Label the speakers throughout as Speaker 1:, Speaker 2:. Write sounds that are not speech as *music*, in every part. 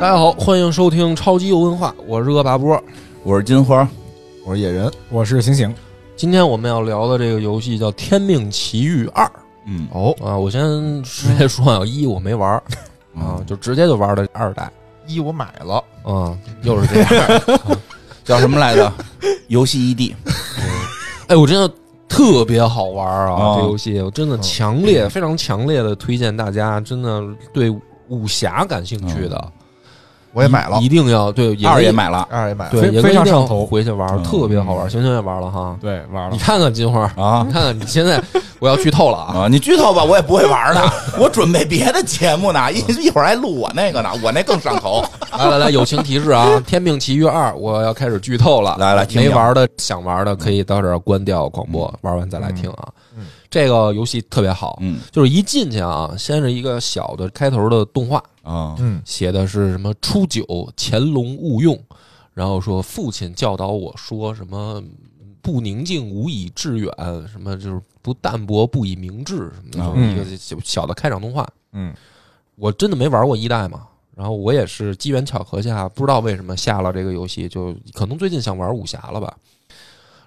Speaker 1: 大家好，欢迎收听超级有文化，我是恶霸波。
Speaker 2: 我是金花，
Speaker 3: 我是野人，
Speaker 4: 我是醒醒，
Speaker 1: 今天我们要聊的这个游戏叫《天命奇遇二
Speaker 2: 嗯》
Speaker 3: 哦，
Speaker 1: 啊，我先直接说啊，一我没玩儿啊，就直接就玩的二代
Speaker 3: 一我买了，
Speaker 1: 啊，又是这样。
Speaker 2: 叫什么
Speaker 1: *laughs*
Speaker 2: 来着？游戏异地，
Speaker 1: 哎，我真的特别好玩啊，
Speaker 2: 啊
Speaker 1: 这游戏我真的强烈、非常强烈的推荐大家，真的对武侠感兴趣的，
Speaker 3: 我也买了
Speaker 1: 一，定要对野
Speaker 2: 二
Speaker 1: 哥
Speaker 2: 也买了
Speaker 3: 二也买了，
Speaker 1: 对
Speaker 4: 非
Speaker 1: 野哥
Speaker 4: 非
Speaker 1: 一
Speaker 4: 常
Speaker 1: 定要
Speaker 4: 上头
Speaker 1: 回去玩儿，
Speaker 2: 嗯
Speaker 1: 特别好玩儿。行行也玩了哈，
Speaker 4: 对，玩
Speaker 1: 你看看金花，
Speaker 2: 啊
Speaker 1: 你看看你现在我要剧透了啊。
Speaker 2: 啊！你剧透吧，我也不会玩的，
Speaker 1: *laughs*
Speaker 2: 我准备别的节目呢，一
Speaker 1: 嗯
Speaker 2: 一会儿还录我那个呢，我那更上头。
Speaker 1: 来来来，友情提示啊，《天命奇遇二》我要开始剧透了。
Speaker 2: 来来听
Speaker 1: 没
Speaker 2: 听
Speaker 1: 玩的、想玩的可以到这儿关掉广播，玩完再来听啊。这个游戏特别好，
Speaker 2: 嗯
Speaker 1: 就是一进去啊，先是一个小的开头的动画，
Speaker 2: 啊
Speaker 3: 嗯，
Speaker 1: 写的是什么初九乾隆勿用，然后说父亲教导我说什么不宁静无以致远，什么就是不淡泊不以明志什么的，
Speaker 2: 啊
Speaker 1: 就是一个小小的开场动画。
Speaker 4: 嗯，
Speaker 1: 我真的没玩过一代嘛，然后我也是机缘巧合下，不知道为什么下了这个游戏，就可能最近想玩武侠了吧。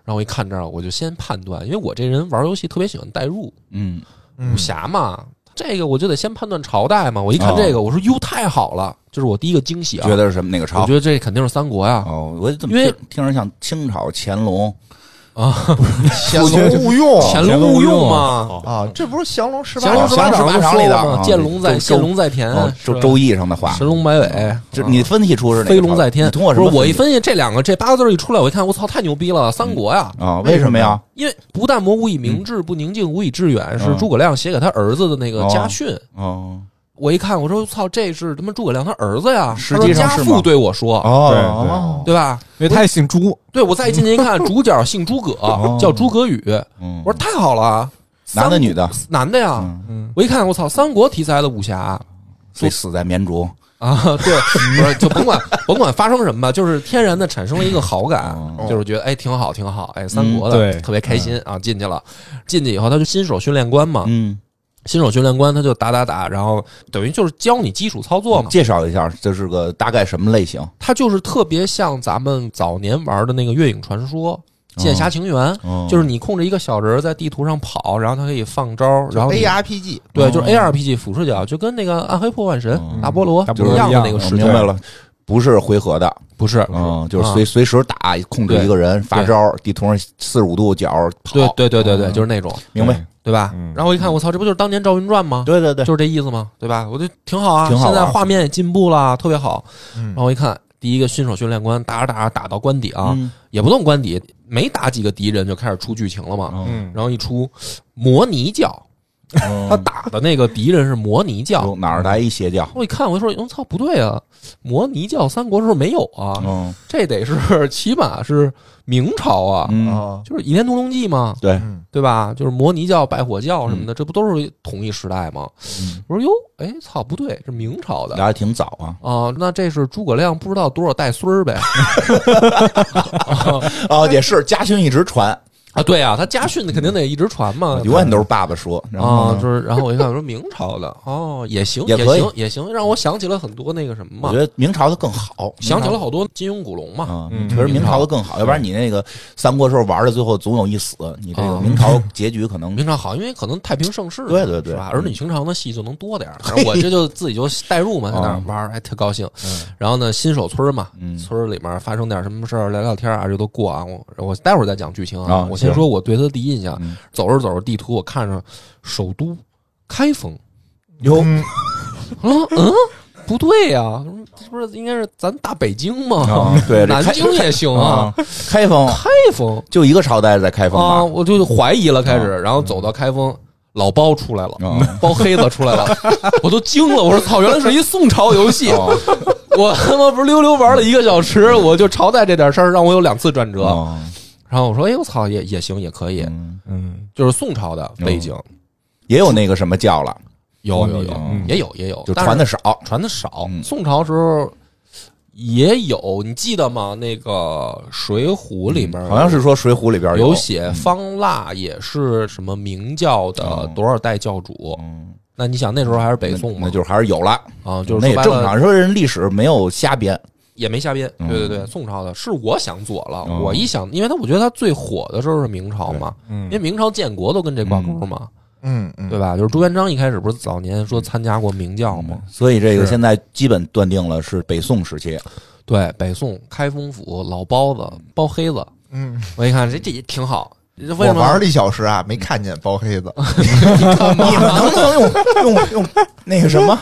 Speaker 1: 然后我一看这儿，我就先判断，因为我这人玩游戏特别喜欢代入，
Speaker 2: 嗯
Speaker 3: 嗯
Speaker 1: 武侠嘛，这个我就得先判断朝代嘛。我一看
Speaker 2: 哦
Speaker 1: 这个，我说哟，太好了，这是我第一个惊喜啊！
Speaker 2: 觉得是什么哪个朝
Speaker 1: 我觉？得这肯定是三国呀，
Speaker 2: 哦，我怎么
Speaker 1: 因为啊
Speaker 2: 听听着像清朝乾隆？
Speaker 1: *laughs*
Speaker 3: 乾隆勿
Speaker 2: 哦
Speaker 3: 用
Speaker 1: 乾
Speaker 2: 乾
Speaker 1: 隆
Speaker 2: 隆
Speaker 1: 勿
Speaker 2: 勿
Speaker 1: 用
Speaker 2: 用
Speaker 1: 嘛，
Speaker 3: 啊，这不是降龙十八
Speaker 1: 乾
Speaker 2: 哦
Speaker 1: 隆
Speaker 3: 掌
Speaker 1: 十八
Speaker 2: 降龙
Speaker 3: 吗？
Speaker 2: 十
Speaker 1: 掌
Speaker 2: 八掌里的
Speaker 1: 嘛
Speaker 2: 啊
Speaker 1: 见龙在
Speaker 2: 周
Speaker 1: 见龙在田
Speaker 2: 哦，，
Speaker 1: 是
Speaker 2: 周
Speaker 1: 吧
Speaker 2: 周易上的话，
Speaker 1: 神龙摆尾。
Speaker 2: 这你分析出是哪个
Speaker 1: 飞
Speaker 2: 朝
Speaker 1: 龙在天，
Speaker 2: 你通过什
Speaker 1: 不
Speaker 2: 么
Speaker 1: 是
Speaker 2: 析？
Speaker 1: 我一分析这两个这八个字儿一出来，我一看，我操，太牛逼了！三国呀，
Speaker 2: 啊？为什么呀？
Speaker 1: 因为不淡泊无以明志，不宁静无以致远，是
Speaker 2: 嗯
Speaker 1: 诸葛亮写给他儿子的那个
Speaker 2: 哦
Speaker 1: 家训。
Speaker 2: 哦
Speaker 1: 我一看，我说操，这是他妈诸葛亮他儿子呀，
Speaker 2: 实
Speaker 1: 他说
Speaker 2: 际上
Speaker 1: 家
Speaker 2: 是
Speaker 1: 父
Speaker 2: 吗
Speaker 1: 对我说，
Speaker 2: 哦，
Speaker 1: 对吧？
Speaker 4: 因为他也姓朱，
Speaker 1: 对我再一进去一
Speaker 2: *laughs*
Speaker 1: 看，主角姓诸葛，叫诸葛宇。
Speaker 2: 哦嗯
Speaker 1: 我说太好了啊，
Speaker 2: *laughs* 男的
Speaker 1: 三
Speaker 2: 女的，嗯
Speaker 1: 男的呀。
Speaker 3: 嗯
Speaker 4: 嗯
Speaker 1: 我一看，我操，三国题材的武侠
Speaker 2: 所以死在绵竹。
Speaker 1: 啊， *laughs* 对，不是就甭管甭管发生什么吧，就是天然的产生了一个好感，
Speaker 2: 哦
Speaker 1: 就是觉得哎挺好挺好，哎三国
Speaker 4: 嗯
Speaker 1: 的、
Speaker 4: 对
Speaker 1: 特别开心啊，进去了，进去以后他就新手训练官嘛，
Speaker 2: 嗯，
Speaker 1: 新手训练官他就打打打，然后等于就是教你基础操作嘛。
Speaker 2: 介绍一下，这是个大概什么类型？
Speaker 1: 他就是特别像咱们早年玩的那个《月影传说》《剑侠情缘》
Speaker 2: 哦
Speaker 1: 就是你控制一个小人儿在地图上跑，然后他可以放招，然后你
Speaker 3: ARPG
Speaker 1: 对，
Speaker 2: 哦
Speaker 1: 就是 ARPG 俯视角，就跟那个《暗黑破坏神》
Speaker 2: 嗯
Speaker 1: 大菠萝
Speaker 4: 大菠
Speaker 1: 一
Speaker 4: 萝
Speaker 1: 样
Speaker 4: 一
Speaker 1: 的
Speaker 4: 样
Speaker 1: 那个
Speaker 2: 我
Speaker 1: 世界，
Speaker 2: 嗯明白了，不是回合的，
Speaker 1: 不是？
Speaker 2: 嗯，就是
Speaker 1: 啊
Speaker 2: 随随时打，控制
Speaker 1: 对
Speaker 2: 一个人发招，地图上四十五度角跑，
Speaker 1: 对对对对对，
Speaker 2: 嗯
Speaker 1: 就是那种，
Speaker 2: 明白？
Speaker 1: 对吧？
Speaker 4: 嗯
Speaker 1: 然后我一看，我操，这不就是当年《赵云传》吗？
Speaker 2: 对对对，
Speaker 1: 就是这意思吗？对吧？我就挺好啊，
Speaker 2: 挺好
Speaker 1: 现
Speaker 2: 玩
Speaker 1: 在画面也进步了，特别好。然
Speaker 3: 嗯
Speaker 1: 后一看，第一个新手训练官打着打着打到官邸啊，
Speaker 2: 嗯
Speaker 1: 也不动官邸，没打几个敌人就开始出剧情了嘛。
Speaker 2: 嗯，
Speaker 1: 然后一出摩尼教，他
Speaker 2: 他
Speaker 1: 打的那个敌人是摩尼教。
Speaker 2: 嗯哪儿来一邪教？
Speaker 1: 我一看，我就说：“我操，不对啊！摩尼教三国时候没有啊，
Speaker 2: 嗯
Speaker 1: 这得是 *laughs* 起码是明朝啊，
Speaker 2: 嗯，
Speaker 3: 啊，
Speaker 1: 就是《倚天屠龙记》嘛，
Speaker 2: 对，
Speaker 3: 嗯
Speaker 1: 对吧？就是摩尼教、拜火教什么的，这不都是同一时代吗？”
Speaker 2: 嗯
Speaker 1: 我说：“哟，哎，操，不对，是明朝的
Speaker 2: 打的挺早啊。
Speaker 1: 啊、那这是诸葛亮不知道多少代孙儿呗？
Speaker 2: 哦，也是家训一直传，
Speaker 1: 啊，对啊，他家训的肯定得一直传嘛，
Speaker 2: 永远都是爸爸说，然后
Speaker 1: 啊，就是，然后我一看，我说明朝的，哦，也行，也
Speaker 2: 也可以
Speaker 1: 行，也行，让我想起了很多那个什么
Speaker 2: 我
Speaker 1: 嘛
Speaker 2: 觉，得明朝的更好，
Speaker 1: 想起
Speaker 2: 明
Speaker 1: 了
Speaker 2: 朝。
Speaker 1: 好多金庸古龙嘛，
Speaker 2: 啊，
Speaker 4: 嗯
Speaker 2: 觉得明
Speaker 1: 明朝
Speaker 2: 朝的更好，要不然你那个三国时候玩的，最后总有一死，你这个
Speaker 1: 啊
Speaker 2: 明朝结局可能
Speaker 1: 明朝好，因为可能太平盛世嘛，
Speaker 2: 嗯对对对嗯
Speaker 1: 是吧？儿女情长的戏就能多点
Speaker 2: *laughs*
Speaker 1: 儿，反正我这就自己就代入嘛，在那儿玩儿，还哎特高兴。然后呢，新手村嘛，
Speaker 2: 哦嗯
Speaker 1: 村儿里面发生点什么事儿，聊聊天儿啊，这都过啊。我我待会儿再讲剧情
Speaker 2: 啊
Speaker 1: 我先
Speaker 2: 行
Speaker 1: 说我对他的第一印象
Speaker 2: 嗯。
Speaker 1: 走着走着，地图我看着首都开封，
Speaker 2: 哟
Speaker 3: 嗯
Speaker 1: 嗯嗯，不对呀、这不是应该是咱大北京吗？
Speaker 2: 啊对这
Speaker 1: 南
Speaker 2: 开
Speaker 1: 京也行啊
Speaker 2: 啊，，开封
Speaker 1: 开封
Speaker 2: 就一个朝代在开封
Speaker 1: 啊，
Speaker 2: 吧，啊
Speaker 1: 我就怀疑了，开始，然后走到开封。老包出来了
Speaker 2: 嗯，
Speaker 1: 包黑子出来了，我都惊了。我说操，原来是一宋朝游戏！
Speaker 2: 哦
Speaker 1: 我他妈不是溜溜玩了一个小时，我就朝代这点事儿让我有两次转折。
Speaker 2: 哦
Speaker 1: 然后我说，哎我操，也也行，也可以，
Speaker 2: 嗯
Speaker 4: 嗯，
Speaker 1: 就是宋朝的背景，
Speaker 2: 也有那个什么教了，
Speaker 1: 有有有
Speaker 2: 嗯
Speaker 1: 也有也有，
Speaker 2: 就
Speaker 1: 但是
Speaker 2: 传的少，
Speaker 1: 传的少。
Speaker 2: 嗯
Speaker 1: 宋朝时候也有，你记得吗？那个《水浒》里面、
Speaker 2: 嗯好像是说《水浒》里边嗯
Speaker 1: 有写方腊也是什么明教的多少代教主，
Speaker 2: 嗯
Speaker 1: 那你想那时候还是北宋
Speaker 2: 那
Speaker 1: 嘛，
Speaker 2: 就是还是有了，
Speaker 1: 啊，就是说
Speaker 2: 那也
Speaker 1: 白
Speaker 2: 正
Speaker 1: 了
Speaker 2: 常。说人历史没有瞎编，
Speaker 1: 也没瞎编。
Speaker 2: 嗯
Speaker 1: 对对对，宋朝的是我想左了，
Speaker 2: 嗯
Speaker 1: 我一想，因为他我觉得他最火的时候是明朝嘛，因为
Speaker 3: 嗯
Speaker 1: 明朝建国都跟这挂钩嘛，
Speaker 3: 嗯嗯，
Speaker 1: 对吧？就是朱元璋一开始不是早年说参加过明教吗？
Speaker 2: 所以这个
Speaker 3: 是
Speaker 2: 现在基本断定了是北宋时
Speaker 1: *laughs*
Speaker 2: 期。
Speaker 1: 对，北宋开封府老包子包黑子，
Speaker 3: 嗯，
Speaker 1: 我一看这这也挺好。为什
Speaker 3: 我
Speaker 1: 么
Speaker 3: 玩了一小时啊，没看见包黑子，
Speaker 2: 你们能不能用用用那个什么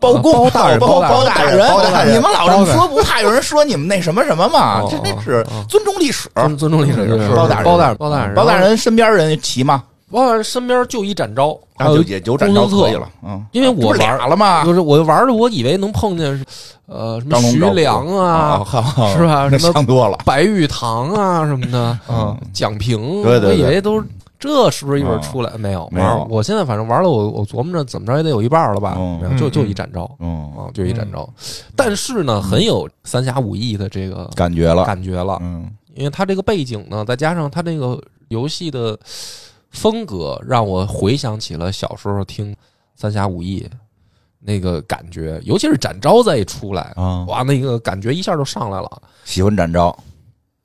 Speaker 2: 包公
Speaker 1: *laughs* 包大人
Speaker 2: 包
Speaker 1: 包
Speaker 2: 大
Speaker 3: 大人包大人
Speaker 2: 你们老这么说，不怕有人说你们那什么什么吗？
Speaker 1: 哦
Speaker 2: 这这是尊重历史。
Speaker 1: 尊尊重历史？
Speaker 3: 是
Speaker 1: 对
Speaker 3: 是
Speaker 1: 包
Speaker 2: 是
Speaker 1: 包大人，包大人，
Speaker 2: 包嗯大，人身边人齐吗？
Speaker 1: 包大人身边就一展昭，还
Speaker 2: 啊，
Speaker 1: 有
Speaker 2: 就也就展昭可以了。嗯，
Speaker 1: 因为
Speaker 2: 不
Speaker 1: 我
Speaker 2: 是
Speaker 1: 玩
Speaker 2: 俩了吗？
Speaker 1: 就是我玩的，我以为能碰见是，呃，什么
Speaker 2: 张龙
Speaker 1: 徐
Speaker 2: 赵虎
Speaker 1: 良啊，
Speaker 2: 好
Speaker 1: 是吧
Speaker 2: 那
Speaker 1: 什么
Speaker 2: 想多了。
Speaker 1: 白玉堂啊什么的，嗯， *laughs* 蒋平，
Speaker 2: 对对对嗯
Speaker 1: 我以为都是这是不是一会儿出来？没有，
Speaker 2: 没有
Speaker 1: 玩我现在反正玩了，我我琢磨着怎么着也得有一半了吧，
Speaker 2: 嗯
Speaker 1: 没有就
Speaker 3: 嗯
Speaker 1: 就一展昭
Speaker 2: 嗯，
Speaker 1: 啊，就一展昭。但是呢，很有三侠五义的这个
Speaker 2: 感觉了。
Speaker 1: 感觉了，
Speaker 2: 嗯，
Speaker 1: 因为它这个背景呢，再加上它这个游戏的风格，让我回想起了小时候听《三侠五义》那个感觉，尤其是展昭再一出来，
Speaker 2: 啊
Speaker 1: 哇，那个感觉一下就上来了。
Speaker 2: 喜欢展昭。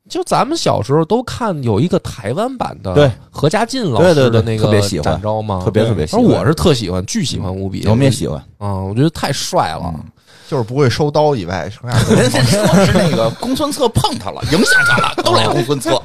Speaker 1: 就咱们小时候都看有一个台湾版的
Speaker 2: 对
Speaker 1: 何家劲老师
Speaker 2: 对对
Speaker 1: 的
Speaker 2: 对
Speaker 1: 那
Speaker 2: 特
Speaker 1: 个
Speaker 2: 别喜欢
Speaker 1: 展昭嘛，
Speaker 2: 特别特别喜
Speaker 1: 而
Speaker 2: 欢
Speaker 1: 我是特喜欢，巨喜欢无比。
Speaker 2: 我们也喜嗯欢。
Speaker 1: 嗯，我觉得太帅了。
Speaker 3: 就是不会收刀以外，剩下都
Speaker 2: 人家说是那个公孙策碰他了，影响他了，都赖公孙策。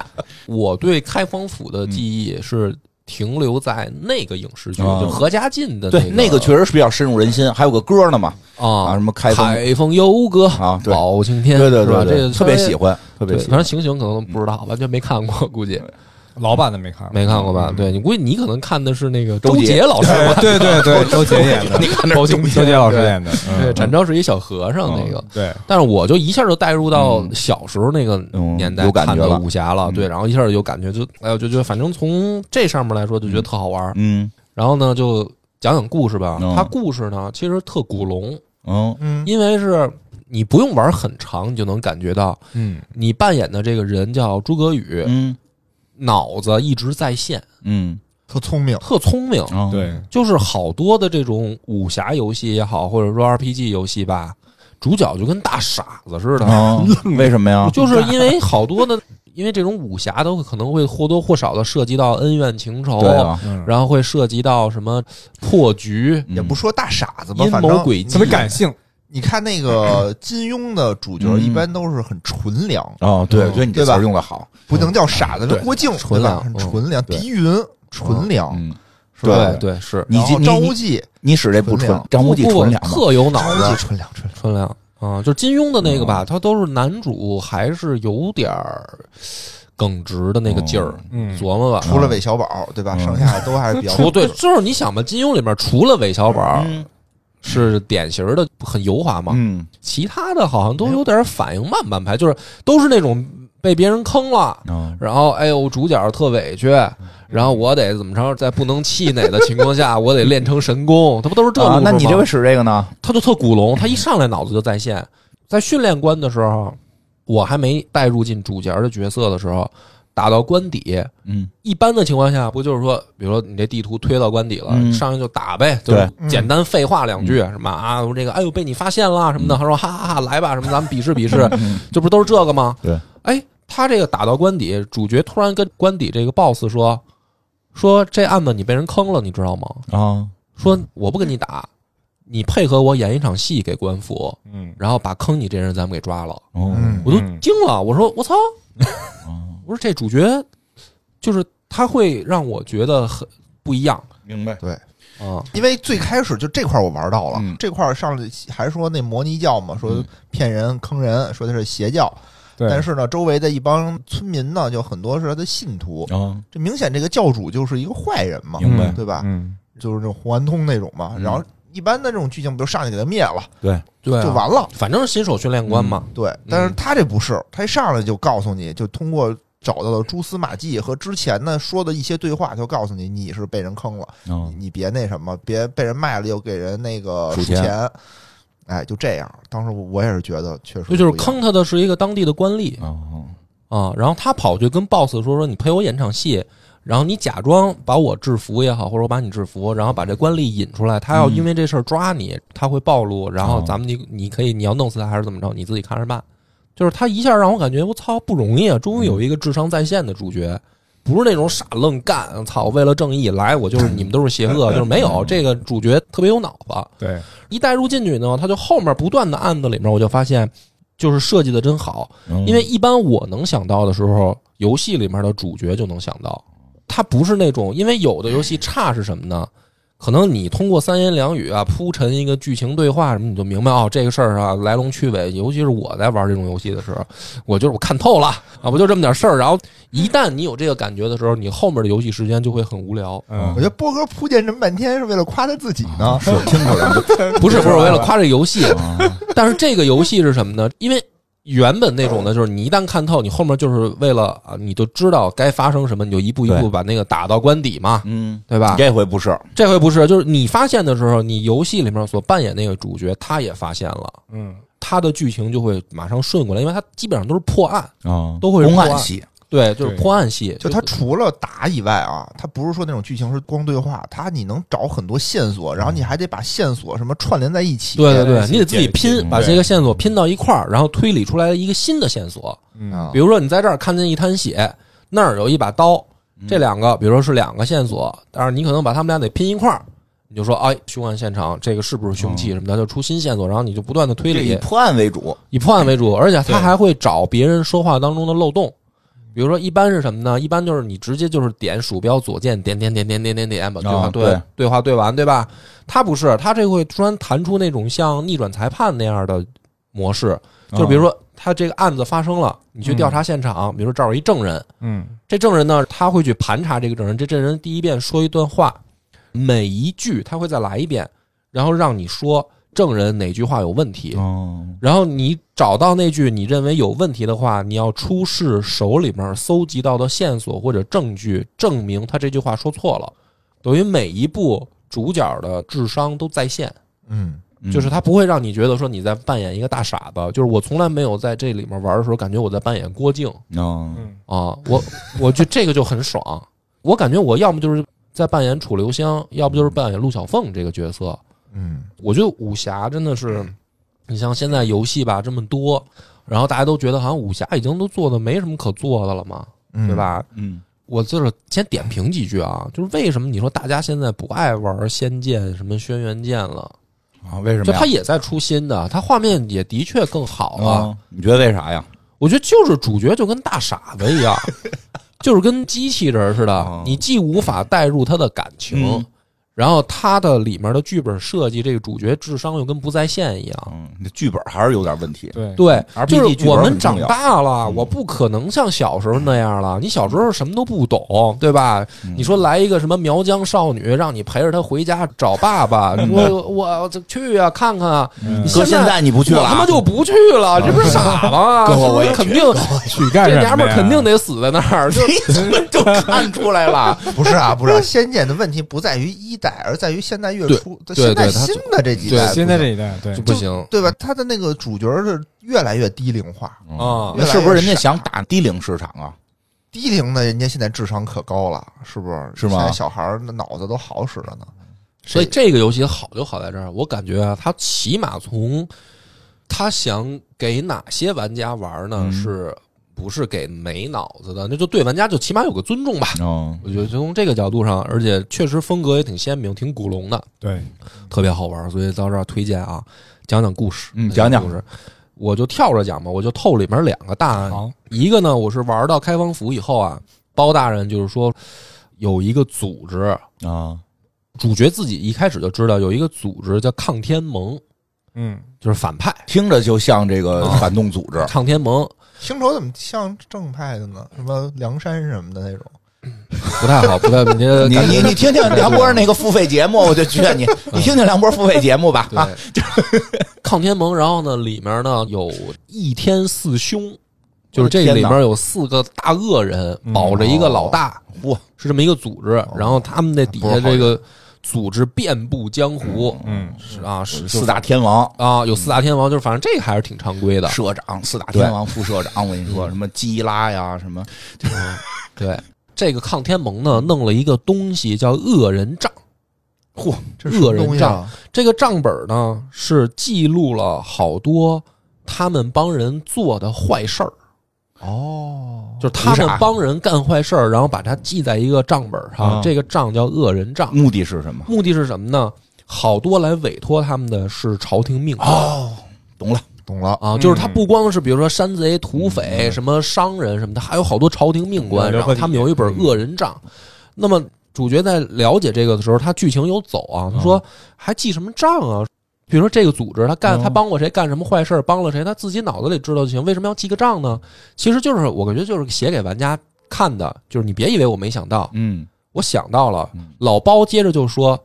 Speaker 1: 我对开封府的记忆是停留在那个影视剧，
Speaker 2: 嗯啊
Speaker 1: 就何家劲的
Speaker 2: 对，那
Speaker 1: 那个
Speaker 2: 个确实是比较深入人心，还有个歌呢嘛，
Speaker 1: 啊
Speaker 2: 啊什么开封
Speaker 1: 封游歌
Speaker 2: 啊对
Speaker 1: 包青天，
Speaker 2: 对对
Speaker 1: 是吧
Speaker 2: 对
Speaker 1: 这
Speaker 2: 对，
Speaker 1: 个
Speaker 2: 特别喜
Speaker 1: 欢，
Speaker 2: 欢，特别
Speaker 1: 对，
Speaker 2: 喜
Speaker 1: 反
Speaker 2: 欢嗯
Speaker 1: 正。情形可能不知道，完全没看过， *laughs* 估计
Speaker 4: *laughs* 老版的没看过，
Speaker 1: 没看过吧？对你估计你可能看的是那个周
Speaker 2: 嗯周杰
Speaker 1: 杰老师
Speaker 2: *laughs*
Speaker 1: 吧，
Speaker 4: 对
Speaker 3: *laughs*
Speaker 4: 对对，周杰演的，
Speaker 2: 你看这
Speaker 4: 周杰周杰老师演的，
Speaker 1: 对，
Speaker 4: 嗯
Speaker 1: 展昭是一小和尚那个。
Speaker 2: 嗯
Speaker 4: 对，
Speaker 1: 但是我就一下就带入到小时候那个年
Speaker 2: 嗯
Speaker 1: 代
Speaker 2: 有感觉
Speaker 1: 看的
Speaker 2: 了
Speaker 1: 武侠了，
Speaker 2: 嗯
Speaker 1: 对，然后一下有感觉，就哎呦，就就反正从这上面来说就觉得特好玩儿。
Speaker 2: 嗯
Speaker 1: 然后呢，就讲讲故事吧
Speaker 2: 嗯。
Speaker 1: 它故事呢其实特古龙，
Speaker 2: 嗯
Speaker 3: 嗯
Speaker 1: 因为是你不用玩很长，你就能感觉到
Speaker 4: 嗯
Speaker 1: 你扮演的这个人叫诸葛宇，
Speaker 2: 嗯
Speaker 1: 脑子一直在线，
Speaker 2: 嗯，
Speaker 3: 特聪明，
Speaker 1: 特聪明。
Speaker 2: 嗯，
Speaker 4: 对，
Speaker 1: 就是好多的这种武侠游戏也好，或者说 RPG 游戏吧，主角就跟大傻子似的，
Speaker 2: 啊， *laughs* 为什么呀？
Speaker 1: 就是因为好多的， *laughs* 因为这种武侠都可能会或多或少的涉及到恩怨情仇，
Speaker 2: 对啊，
Speaker 4: 嗯，
Speaker 1: 然后会涉及到什么破局、
Speaker 2: 嗯
Speaker 3: 也不说大傻子吧，
Speaker 1: 阴
Speaker 3: 反
Speaker 1: 谋
Speaker 3: 正
Speaker 1: 诡计
Speaker 2: 啊
Speaker 4: 特别感性，
Speaker 3: 你看那个金庸的主角，
Speaker 2: 嗯
Speaker 3: 一般都是很纯良，
Speaker 2: 哦，对，我觉得你这词
Speaker 3: 对
Speaker 2: 儿
Speaker 3: 吧
Speaker 2: 用的好，
Speaker 3: 不能叫傻
Speaker 2: 嗯
Speaker 3: 子，
Speaker 1: 对
Speaker 3: 郭靖
Speaker 1: 纯良
Speaker 3: 对吧很
Speaker 1: 嗯
Speaker 3: 纯良，
Speaker 2: 对
Speaker 3: 狄云纯良，
Speaker 2: 嗯，
Speaker 3: 是吧？
Speaker 1: 对对是，
Speaker 2: 你
Speaker 3: 然后
Speaker 2: 你嗯
Speaker 3: 张无
Speaker 2: 你
Speaker 3: 忌，
Speaker 2: 你使这不
Speaker 3: 纯
Speaker 2: 纯
Speaker 3: 良，
Speaker 2: 张无忌
Speaker 1: 不不
Speaker 2: 纯良吗？
Speaker 1: 特有脑
Speaker 3: 张无
Speaker 1: 子嗯
Speaker 3: 忌，纯良纯良，
Speaker 1: 纯良啊，就是金庸的那个吧，他都是男主还是有点儿耿直的那个劲儿，
Speaker 4: 嗯，
Speaker 1: 琢磨吧。
Speaker 3: 除了韦小宝对吧？
Speaker 2: 嗯
Speaker 3: 剩下都还是比
Speaker 2: *laughs*
Speaker 3: 较
Speaker 1: 除对，就是你想吧，金庸里面除了韦小宝
Speaker 2: 嗯
Speaker 1: 是典型的很油滑嘛，
Speaker 2: 嗯
Speaker 1: 其他的好像都有点反应慢半拍，就是都是那种被别人坑了，
Speaker 2: 啊，
Speaker 1: 然后哎呦主角特委屈，
Speaker 2: 嗯
Speaker 1: 然后我得怎么着，在不能气馁的情况
Speaker 2: *laughs*
Speaker 1: 下，我得练成神功，他不都是这路
Speaker 2: 啊
Speaker 1: 数
Speaker 2: 那你
Speaker 1: 吗
Speaker 2: 这回使这个呢？
Speaker 1: 他就特古龙，他一上来脑子就在线。在训练关的时候，我还没带入进主角的角色的时候，打到关底，
Speaker 2: 嗯
Speaker 1: 一般的情况下，不就是说，比如说你这地图推到关底了，
Speaker 2: 嗯
Speaker 1: 上来就打呗，就是简单废话两句，什么啊，我这个哎呦被你发现啦什
Speaker 2: 嗯
Speaker 1: 么的，他说哈哈哈来吧，什么咱们比试比
Speaker 2: *laughs*
Speaker 1: 试，这不都是这个吗？
Speaker 2: 对，
Speaker 1: 哎，他这个打到关底，主角突然跟关底这个 boss 说，说这案子你被人坑了，你知道吗？
Speaker 2: 啊，
Speaker 1: 说我不跟你打，你配合我演一场戏给官府，
Speaker 4: 嗯
Speaker 1: 然后把坑你这人咱们给抓了。
Speaker 2: 哦
Speaker 3: 嗯
Speaker 1: 我都惊了，我说我操，
Speaker 2: 哦
Speaker 1: 我说这主角就是他会让我觉得很不一样
Speaker 2: 明白，
Speaker 1: 啊，
Speaker 3: 因为最开始就这块儿我玩到了，
Speaker 2: 嗯
Speaker 3: 这块儿上来还说那摩尼教嘛，说
Speaker 2: 嗯
Speaker 3: 骗人坑人，说的是邪教，
Speaker 4: 对，
Speaker 3: 但是呢，周围的一帮村民呢，就很多是他的信徒，
Speaker 2: 啊，
Speaker 3: 这明显这个教主就是一个坏人嘛，
Speaker 2: 明白
Speaker 3: 对吧？
Speaker 4: 嗯，
Speaker 3: 就是那种胡安通那种嘛，
Speaker 2: 嗯
Speaker 3: 然后。一般的这种剧情不就上去给他灭了
Speaker 2: 对，嗯
Speaker 1: 对啊
Speaker 3: 就嗯完了，
Speaker 1: 反正是新手训练官嘛，
Speaker 3: 对。但是他这不是，他一上来就告诉你，就通过找到了蛛丝马迹和之前呢说的一些对话，就告诉你你是被人坑了，
Speaker 2: 啊
Speaker 3: 你，你别那什么，别被人卖了又给人那个
Speaker 2: 数
Speaker 3: 数
Speaker 2: 钱
Speaker 3: 钱，哎，就这样。当时我我也是觉得确实
Speaker 1: 所以就是
Speaker 3: 不一样
Speaker 1: 坑他的是一个当地的官吏
Speaker 2: 哦，
Speaker 1: 啊，然后他跑去跟 boss 说说你陪我演场戏，然后你假装把我制服也好，或者我把你制服，然后把这官吏引出来，他要因为这事儿抓你，他会暴露，然后
Speaker 4: 哦
Speaker 1: 咱们你你可以你要弄死他还是怎么着，你自己看着办。就是他一下让我感觉我操不容易啊，终于有一个智商在线的主角，不是那种傻愣干，操为了正义来我就是你们都是邪恶，就是没有这个主角特别有脑子。
Speaker 4: 对，
Speaker 1: 一带入进去呢，他就后面不断的案子里面，我就发现就是设计的真好，
Speaker 2: 哦
Speaker 1: 因为一般我能想到的时候，游戏里面的主角就能想到，他不是那种，因为有的游戏差是什么呢？可能你通过三言两语啊铺陈一个剧情对话什么，你就明白哦这个事儿啊来龙去尾。尤其是我在玩这种游戏的时候，我就是我看透了啊，不就这么点事儿。然后一旦你有这个感觉的时候，你后面的游戏时间就会很无聊。
Speaker 4: 嗯
Speaker 2: 啊
Speaker 3: 我觉，得波哥铺垫这么半天是为了夸他自己呢，
Speaker 2: 是听出来了，
Speaker 1: 不是不是为了夸这游戏，
Speaker 2: 啊
Speaker 1: *laughs* 但是这个游戏是什么呢？因为原本那种呢，就是你一旦看透，你后面就是为了啊，你就知道该发生什么，你就一步一步
Speaker 2: 对
Speaker 1: 把那个打到关底嘛，
Speaker 2: 嗯，
Speaker 1: 对吧？
Speaker 2: 这回不是，
Speaker 1: 这回不是，就是你发现的时候，你游戏里面所扮演那个主角，他也发现了，
Speaker 4: 嗯，
Speaker 1: 他的剧情就会马上顺过来，因为他基本上都是破案，
Speaker 2: 啊，
Speaker 1: 都会是
Speaker 2: 公
Speaker 1: 破
Speaker 2: 案
Speaker 1: 案，
Speaker 2: 戏，
Speaker 1: 对，就是
Speaker 4: 对
Speaker 1: 破案戏，
Speaker 3: 就他除了打以外啊，他不是说那种剧情是光对话，他你能找很多线索，然后你还得把线索什么串联在一起。
Speaker 1: 嗯对对对，你得自己
Speaker 4: 解析
Speaker 1: 拼，把这个线索拼到一块儿，然后推理出来一个新的线索。
Speaker 4: 嗯
Speaker 3: 啊
Speaker 1: 比，如说你在这儿看见一滩血，那儿有一把刀，
Speaker 2: 嗯
Speaker 1: 这两个比如说是两个线索，但是你可能把他们俩得拼一块儿，你就说哎，凶案现场这个是不是凶器什么的，就出新线索，然后你就不断的推
Speaker 2: 嗯这哎以
Speaker 1: 理，
Speaker 2: 破案为主，
Speaker 1: 以破案为主，而且他
Speaker 4: 对
Speaker 1: 还会找别人说话当中的漏洞。比如说，一般是什么呢？一般就是你直接就是点鼠标左键点点点点点点点，把对话
Speaker 2: 啊
Speaker 1: 对、
Speaker 2: 对
Speaker 1: 对话对完，对吧？他不是，他这会突然弹出那种像逆转裁判那样的模式，就比如说他这个案子发生了，你去调查现场，比如说这儿有一证人，
Speaker 4: 嗯，
Speaker 1: 这证人呢，他会去盘查这个证人。这证人第一遍说一段话，每一句他会再来一遍，然后让你说证人哪句话有问题。
Speaker 2: 哦，
Speaker 1: 然后你找到那句你认为有问题的话，你要出示手里面搜集到的线索或者证据，证明他这句话说错了。等于每一步主角的智商都在线，
Speaker 3: 嗯，
Speaker 1: 就是他不会让你觉得说你在扮演一个大傻子。就是我从来没有在这里面玩的时候感觉我在扮演郭靖，
Speaker 2: 哦，
Speaker 4: 嗯，
Speaker 1: 啊，我我觉得这个就很爽。我感觉我要么就是在扮演楚留香，要不就是扮演陆小凤这个角色。
Speaker 3: 嗯，
Speaker 1: 我觉得武侠真的是，你像现在游戏吧这么多，然后大家都觉得好像武侠已经都做的没什么可做的了嘛，
Speaker 3: 嗯
Speaker 1: 对？吧？
Speaker 2: 嗯，
Speaker 1: 我就是先点评几句啊，就是为什么你说大家现在不爱玩《仙剑》什么《轩辕剑》了？
Speaker 2: 啊，为什
Speaker 1: 就
Speaker 2: 么呀？
Speaker 1: 它也在出新的，它画面也的确更好了。
Speaker 2: 啊，你觉得为啥呀？
Speaker 1: 我觉得就是主角就跟大傻子一
Speaker 2: *laughs*
Speaker 1: 样，就是跟机器人似的
Speaker 2: 哦，
Speaker 1: 你既无法带入他的感情
Speaker 2: 嗯，
Speaker 1: 然后他的里面的剧本设计，这个主角智商又跟不在线一样。
Speaker 2: 嗯，这剧本还是有点问题。
Speaker 4: 对，
Speaker 1: 对，
Speaker 2: RPG
Speaker 1: 就是我们长
Speaker 2: 剧本很重要嗯
Speaker 1: 大了，我不可能像小时候那样了。你小时候什么都不懂，对吧？
Speaker 2: 嗯
Speaker 1: 你说来一个什么苗疆少女，让你陪着她回家找爸爸，
Speaker 2: 嗯
Speaker 1: 你说我我这去啊，看看啊。
Speaker 4: 嗯
Speaker 1: 你
Speaker 2: 哥，现在你不去
Speaker 1: 我
Speaker 2: 了啊，
Speaker 1: 他妈就不去了，这不是傻吗？
Speaker 2: *laughs* 哥我
Speaker 1: 是不是
Speaker 2: 也
Speaker 1: 肯
Speaker 2: 去
Speaker 1: 定
Speaker 4: 去干
Speaker 1: 这
Speaker 4: 什
Speaker 1: 娘
Speaker 4: 么
Speaker 1: 们
Speaker 4: 呀
Speaker 1: 儿肯定得死在那儿，就
Speaker 2: 你怎么就看出来 *laughs* 了？
Speaker 3: 不是啊，不是啊，《仙剑》的问题不在于一代，而在于现在越
Speaker 1: 对
Speaker 3: 出，
Speaker 1: 对
Speaker 3: 现在
Speaker 1: 对它
Speaker 3: 新的这几
Speaker 1: 对
Speaker 3: 代不行，
Speaker 4: 现在这一代，对
Speaker 2: 哎
Speaker 1: 就，不行
Speaker 3: 对吧？他的那个主角是越来越低龄化，
Speaker 1: 啊
Speaker 3: 越来越
Speaker 2: 嗯是不是人家
Speaker 3: 傻
Speaker 2: 想打低龄市场啊？
Speaker 3: 低龄的人家现在智商可高了，是不是？
Speaker 2: 是吗
Speaker 3: 现在小孩儿那脑子都好使着呢。
Speaker 1: 所以这个游戏好就好在这儿，我感觉啊，它起码从它想给哪些玩家玩呢？
Speaker 2: 嗯
Speaker 1: 是不是给没脑子的？那就对玩家就起码有个尊重吧。
Speaker 2: 哦，
Speaker 1: 我觉得从这个角度上，而且确实风格也挺鲜明，挺古龙的，
Speaker 4: 对，
Speaker 1: 特别好玩。所以到这儿推荐啊，讲讲故事，
Speaker 2: 嗯讲讲
Speaker 1: 故事。我就跳着讲吧，我就透里面两个大案，
Speaker 4: 好，
Speaker 1: 一个呢，我是玩到开封府以后啊，包大人就是说有一个组织，
Speaker 2: 啊，
Speaker 1: 主角自己一开始就知道有一个组织叫抗天盟，
Speaker 4: 嗯，
Speaker 1: 就是反派
Speaker 2: 听着就像这个
Speaker 1: 啊
Speaker 2: 反动组织。
Speaker 1: 抗天盟
Speaker 3: 清朝怎么像正派的呢？什么梁山什么的那种？
Speaker 1: 不太好，不太你这
Speaker 2: 你
Speaker 1: 呃感
Speaker 2: 你
Speaker 1: 觉
Speaker 2: 你听听梁波那个付费节目，我就劝你，
Speaker 1: *laughs*
Speaker 2: 你听听梁波付费节目吧。啊，
Speaker 1: 对抗天盟，然后呢里面呢有一天四凶，就是这里
Speaker 2: 天哪
Speaker 1: 面有四个大恶人
Speaker 4: 嗯
Speaker 1: 保着一个老大，
Speaker 2: 哇，
Speaker 1: 是这么一个组织，然后他们那底
Speaker 3: 哦不
Speaker 1: 下
Speaker 3: 是好
Speaker 1: 这个组织遍布江湖，
Speaker 4: 嗯
Speaker 1: 是啊，是
Speaker 2: 四大天王。
Speaker 1: 啊，有四大天王，就是反正这个还是挺常规的，嗯
Speaker 2: 社长、四大天王、副社长，我跟你说，什么基拉呀，什么
Speaker 1: 对，这个抗天盟呢，弄了一个东西叫恶人账。嚯，
Speaker 3: 这是什
Speaker 1: 恶
Speaker 3: 么东
Speaker 1: 人
Speaker 3: 西
Speaker 1: 账！
Speaker 3: 啊？
Speaker 1: 这个账本呢，是记录了好多他们帮人做的坏事儿，
Speaker 3: 哦，
Speaker 1: 就是他
Speaker 2: 图
Speaker 1: 们
Speaker 2: 啥
Speaker 1: 帮人干坏事儿，然后把它记在一个账本上。
Speaker 2: 啊嗯
Speaker 1: 这个账叫恶人账，
Speaker 2: 目的是什么？
Speaker 1: 目的是什么呢？好多来委托他们的是朝廷命令。
Speaker 2: 哦，懂了，
Speaker 3: 懂了，
Speaker 1: 啊，就是
Speaker 4: 嗯
Speaker 1: 他不光是比如说山贼、土匪、什么商人什么的，还有好多朝廷命官，
Speaker 4: 嗯
Speaker 1: 然后他们有一本恶人账。那么主角在了解这个的时候，他剧情有走啊，他
Speaker 4: 哦
Speaker 1: 说还记什么账啊？比如说这个组织，他干
Speaker 2: 嗯
Speaker 1: 他帮过谁，干什么坏事儿，帮了谁，他自己脑子里知道就行，为什么要记个账呢？其实就是我感觉就是写给玩家看的，就是你别以为我没想到，
Speaker 2: 嗯，
Speaker 1: 我想到了
Speaker 2: 嗯。
Speaker 1: 老包接着就说，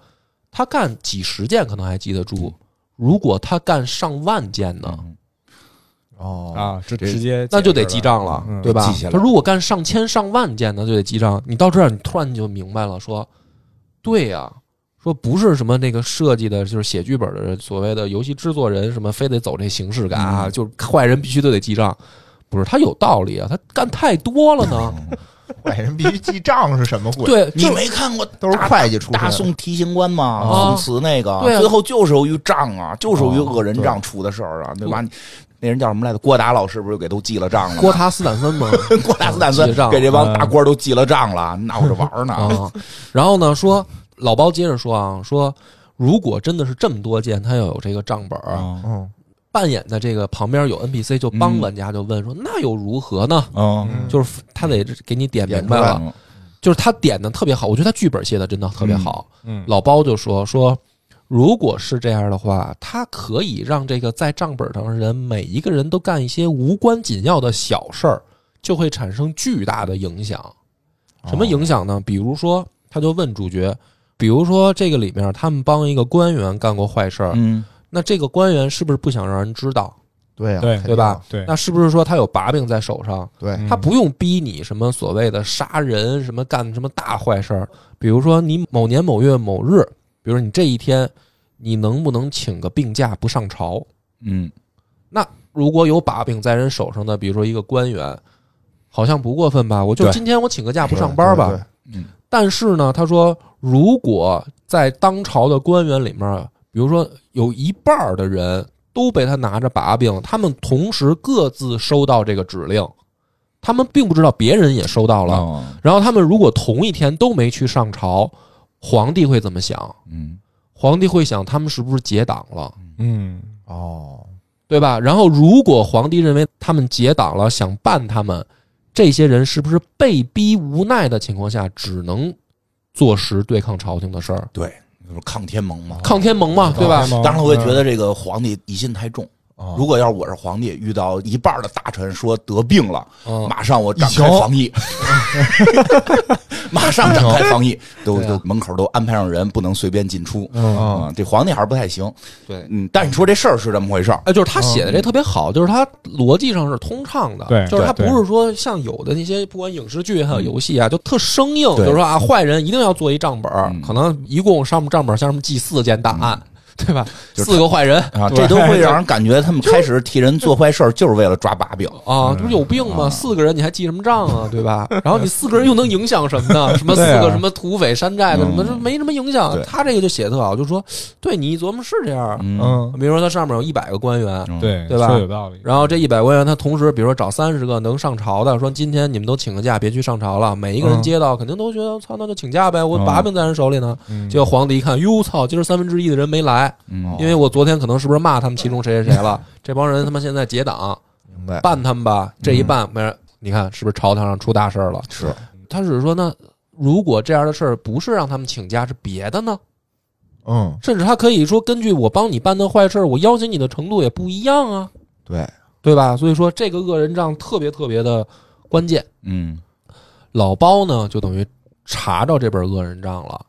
Speaker 1: 他干几十件可能还记得
Speaker 4: 嗯
Speaker 1: 住，如果他干上万件呢？
Speaker 2: 嗯
Speaker 3: 哦，
Speaker 4: 啊，直
Speaker 2: 这
Speaker 4: 直接
Speaker 1: 那就得
Speaker 4: 解释
Speaker 1: 记账了，
Speaker 4: 嗯
Speaker 1: 对吧
Speaker 2: 记下？来
Speaker 1: 他如果干上千上万件，那就得记账。你到这儿，你突然你就明白了，说，对呀、说不是什么那个设计的，就是写剧本的人所谓的游戏制作人，什么非得走这形式感啊，
Speaker 2: 嗯
Speaker 1: 就是坏人必须都得记账，不是他有道理啊，他干太多了呢。
Speaker 2: 嗯
Speaker 3: 坏人必须记账是什么鬼？
Speaker 1: 对，
Speaker 2: 你
Speaker 1: 就
Speaker 2: 没看过
Speaker 3: 都是会计出身
Speaker 2: 大宋提刑官嘛，
Speaker 1: 啊
Speaker 2: 宋慈那个，
Speaker 1: 对啊
Speaker 2: 最后就是由于账啊，就是由于恶人账出的事儿啊，对吧？你那人叫什么来着？郭达老师不是给都记了账了吗？
Speaker 1: 郭塔斯坦
Speaker 2: *laughs*
Speaker 1: 森嘛，
Speaker 2: 郭达斯坦森
Speaker 1: 记账
Speaker 2: 给这帮大官都记了账了，闹着玩儿呢。
Speaker 1: 啊。然后呢，说老包接着说啊，说如果真的是这么多件，他要有这个账本儿，啊
Speaker 2: 嗯
Speaker 3: 嗯，
Speaker 1: 扮演的这个旁边有 NPC 就帮玩家就问说：“那又如何呢？”
Speaker 4: 哦
Speaker 2: 嗯，
Speaker 1: 就是他得给你点明白
Speaker 2: 演出来
Speaker 1: 了，就是他点的特别好，我觉得他剧本写的真的特别好。
Speaker 4: 嗯，
Speaker 1: 老包就说说，如果是这样的话，他可以让这个在账本上的人每一个人都干一些无关紧要的小事儿，就会产生巨大的影响。
Speaker 2: 哦
Speaker 1: 什么影响呢？比如说，他就问主角，比如说这个里面他们帮一个官员干过坏事儿，
Speaker 2: 嗯，
Speaker 1: 那这个官员是不是不想让人知道？
Speaker 3: 对呀，啊嗯
Speaker 4: 对
Speaker 3: 肯定
Speaker 1: 对吧？
Speaker 4: 对嗯
Speaker 1: 那是不是说他有把柄在手上？
Speaker 3: 对，
Speaker 1: 他不用逼你什么所谓的杀人，什么干什么大坏事儿。比如说你某年某月某日，比如说你这一天，你能不能请个病假不上朝？
Speaker 2: 嗯，
Speaker 1: 如果有把柄在人手上的，比如说一个官员，好像不过分吧？我就
Speaker 4: 对
Speaker 1: 今天我请个假不
Speaker 3: 对
Speaker 1: 上班吧。
Speaker 3: 对对
Speaker 1: 但是呢，他说，如果在当朝的官员里面，比如说有一半儿的人都被他拿着把柄，他们同时各自收到这个指令，他们并不知道别人也收到
Speaker 2: 好
Speaker 1: 了。
Speaker 2: 了，
Speaker 1: 然后他们如果同一天都没去上朝，皇帝会怎么想？
Speaker 2: 嗯，
Speaker 1: 皇帝会想他们是不是结党了，
Speaker 4: 嗯
Speaker 3: 哦，
Speaker 1: 对吧？然后如果皇帝认为他们结党了，想办他们，这些人是不是被逼无奈的情况下，只能坐实对抗朝廷的事儿？
Speaker 2: 对，就是抗天盟嘛。
Speaker 1: 抗天盟
Speaker 2: 哦
Speaker 1: 嘛，对吧？
Speaker 4: 当
Speaker 2: 当然，我也觉得这个皇帝疑心太重。
Speaker 3: 哦
Speaker 2: 如果要是我是皇帝，遇到一半儿的大臣说得病了，
Speaker 1: 嗯，
Speaker 2: 马上我展开防
Speaker 1: *laughs*
Speaker 2: 疫，马上展开防疫，都
Speaker 1: 对啊
Speaker 2: 都门口都安排上人，不能随便进出。
Speaker 3: 嗯，
Speaker 2: 啊，这皇帝还是不太行。
Speaker 1: 对。
Speaker 2: 嗯，但是你说这事儿是这么回事儿，
Speaker 1: 哎，就是他写
Speaker 2: 嗯
Speaker 1: 的这特别好，就是他逻辑上是通畅的，
Speaker 4: 对
Speaker 1: 就是他
Speaker 4: 对
Speaker 1: 不是说像有的那些不管影视剧还有游戏啊，就特生硬，就
Speaker 2: 嗯对
Speaker 1: 是说啊，坏人一定要做一账本儿，
Speaker 2: 嗯
Speaker 1: 可能一共上面账本儿像什么记四件大案，对吧？
Speaker 2: 就是
Speaker 1: 四个坏人
Speaker 2: 啊，
Speaker 4: 对
Speaker 2: 这都
Speaker 1: *laughs*
Speaker 2: 会让人感觉他们开始替人做坏事儿，就是为了抓把柄。
Speaker 1: 啊，这不是有病
Speaker 2: 嗯
Speaker 1: 吗？四个人你还记什么账
Speaker 2: *laughs*
Speaker 1: 啊，对吧？然后你四个人又能影响什么呢？什么四
Speaker 4: 对啊
Speaker 1: 个什么土匪山寨的什么，
Speaker 2: 嗯
Speaker 1: 这没什么影响啊
Speaker 2: 对。
Speaker 1: 他这个就写的特好，就说对你一琢磨是这样，
Speaker 2: 嗯，
Speaker 4: 嗯，
Speaker 1: 比如说他上面有一百个官员，
Speaker 4: 对
Speaker 1: 嗯对吧
Speaker 4: 说有道理。
Speaker 1: 然后这一百官员，他同时比如说找三十个能上朝的，说今天你们都请个假，别去上朝了。每一个人
Speaker 4: 嗯
Speaker 1: 接到，肯定都觉得操，那就请假呗，我
Speaker 2: 嗯
Speaker 1: 把柄在人手里呢。
Speaker 4: 嗯
Speaker 1: 结果皇帝一看，哟操，今儿三分之一的人没来，
Speaker 2: 嗯
Speaker 1: 因为我昨天可能是不是骂他们其中谁谁谁了？这帮人他妈现在结党，
Speaker 3: 明白，
Speaker 1: 办他们吧。这一办，没人，你看是不是朝堂上出大事儿了？
Speaker 2: 是
Speaker 1: 他只是说那。如果这样的事儿不是让他们请假，是别的呢？
Speaker 3: 嗯，
Speaker 1: 甚至他可以说，根据我帮你办的坏事儿，我要求你的程度也不一样啊。
Speaker 3: 对，
Speaker 1: 对吧？所以说这个恶人账特别特别的关键。
Speaker 2: 嗯
Speaker 1: 老包呢，就等于查着这本恶人账了，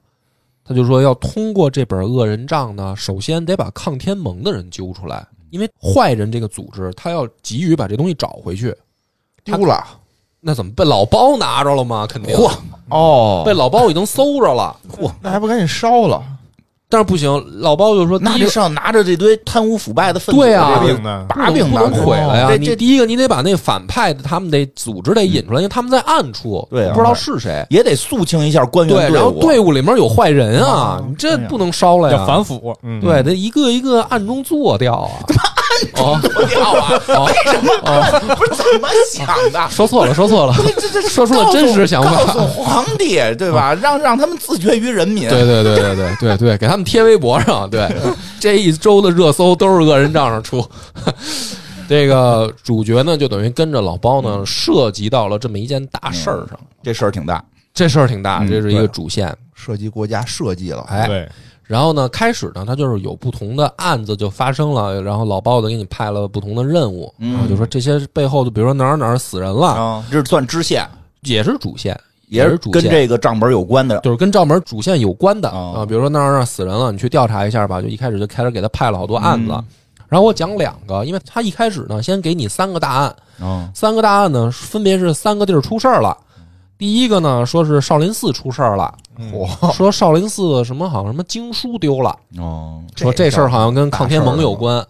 Speaker 1: 他就说要通过这本恶人账呢，首先得把抗天盟的人揪出来，因为坏人这个组织，他要急于把这东西找回去。
Speaker 3: 丢了，
Speaker 1: 那怎么被老包拿着了吗？肯定
Speaker 2: 嚯
Speaker 3: 哦
Speaker 1: 被，老包已经搜着了。
Speaker 2: 嚯，
Speaker 3: 那还不赶紧烧了？
Speaker 1: 但是不行，老包就说第
Speaker 2: 那
Speaker 1: 一
Speaker 2: 就上拿着这堆贪污腐败的分子，
Speaker 1: 对啊
Speaker 2: 这
Speaker 4: 别
Speaker 2: 个
Speaker 4: 饼的，
Speaker 2: 把柄
Speaker 1: 不
Speaker 2: 拿
Speaker 1: 能
Speaker 2: 回
Speaker 1: 毁了
Speaker 2: 来
Speaker 1: 呀！
Speaker 2: 这
Speaker 1: 你
Speaker 2: 这
Speaker 1: 第一个，你得把那反派的他们得组织得引出来，因为他们在暗处，
Speaker 2: 对啊
Speaker 1: 不知道是谁。
Speaker 2: 也得肃清一下官员
Speaker 1: 对，然后
Speaker 2: 伍。
Speaker 1: 队伍里面有坏人啊
Speaker 2: 啊，
Speaker 1: 你这不能烧了
Speaker 4: 叫
Speaker 1: 呀！
Speaker 4: 反腐，嗯，
Speaker 1: 啊对，得一个一个暗中做掉
Speaker 2: *laughs*
Speaker 1: 啊！哦
Speaker 2: 掉啊！ *laughs*
Speaker 1: 哦哦，？
Speaker 2: 不是怎么想的
Speaker 1: 说错了，说错
Speaker 2: *laughs*
Speaker 1: 了，
Speaker 2: 这这
Speaker 1: 说出了
Speaker 2: 告诉
Speaker 1: 真实想法嗯
Speaker 2: 告诉皇帝对吧？让让他们自绝于人民。
Speaker 1: 对对对对对 *laughs* 对对，给他们贴微博上，对，
Speaker 2: 啊
Speaker 1: *laughs* 这一周的热搜都是恶人账上
Speaker 2: *laughs*
Speaker 1: 出。这个主角呢，就等于跟着老包
Speaker 2: 嗯
Speaker 1: 呢，涉及到了这么一件大事儿上，
Speaker 2: 这事儿挺大。
Speaker 1: 这事儿挺大，
Speaker 2: 嗯
Speaker 1: 这是一个
Speaker 2: 对
Speaker 1: 主线。
Speaker 3: 涉及国家设计了，
Speaker 1: 哎，
Speaker 4: 对，
Speaker 1: 然后呢，开始呢，他就是有不同的案子就发生了，然后老包子给你派了不同的任务，
Speaker 2: 嗯
Speaker 1: 然后就说这些背后的，比如说哪儿哪儿死人了，
Speaker 2: 啊，这算支线，
Speaker 1: 也是主线，
Speaker 2: 也
Speaker 1: 是
Speaker 2: 是
Speaker 1: 主
Speaker 2: 跟
Speaker 1: 线
Speaker 2: 这个账本有关的。
Speaker 1: 就是跟赵门主线有关的
Speaker 2: 哦
Speaker 1: 啊，比如说那儿那儿死人了，你去调查一下吧。就一开始就开始给他派了好多案子，
Speaker 2: 嗯
Speaker 1: 然后我讲两个，因为他一开始呢，先给你三个大案，
Speaker 2: 嗯
Speaker 1: 三个大案呢分别是三个地儿出事儿了。第一个呢，说是少林寺出事儿了，
Speaker 2: 嗯
Speaker 3: 嚯，
Speaker 1: 说少林寺什么好像什么经书丢了，
Speaker 2: 哦，
Speaker 1: 说这事儿好像跟抗天盟有关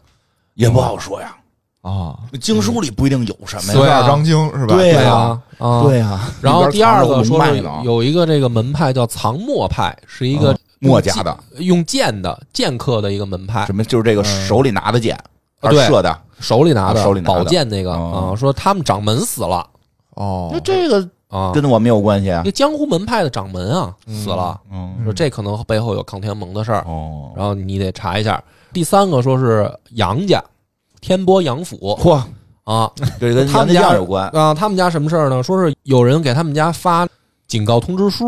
Speaker 2: 也不好说呀。
Speaker 1: 啊，经
Speaker 2: 经书里不一定有什么
Speaker 1: 对
Speaker 2: 呀。
Speaker 3: 十
Speaker 1: 啊
Speaker 3: 二章经是吧？
Speaker 2: 对
Speaker 1: 对
Speaker 2: 啊
Speaker 1: 啊啊。
Speaker 2: 对呀，
Speaker 1: 然后第二个
Speaker 2: 里边藏着
Speaker 1: 说
Speaker 2: 龙脉
Speaker 1: 是
Speaker 2: 呢啊
Speaker 1: 有一个这个门派叫藏墨派，是一个
Speaker 2: 墨家的
Speaker 1: 用剑的剑客的一个门派
Speaker 2: 什，么，就是这个手里拿的剑，
Speaker 1: 啊
Speaker 2: 还
Speaker 1: 对
Speaker 2: 是射的。
Speaker 1: 手里拿的，
Speaker 2: 啊手里拿的
Speaker 1: 宝剑那个啊、
Speaker 2: 哦
Speaker 1: 说他们掌门死了
Speaker 3: 哦
Speaker 2: 那，这个
Speaker 1: 啊，
Speaker 2: 跟我没有关系啊
Speaker 1: 那。江湖门派的掌门啊死了，
Speaker 2: 嗯
Speaker 1: 说这可能背后有抗天盟的事儿，
Speaker 2: 哦，
Speaker 1: 然后你得查一下。第三个说是杨家，天波杨府
Speaker 2: 嚯，
Speaker 1: 啊
Speaker 2: 这跟
Speaker 1: 他们
Speaker 2: 杨家
Speaker 1: 家
Speaker 2: 将有关。 *laughs*
Speaker 1: 啊，他们家什么事儿呢？说是有人给他们家发警告通知书。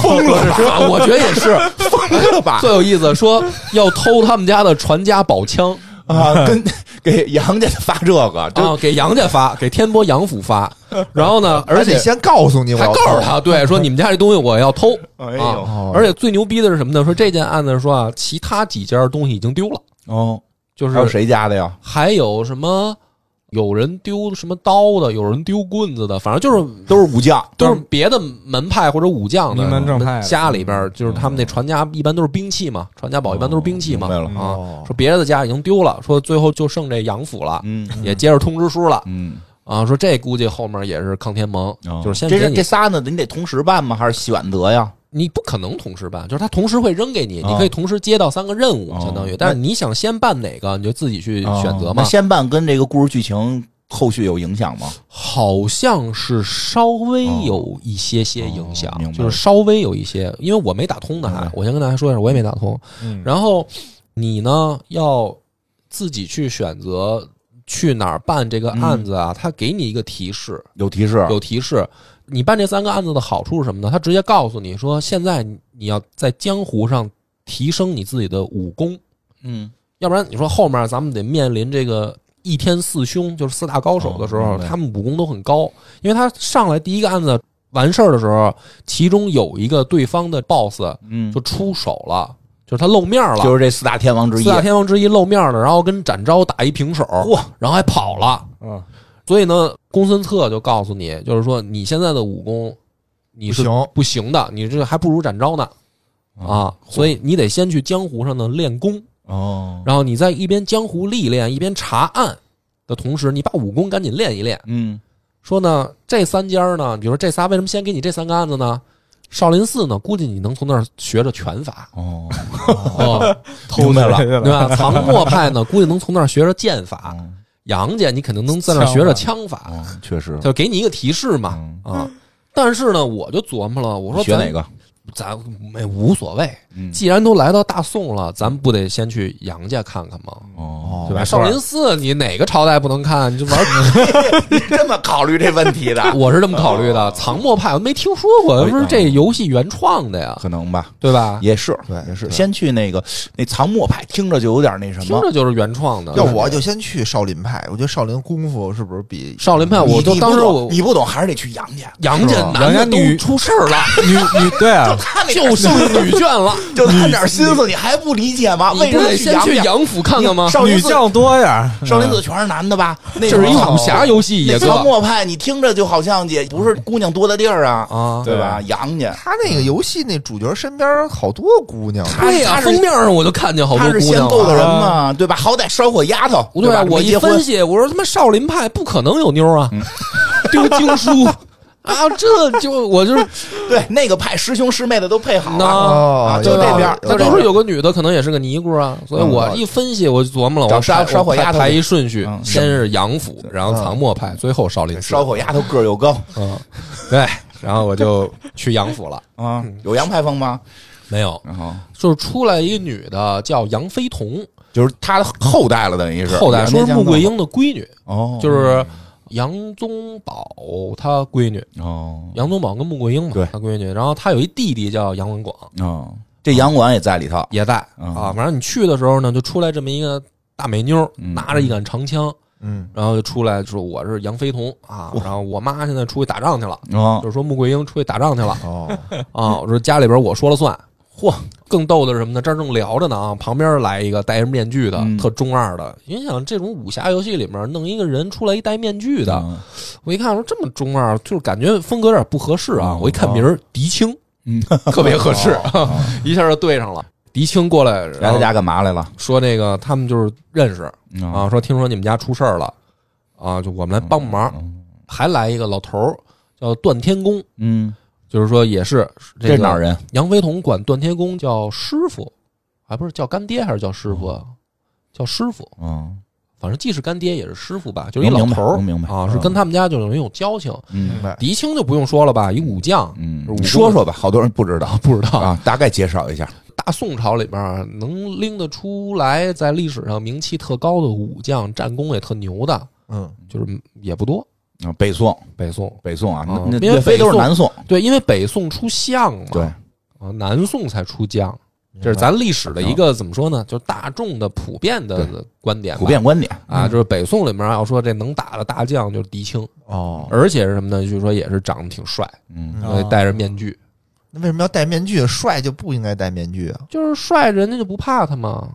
Speaker 1: 疯了、 *laughs* 啊！我觉得也是
Speaker 2: 疯了
Speaker 1: *laughs*
Speaker 2: 吧？
Speaker 1: 最有意思，说要偷他们家的传家宝枪
Speaker 2: 啊，跟给杨家发这个，就
Speaker 1: 啊，给杨家发，给天波杨府发。然后
Speaker 3: *laughs*
Speaker 1: 呢，而
Speaker 3: 而
Speaker 1: 且
Speaker 3: 且先告诉你，我
Speaker 1: 还
Speaker 3: 要
Speaker 1: 告诉他，对，说你们家这东西我要偷。
Speaker 2: 哎
Speaker 1: 啊
Speaker 3: 哦
Speaker 1: 而且最牛逼的是什么呢？说这件案子说啊，其他几家东西已经丢了，
Speaker 2: 哦，
Speaker 1: 就
Speaker 2: 还有
Speaker 1: 是
Speaker 2: 谁家的呀？
Speaker 1: 还有什么有人丢什么刀的，有人丢棍子的，反正就是
Speaker 2: 都是武将，
Speaker 1: 都是别的门派或者武将的
Speaker 4: 名门正派的嗯
Speaker 1: 家里边，就是他们那传家一般都是兵器嘛，传家宝一般都是兵器嘛
Speaker 2: 哦明白
Speaker 4: 了
Speaker 1: 啊。
Speaker 3: 哦
Speaker 1: 说别的家已经丢了，说最后就剩这杨府了，
Speaker 2: 嗯
Speaker 1: 也接着通知书了
Speaker 2: 嗯，
Speaker 1: 啊。说这估计后面也是抗天盟，就是先
Speaker 2: 这
Speaker 1: 给
Speaker 2: 是
Speaker 1: 你
Speaker 2: 这仨呢，你得同时办吗？还是选择呀？
Speaker 1: 你不可能同时办，就是他同时会扔给你，
Speaker 2: 哦
Speaker 1: 你可以同时接到三个任务，
Speaker 2: 哦
Speaker 1: 相当于。但是你想先办哪个，你就自己去哦选择
Speaker 2: 那
Speaker 1: 嘛。
Speaker 2: 先办跟这个故事剧情后续有影响吗？
Speaker 1: 好像是稍微有一些些影响
Speaker 2: 哦哦明，白
Speaker 1: 就是稍微有一些，因为我没打通呢，
Speaker 2: 明
Speaker 1: 还
Speaker 2: 白
Speaker 1: 我先跟大家说一下，我也没打通。
Speaker 4: 嗯，
Speaker 1: 然后你呢，要自己去选择去哪儿办这个案子啊，他给你一个提示，
Speaker 2: 有提示，
Speaker 1: 有提示。你办这三个案子的好处是什么呢？他直接告诉你说，现在你要在江湖上提升你自己的武功，
Speaker 2: 嗯，
Speaker 1: 要不然你说后面咱们得面临这个一天四凶，就是四大高手的时
Speaker 2: 哦
Speaker 1: 候，
Speaker 2: 明白
Speaker 1: 他们武功都很高。因为他上来第一个案子完事儿的时候，其中有一个对方的 boss
Speaker 2: 嗯
Speaker 1: 就出手了，就是他露面了，
Speaker 2: 就是这四大天王之一
Speaker 1: 四。大天王之一露面了，然后跟展昭打一平手，
Speaker 2: 嚯，
Speaker 1: 然后还跑了。
Speaker 4: 嗯，
Speaker 1: 所以呢，公孙策就告诉你，就是说你现在的武功你是
Speaker 3: 不行
Speaker 1: 不行的，你这还不如展昭呢啊！所以你得先去江湖上呢练功，
Speaker 2: 哦，
Speaker 1: 然后你在一边江湖历练，一边查案的同时，你把武功赶紧练一练。
Speaker 2: 嗯，
Speaker 1: 说呢，这三家儿呢，比如说这仨，为什么先给你这三个案子呢？少林寺呢，估计你能从那儿学着拳法，
Speaker 2: 哦，
Speaker 1: *laughs* 哦，
Speaker 2: 明白了
Speaker 1: 对吧？藏墨派呢，估计能从那儿学着剑法；
Speaker 2: 嗯
Speaker 1: 杨家你肯定能在那儿学着枪法，
Speaker 2: 哦确实，
Speaker 1: 啊就给你一个提示嘛
Speaker 2: 嗯
Speaker 1: 啊。但是呢，我就琢磨了，我说
Speaker 2: 学
Speaker 1: 咱
Speaker 2: 哪？个？
Speaker 1: 咱没无所谓，
Speaker 2: 嗯，
Speaker 1: 既然都来到大宋了，咱不得先去杨家看看吗？
Speaker 2: 哦，
Speaker 3: 哦
Speaker 1: 对吧？少林寺你哪个朝代不能看？你就玩，
Speaker 2: *laughs* 这么考虑这问题的哦
Speaker 1: 我是这么考虑的。藏墨派我没听说过，不是这游戏原创的呀，
Speaker 2: 可能吧？
Speaker 1: 对吧？
Speaker 2: 也是，
Speaker 3: 对
Speaker 2: 也是。
Speaker 3: 对
Speaker 2: 先去那个那藏墨派，听着就有点那什
Speaker 1: 听
Speaker 2: 么。
Speaker 1: 着就是原创的。
Speaker 3: 要我就先去少林派，我觉得少林功夫是不是比
Speaker 1: 少林派，我
Speaker 2: 你
Speaker 1: 就
Speaker 2: 你不
Speaker 1: 当时
Speaker 2: 懂
Speaker 1: 我
Speaker 2: 你不懂，还是得去杨家。哎
Speaker 1: 杨家
Speaker 4: 是吧
Speaker 1: 男
Speaker 4: 杨
Speaker 1: 的
Speaker 4: 家
Speaker 1: 都
Speaker 2: *laughs*
Speaker 4: 女 *laughs*
Speaker 1: 出事儿了。
Speaker 4: 女女对啊，
Speaker 2: 他那
Speaker 1: 就剩女眷
Speaker 2: *laughs*
Speaker 1: 了，
Speaker 2: 就他点心思，你还不理解吗？
Speaker 1: 你
Speaker 2: 啊为什
Speaker 1: 不
Speaker 2: 么
Speaker 1: 得先
Speaker 2: 杨
Speaker 1: 去
Speaker 2: 家
Speaker 1: 杨府看看吗？
Speaker 2: 少林
Speaker 4: 女
Speaker 2: 寺
Speaker 4: 将多 *laughs* 呀，
Speaker 2: 少林寺全是男的吧？那啊
Speaker 1: 这是一武侠游戏，
Speaker 2: 那
Speaker 1: 野
Speaker 2: 叫
Speaker 1: 哥
Speaker 2: 莫派，你听着就好像也不是姑娘多的地儿啊，
Speaker 1: 啊，
Speaker 2: 对吧？杨家
Speaker 3: 他那个游戏那主角身边好多姑娘，
Speaker 2: 他
Speaker 1: 对呀，
Speaker 2: 是
Speaker 1: 封面上我就看见好
Speaker 2: 他
Speaker 1: 多
Speaker 2: 是
Speaker 1: 姑
Speaker 2: 先
Speaker 1: 娘啊
Speaker 2: 购的
Speaker 1: 了。
Speaker 2: 人嘛，对吧？好歹烧火丫头，
Speaker 1: 不
Speaker 2: 对
Speaker 1: 对啊
Speaker 2: 吧？，
Speaker 1: 我
Speaker 2: 没
Speaker 1: 一
Speaker 2: 结婚
Speaker 1: 分析，我说他妈少林派不可能有妞
Speaker 2: *laughs*
Speaker 1: 啊，丢经书啊，这就我就是
Speaker 2: 对那个派师兄师妹的都配好了，
Speaker 1: 那。
Speaker 2: 啊
Speaker 3: 哦，
Speaker 2: 就
Speaker 3: 有道
Speaker 2: 这
Speaker 3: 理
Speaker 2: 边儿
Speaker 3: 有道
Speaker 1: 那
Speaker 3: 理
Speaker 1: 就是有个女的，可能也是个尼姑啊，所以
Speaker 3: 嗯
Speaker 1: 我一分析，我就琢磨了，
Speaker 2: 找
Speaker 1: 我
Speaker 2: 烧
Speaker 1: 排
Speaker 2: 烧火
Speaker 1: 我排
Speaker 2: 丫头
Speaker 1: 排
Speaker 2: 去
Speaker 1: 一顺序，
Speaker 2: 嗯
Speaker 1: 先是杨府，然后
Speaker 3: 嗯
Speaker 1: 藏墨派，最后少林寺。
Speaker 2: 烧火丫头个儿又高
Speaker 1: 嗯， *laughs* 对，然后我就去杨府了，
Speaker 2: 啊，有洋派风吗？哦
Speaker 1: 没有，
Speaker 2: 然后
Speaker 1: 就是出来一女的叫杨飞彤，
Speaker 2: 就是他的后代了，等于是
Speaker 1: 后代说是穆桂
Speaker 2: 英
Speaker 1: 英的闺女，
Speaker 2: 哦，
Speaker 1: 就是杨宗保他闺女，
Speaker 2: 哦
Speaker 1: 杨宗保跟穆桂英嘛，
Speaker 2: 对
Speaker 1: 他闺女，然后他有一弟弟叫杨文广，
Speaker 2: 哦，这杨广也在里头，
Speaker 1: 也在
Speaker 2: 嗯
Speaker 1: 啊，反正你去的时候呢，就出来这么一个大美妞，
Speaker 2: 嗯
Speaker 1: 拿着一杆长枪，
Speaker 3: 嗯，
Speaker 1: 然后就出来说我是杨飞彤啊，然后我妈现在出去打仗去了，
Speaker 2: 哦
Speaker 1: 就是说穆桂英出去打仗去了。
Speaker 3: 哦，
Speaker 1: 啊，我说家里边我说了算。嚯，更逗的是什么呢？这儿正聊着呢啊，旁边来一个戴着面具的，
Speaker 2: 嗯
Speaker 1: 特中二的。因为你想这种武侠游戏里面弄一个人出来一戴面具的，
Speaker 2: 嗯
Speaker 1: 我一看我说这么中二，就是感觉风格有点不合适啊。
Speaker 2: 嗯
Speaker 1: 我一看名儿狄青，
Speaker 2: 嗯，哦
Speaker 1: 特别合适， *laughs* 一下就对上了。狄青过来，
Speaker 2: 来
Speaker 1: 然
Speaker 2: 他
Speaker 1: 后
Speaker 2: 家哦干嘛来了
Speaker 1: 说那个他们就是认识啊，说听说你们家出事儿了啊，就我们来帮忙。
Speaker 2: 哦
Speaker 1: 还来一个老头儿叫段天公，
Speaker 2: 嗯，
Speaker 1: 就是说也是这
Speaker 2: 这
Speaker 1: 个
Speaker 2: 是哪儿人？
Speaker 1: 杨飞同管段天公叫师傅，还不是叫干爹还是叫师傅啊？叫师傅，
Speaker 2: 嗯
Speaker 1: 反正既是干爹也是师傅吧，就是一
Speaker 2: 能
Speaker 1: 老
Speaker 2: 哦明白
Speaker 1: 头儿，
Speaker 2: 能明白
Speaker 1: 啊，是跟他们家就有人有交情。
Speaker 2: 嗯
Speaker 3: 明白。
Speaker 1: 狄青就不用说了吧，一武将，
Speaker 2: 嗯
Speaker 1: 武，功
Speaker 2: 说说吧，好多人不知道
Speaker 1: 不知道
Speaker 2: 啊，大概介绍一下。
Speaker 1: 大宋朝里边儿能拎得出来，在历史上名气特高的武将，战功也特牛的，
Speaker 3: 嗯，
Speaker 1: 就是也不多。
Speaker 2: 啊，北宋，
Speaker 1: 北宋
Speaker 2: 北宋啊，
Speaker 1: 啊
Speaker 2: 那那
Speaker 1: 因为
Speaker 2: 岳飞都
Speaker 1: 北宋
Speaker 2: 是南宋，哦
Speaker 1: 对，因为北宋出相嘛，
Speaker 2: 对，
Speaker 1: 啊，南宋才出将，这是
Speaker 3: 明白
Speaker 1: 咱历史的一个怎么说呢？就是大众的普遍的
Speaker 2: 嗯对
Speaker 1: 观点吧，
Speaker 2: 普遍观点。
Speaker 1: 啊，就是北宋里面要说这能打的大将就是狄青，
Speaker 3: 哦，
Speaker 1: 而且是什么呢？据说也是长得挺帅，
Speaker 2: 嗯
Speaker 3: 嗯
Speaker 4: 啊
Speaker 1: 所以戴着面具，
Speaker 3: 那为什么要戴面具？帅就不应该戴面具啊？
Speaker 1: 就是帅，人家就不怕他嘛。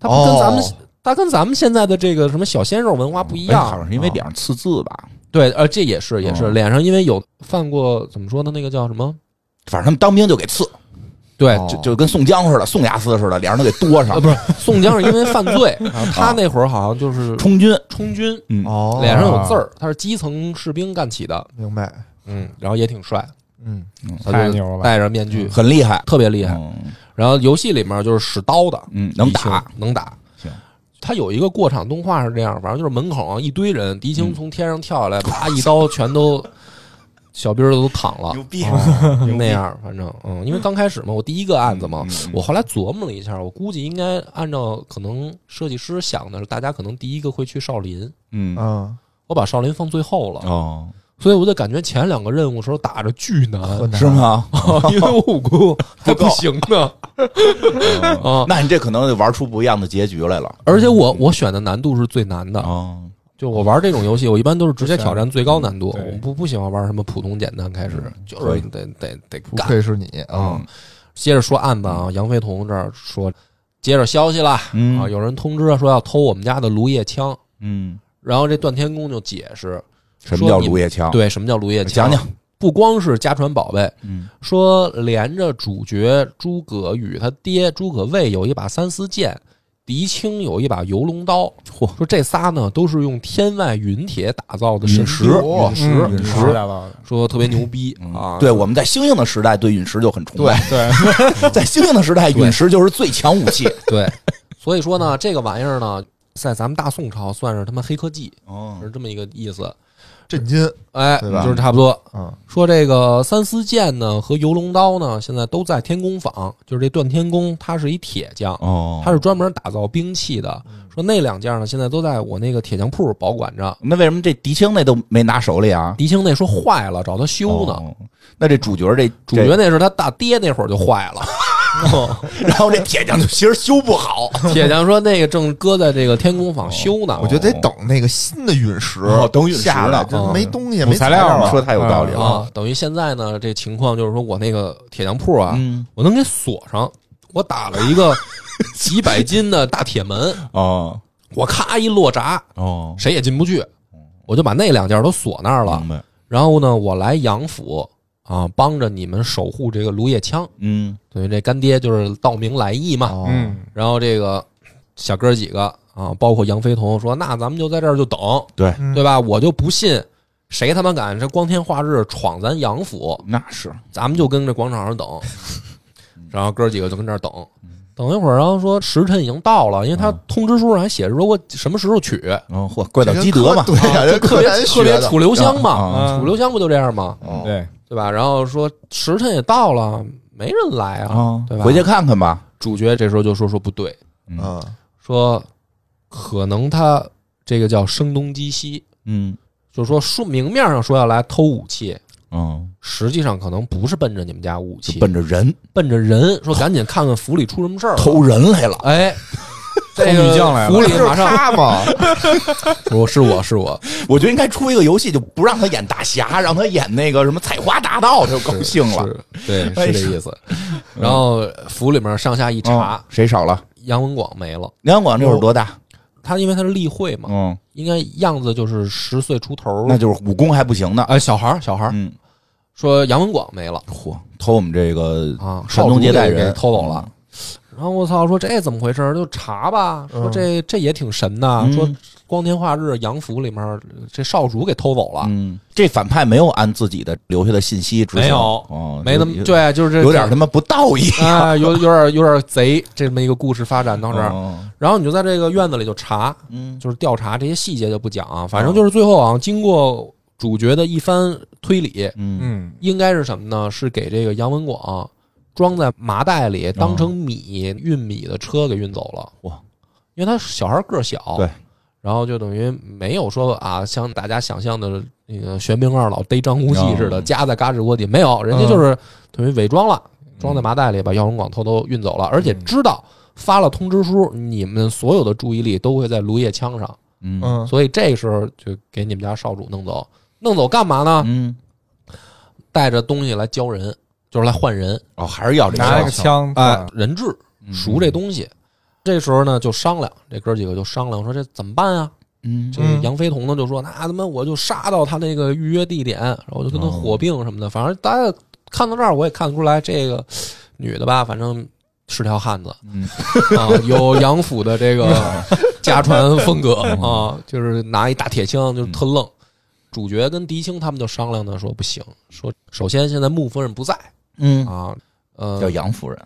Speaker 1: 他不跟咱们，
Speaker 3: 哦
Speaker 1: 他跟咱们现在的这个什么小鲜肉文化不一
Speaker 2: 哎好
Speaker 1: 样。啊
Speaker 2: 像是因为脸上刺字吧，
Speaker 1: 对，呃，这也是也是
Speaker 2: 哦
Speaker 1: 脸上因为有犯过怎么说呢？那个叫什么？
Speaker 2: 反正他们当兵就给刺，
Speaker 1: 对，
Speaker 3: 哦
Speaker 1: 就
Speaker 2: 就就跟宋江似的，宋牙丝似的，脸上都给多
Speaker 1: 呃
Speaker 2: *laughs* 上。啊
Speaker 1: 不是宋江是因为犯罪，
Speaker 2: *laughs*
Speaker 1: 然后
Speaker 2: 哦
Speaker 1: 他那会儿好像就是
Speaker 2: 充军，
Speaker 1: 充军，
Speaker 2: 嗯，
Speaker 3: 哦，
Speaker 1: 脸上有字儿，他是基层士兵干起的，
Speaker 3: 明白。
Speaker 1: 嗯，然后也挺帅，
Speaker 3: 嗯，
Speaker 1: 他
Speaker 4: 太
Speaker 1: 就
Speaker 4: 牛了
Speaker 1: 戴着面具，
Speaker 2: 嗯很厉害，
Speaker 1: 特别厉害。
Speaker 2: 嗯
Speaker 1: 然后游戏里面就是使刀的，
Speaker 2: 嗯，能
Speaker 1: 狄
Speaker 2: 打
Speaker 1: 青，能打。
Speaker 2: 行，
Speaker 1: 他有一个过场动画是这样，反正就是门口啊一堆人，狄
Speaker 2: 嗯
Speaker 1: 青从天上跳下来，啪一刀全都 *laughs* 小兵儿都躺了，
Speaker 2: 逼
Speaker 1: 哦就那样。反正嗯，因为刚开始嘛，我第一个案子嘛
Speaker 2: 嗯嗯，嗯
Speaker 1: 我后来琢磨了一下，我估计应该按照可能设计师想的是，大家可能第一个会去少林，
Speaker 2: 嗯，
Speaker 3: 嗯，
Speaker 1: 我把少林放最后了，
Speaker 2: 哦，
Speaker 1: 所以我就感觉前两个任务的时候打着巨难，
Speaker 2: 是吗？
Speaker 1: *laughs* 因为我武功还
Speaker 2: 不够
Speaker 1: 不行呢啊。
Speaker 2: *laughs* 那你这可能得玩出不一样的结局来了。
Speaker 1: 而且我我选的难度是最难的，
Speaker 2: 哦，
Speaker 1: 就我玩这种游戏，我一般都是直接挑战最高难度，
Speaker 4: 对
Speaker 1: 我不不喜欢玩什么普通简单开始，就
Speaker 2: 嗯可
Speaker 1: 是
Speaker 2: 以
Speaker 1: 得得得
Speaker 3: 不
Speaker 1: 干。
Speaker 3: 愧是你啊！
Speaker 2: 嗯
Speaker 1: 接着说案子啊，杨飞同这儿说，接着消息啦、
Speaker 2: 嗯
Speaker 1: 啊，有人通知说要偷我们家的芦叶枪，
Speaker 2: 嗯，
Speaker 1: 然后这段天公就解释，
Speaker 2: 什么叫
Speaker 1: 说你
Speaker 2: 芦叶枪？，
Speaker 1: 对什么叫芦叶枪，
Speaker 2: 讲讲。
Speaker 1: 不光是家传宝贝，
Speaker 2: 嗯
Speaker 1: 说连着主角诸葛与他爹诸葛卫有一把三丝剑，狄青有一把游龙刀。嚯！说这仨呢都是用天外云铁打造的神
Speaker 2: 陨石
Speaker 1: 兵
Speaker 2: 陨
Speaker 4: 哦
Speaker 1: 陨
Speaker 2: 石
Speaker 1: 石，
Speaker 2: 陨石
Speaker 4: 回来了，
Speaker 1: 说特别牛逼
Speaker 2: 嗯
Speaker 1: 啊！
Speaker 2: 对，我们在星星的时代对陨石就很崇拜，
Speaker 4: 对， *laughs*
Speaker 2: 在星星的时代，陨石就是最强武器。
Speaker 1: 对， *laughs* 所以说呢，这个玩意儿呢，在咱们大宋朝算是他妈黑科技，
Speaker 2: *laughs* 哦
Speaker 1: 是这么一个意思。
Speaker 3: 震惊，
Speaker 1: 哎，
Speaker 3: 对吧
Speaker 1: 就是差不多。
Speaker 3: 嗯，
Speaker 1: 说这个三丝剑呢和游龙刀呢，现在都在天宫坊，就是这段天宫，他是一铁匠，
Speaker 2: 哦
Speaker 1: 他是专门打造兵器的。说那两件呢，现在都在我那个铁匠铺保管着。
Speaker 2: 那为什么这狄青那都没拿手里啊？
Speaker 1: 狄青那说
Speaker 2: 哦
Speaker 1: 坏了，找他修呢。
Speaker 2: 哦那这主角这
Speaker 1: 主角那是他大爹那会儿就坏了，
Speaker 2: *laughs* 然后这铁匠就其实修不好，
Speaker 1: 铁匠说那个正搁在这个天工坊修呢，
Speaker 3: 哦我觉得得等那个新的陨石
Speaker 2: 哦 *laughs* 等陨石
Speaker 3: 下来，
Speaker 2: 呢
Speaker 3: 就没东西，
Speaker 4: 嗯
Speaker 3: 没
Speaker 4: 材料
Speaker 3: 料
Speaker 4: 嘛
Speaker 2: 说太有道理了。
Speaker 1: 啊，等于现在呢，这情况就是说我那个铁匠铺啊，
Speaker 2: 嗯
Speaker 1: 我能给锁上，我打了一个几百斤的大铁门，
Speaker 2: 哦
Speaker 1: 我咔一落闸，
Speaker 2: 哦，
Speaker 1: 谁也进不去，我就把那两件都锁那儿了。
Speaker 2: 白？
Speaker 1: 然后呢，我来杨府啊，帮着你们守护这个芦叶枪，
Speaker 2: 嗯，啊
Speaker 1: 等于这干爹就是道明来意嘛。
Speaker 2: 哦
Speaker 4: 嗯，
Speaker 1: 然后这个小哥几个啊，包括杨飞同说，那咱们就在这儿就等，
Speaker 2: 对
Speaker 3: 嗯
Speaker 1: 对吧？我就不信谁他妈敢这光天化日闯咱杨府，
Speaker 2: 那是
Speaker 1: 咱们就跟这广场上等。然后哥几个就跟这儿等，等一会儿，然后说时辰已经到了，因为他通知书上还写着说我什么时候取，啊
Speaker 2: 嗯，嚯，怪盗基德嘛，哦
Speaker 3: 对哎呀，人
Speaker 1: 特
Speaker 3: 柯
Speaker 1: 别
Speaker 3: 南
Speaker 1: 特
Speaker 3: 学
Speaker 1: 别
Speaker 3: 的，
Speaker 1: 楚留香嘛，
Speaker 2: 啊，
Speaker 1: 楚留香不就这样吗？
Speaker 2: 哦
Speaker 4: 嗯对，
Speaker 1: 对吧？然后说时辰也到了，没人来啊，
Speaker 2: 啊
Speaker 1: 对吧？
Speaker 2: 回去看看吧。
Speaker 1: 主角这时候就说说不对，
Speaker 3: 嗯，
Speaker 1: 说可能他这个叫声东击西，
Speaker 2: 嗯
Speaker 1: 就是说说明面上说要来偷武器，
Speaker 2: 嗯，
Speaker 1: 实际上可能不是奔着你们家武
Speaker 2: 就
Speaker 1: 器，
Speaker 2: 奔着人
Speaker 1: 奔着人，说赶紧看看府里出什么事
Speaker 2: *laughs*
Speaker 1: 儿了。
Speaker 2: 偷人来了，
Speaker 1: 哎， *laughs* 这
Speaker 4: 偷女将来
Speaker 1: 个
Speaker 4: 了
Speaker 1: 府
Speaker 3: 不
Speaker 1: 里
Speaker 3: 是
Speaker 1: 马上，*laughs*
Speaker 3: 他吗？
Speaker 1: 我是我是我，
Speaker 2: 我觉得应该出一个游戏，就不让他演大侠，让他演那个什么采花大盗，他就高兴了。
Speaker 1: 是，对，是这意思。哎 *laughs* 然后府里面上下一
Speaker 2: 啊
Speaker 1: 查，，
Speaker 2: 谁少了？
Speaker 1: 杨文广没了。
Speaker 2: 梁广那会儿多大？
Speaker 1: 他因为他是例会嘛，
Speaker 2: 嗯，
Speaker 1: 应该样子就是十岁出头，
Speaker 2: 那就是武功还不行呢。
Speaker 1: 哎，小孩儿，小孩儿
Speaker 2: 嗯，
Speaker 1: 说杨文广没了
Speaker 2: 嚯，偷我们这个
Speaker 1: 啊，
Speaker 2: 传宗接代
Speaker 1: 少主给
Speaker 2: 人
Speaker 1: 给偷走了。然后我操，说这怎么回事儿？就查吧，说这这也挺神呐。
Speaker 2: 嗯
Speaker 1: 说光天化日，杨府里面儿这少主给偷走了，
Speaker 2: 嗯，这反派没有按自己的留下的信息执行，
Speaker 1: 没有
Speaker 2: 哦，
Speaker 1: 没那么对，就是这
Speaker 2: 有点他妈不道义。
Speaker 1: 啊，有有点有点贼这么一个故事发展到这儿。
Speaker 2: 嗯
Speaker 1: 然后你就在这个院子里就查，
Speaker 2: 嗯
Speaker 1: 就是调查这些细节就不讲啊，反正就是最后啊，经过主角的一番推理，
Speaker 2: 嗯
Speaker 4: 嗯，
Speaker 1: 应该是什么呢？是给这个杨文广装在麻袋里，当成米运米的车给运走了。
Speaker 2: 哇！
Speaker 1: 因为他小孩个儿小，
Speaker 2: 对，
Speaker 1: 然后就等于没有说啊，像大家想象的那个玄冥二老逮张无忌似的，
Speaker 2: 嗯
Speaker 1: 夹在嘎吱窝底，没有，人家
Speaker 2: 哦
Speaker 1: 就是等于伪装了，
Speaker 2: 嗯
Speaker 1: 装在麻袋里把姚文广偷偷运走了，而且知道。发了通知书，你们所有的注意力都会在芦叶枪上，
Speaker 2: 嗯
Speaker 3: 嗯，
Speaker 1: 所以这时候就给你们家少主弄走，弄走干嘛呢？
Speaker 2: 嗯，
Speaker 1: 带着东西来教人，就是来换人，
Speaker 2: 哦，还是要这
Speaker 4: 拿了个
Speaker 2: 个
Speaker 4: 枪，
Speaker 1: 哎，人质
Speaker 2: 嗯
Speaker 1: 赎这东西。这时候呢，就商量，这哥几个就商量说这怎么办啊？
Speaker 2: 嗯
Speaker 1: 这
Speaker 3: 嗯
Speaker 1: 杨飞同呢就说，那他妈我就杀到他那个预约地点，然后我就
Speaker 2: 哦
Speaker 1: 跟他火并什么的，反正大家看到这儿我也看出来，这个女的吧，反正是条汉
Speaker 2: *laughs*
Speaker 1: 子
Speaker 2: 嗯
Speaker 1: 啊，有杨府的这个 *laughs* 家传风格
Speaker 2: 嗯
Speaker 1: 啊，就是拿一大铁枪就是特愣。主角跟狄青他们就商量呢，说不行，说首先现在穆夫人不在
Speaker 2: 嗯，
Speaker 1: 啊，呃，
Speaker 2: 叫杨夫人，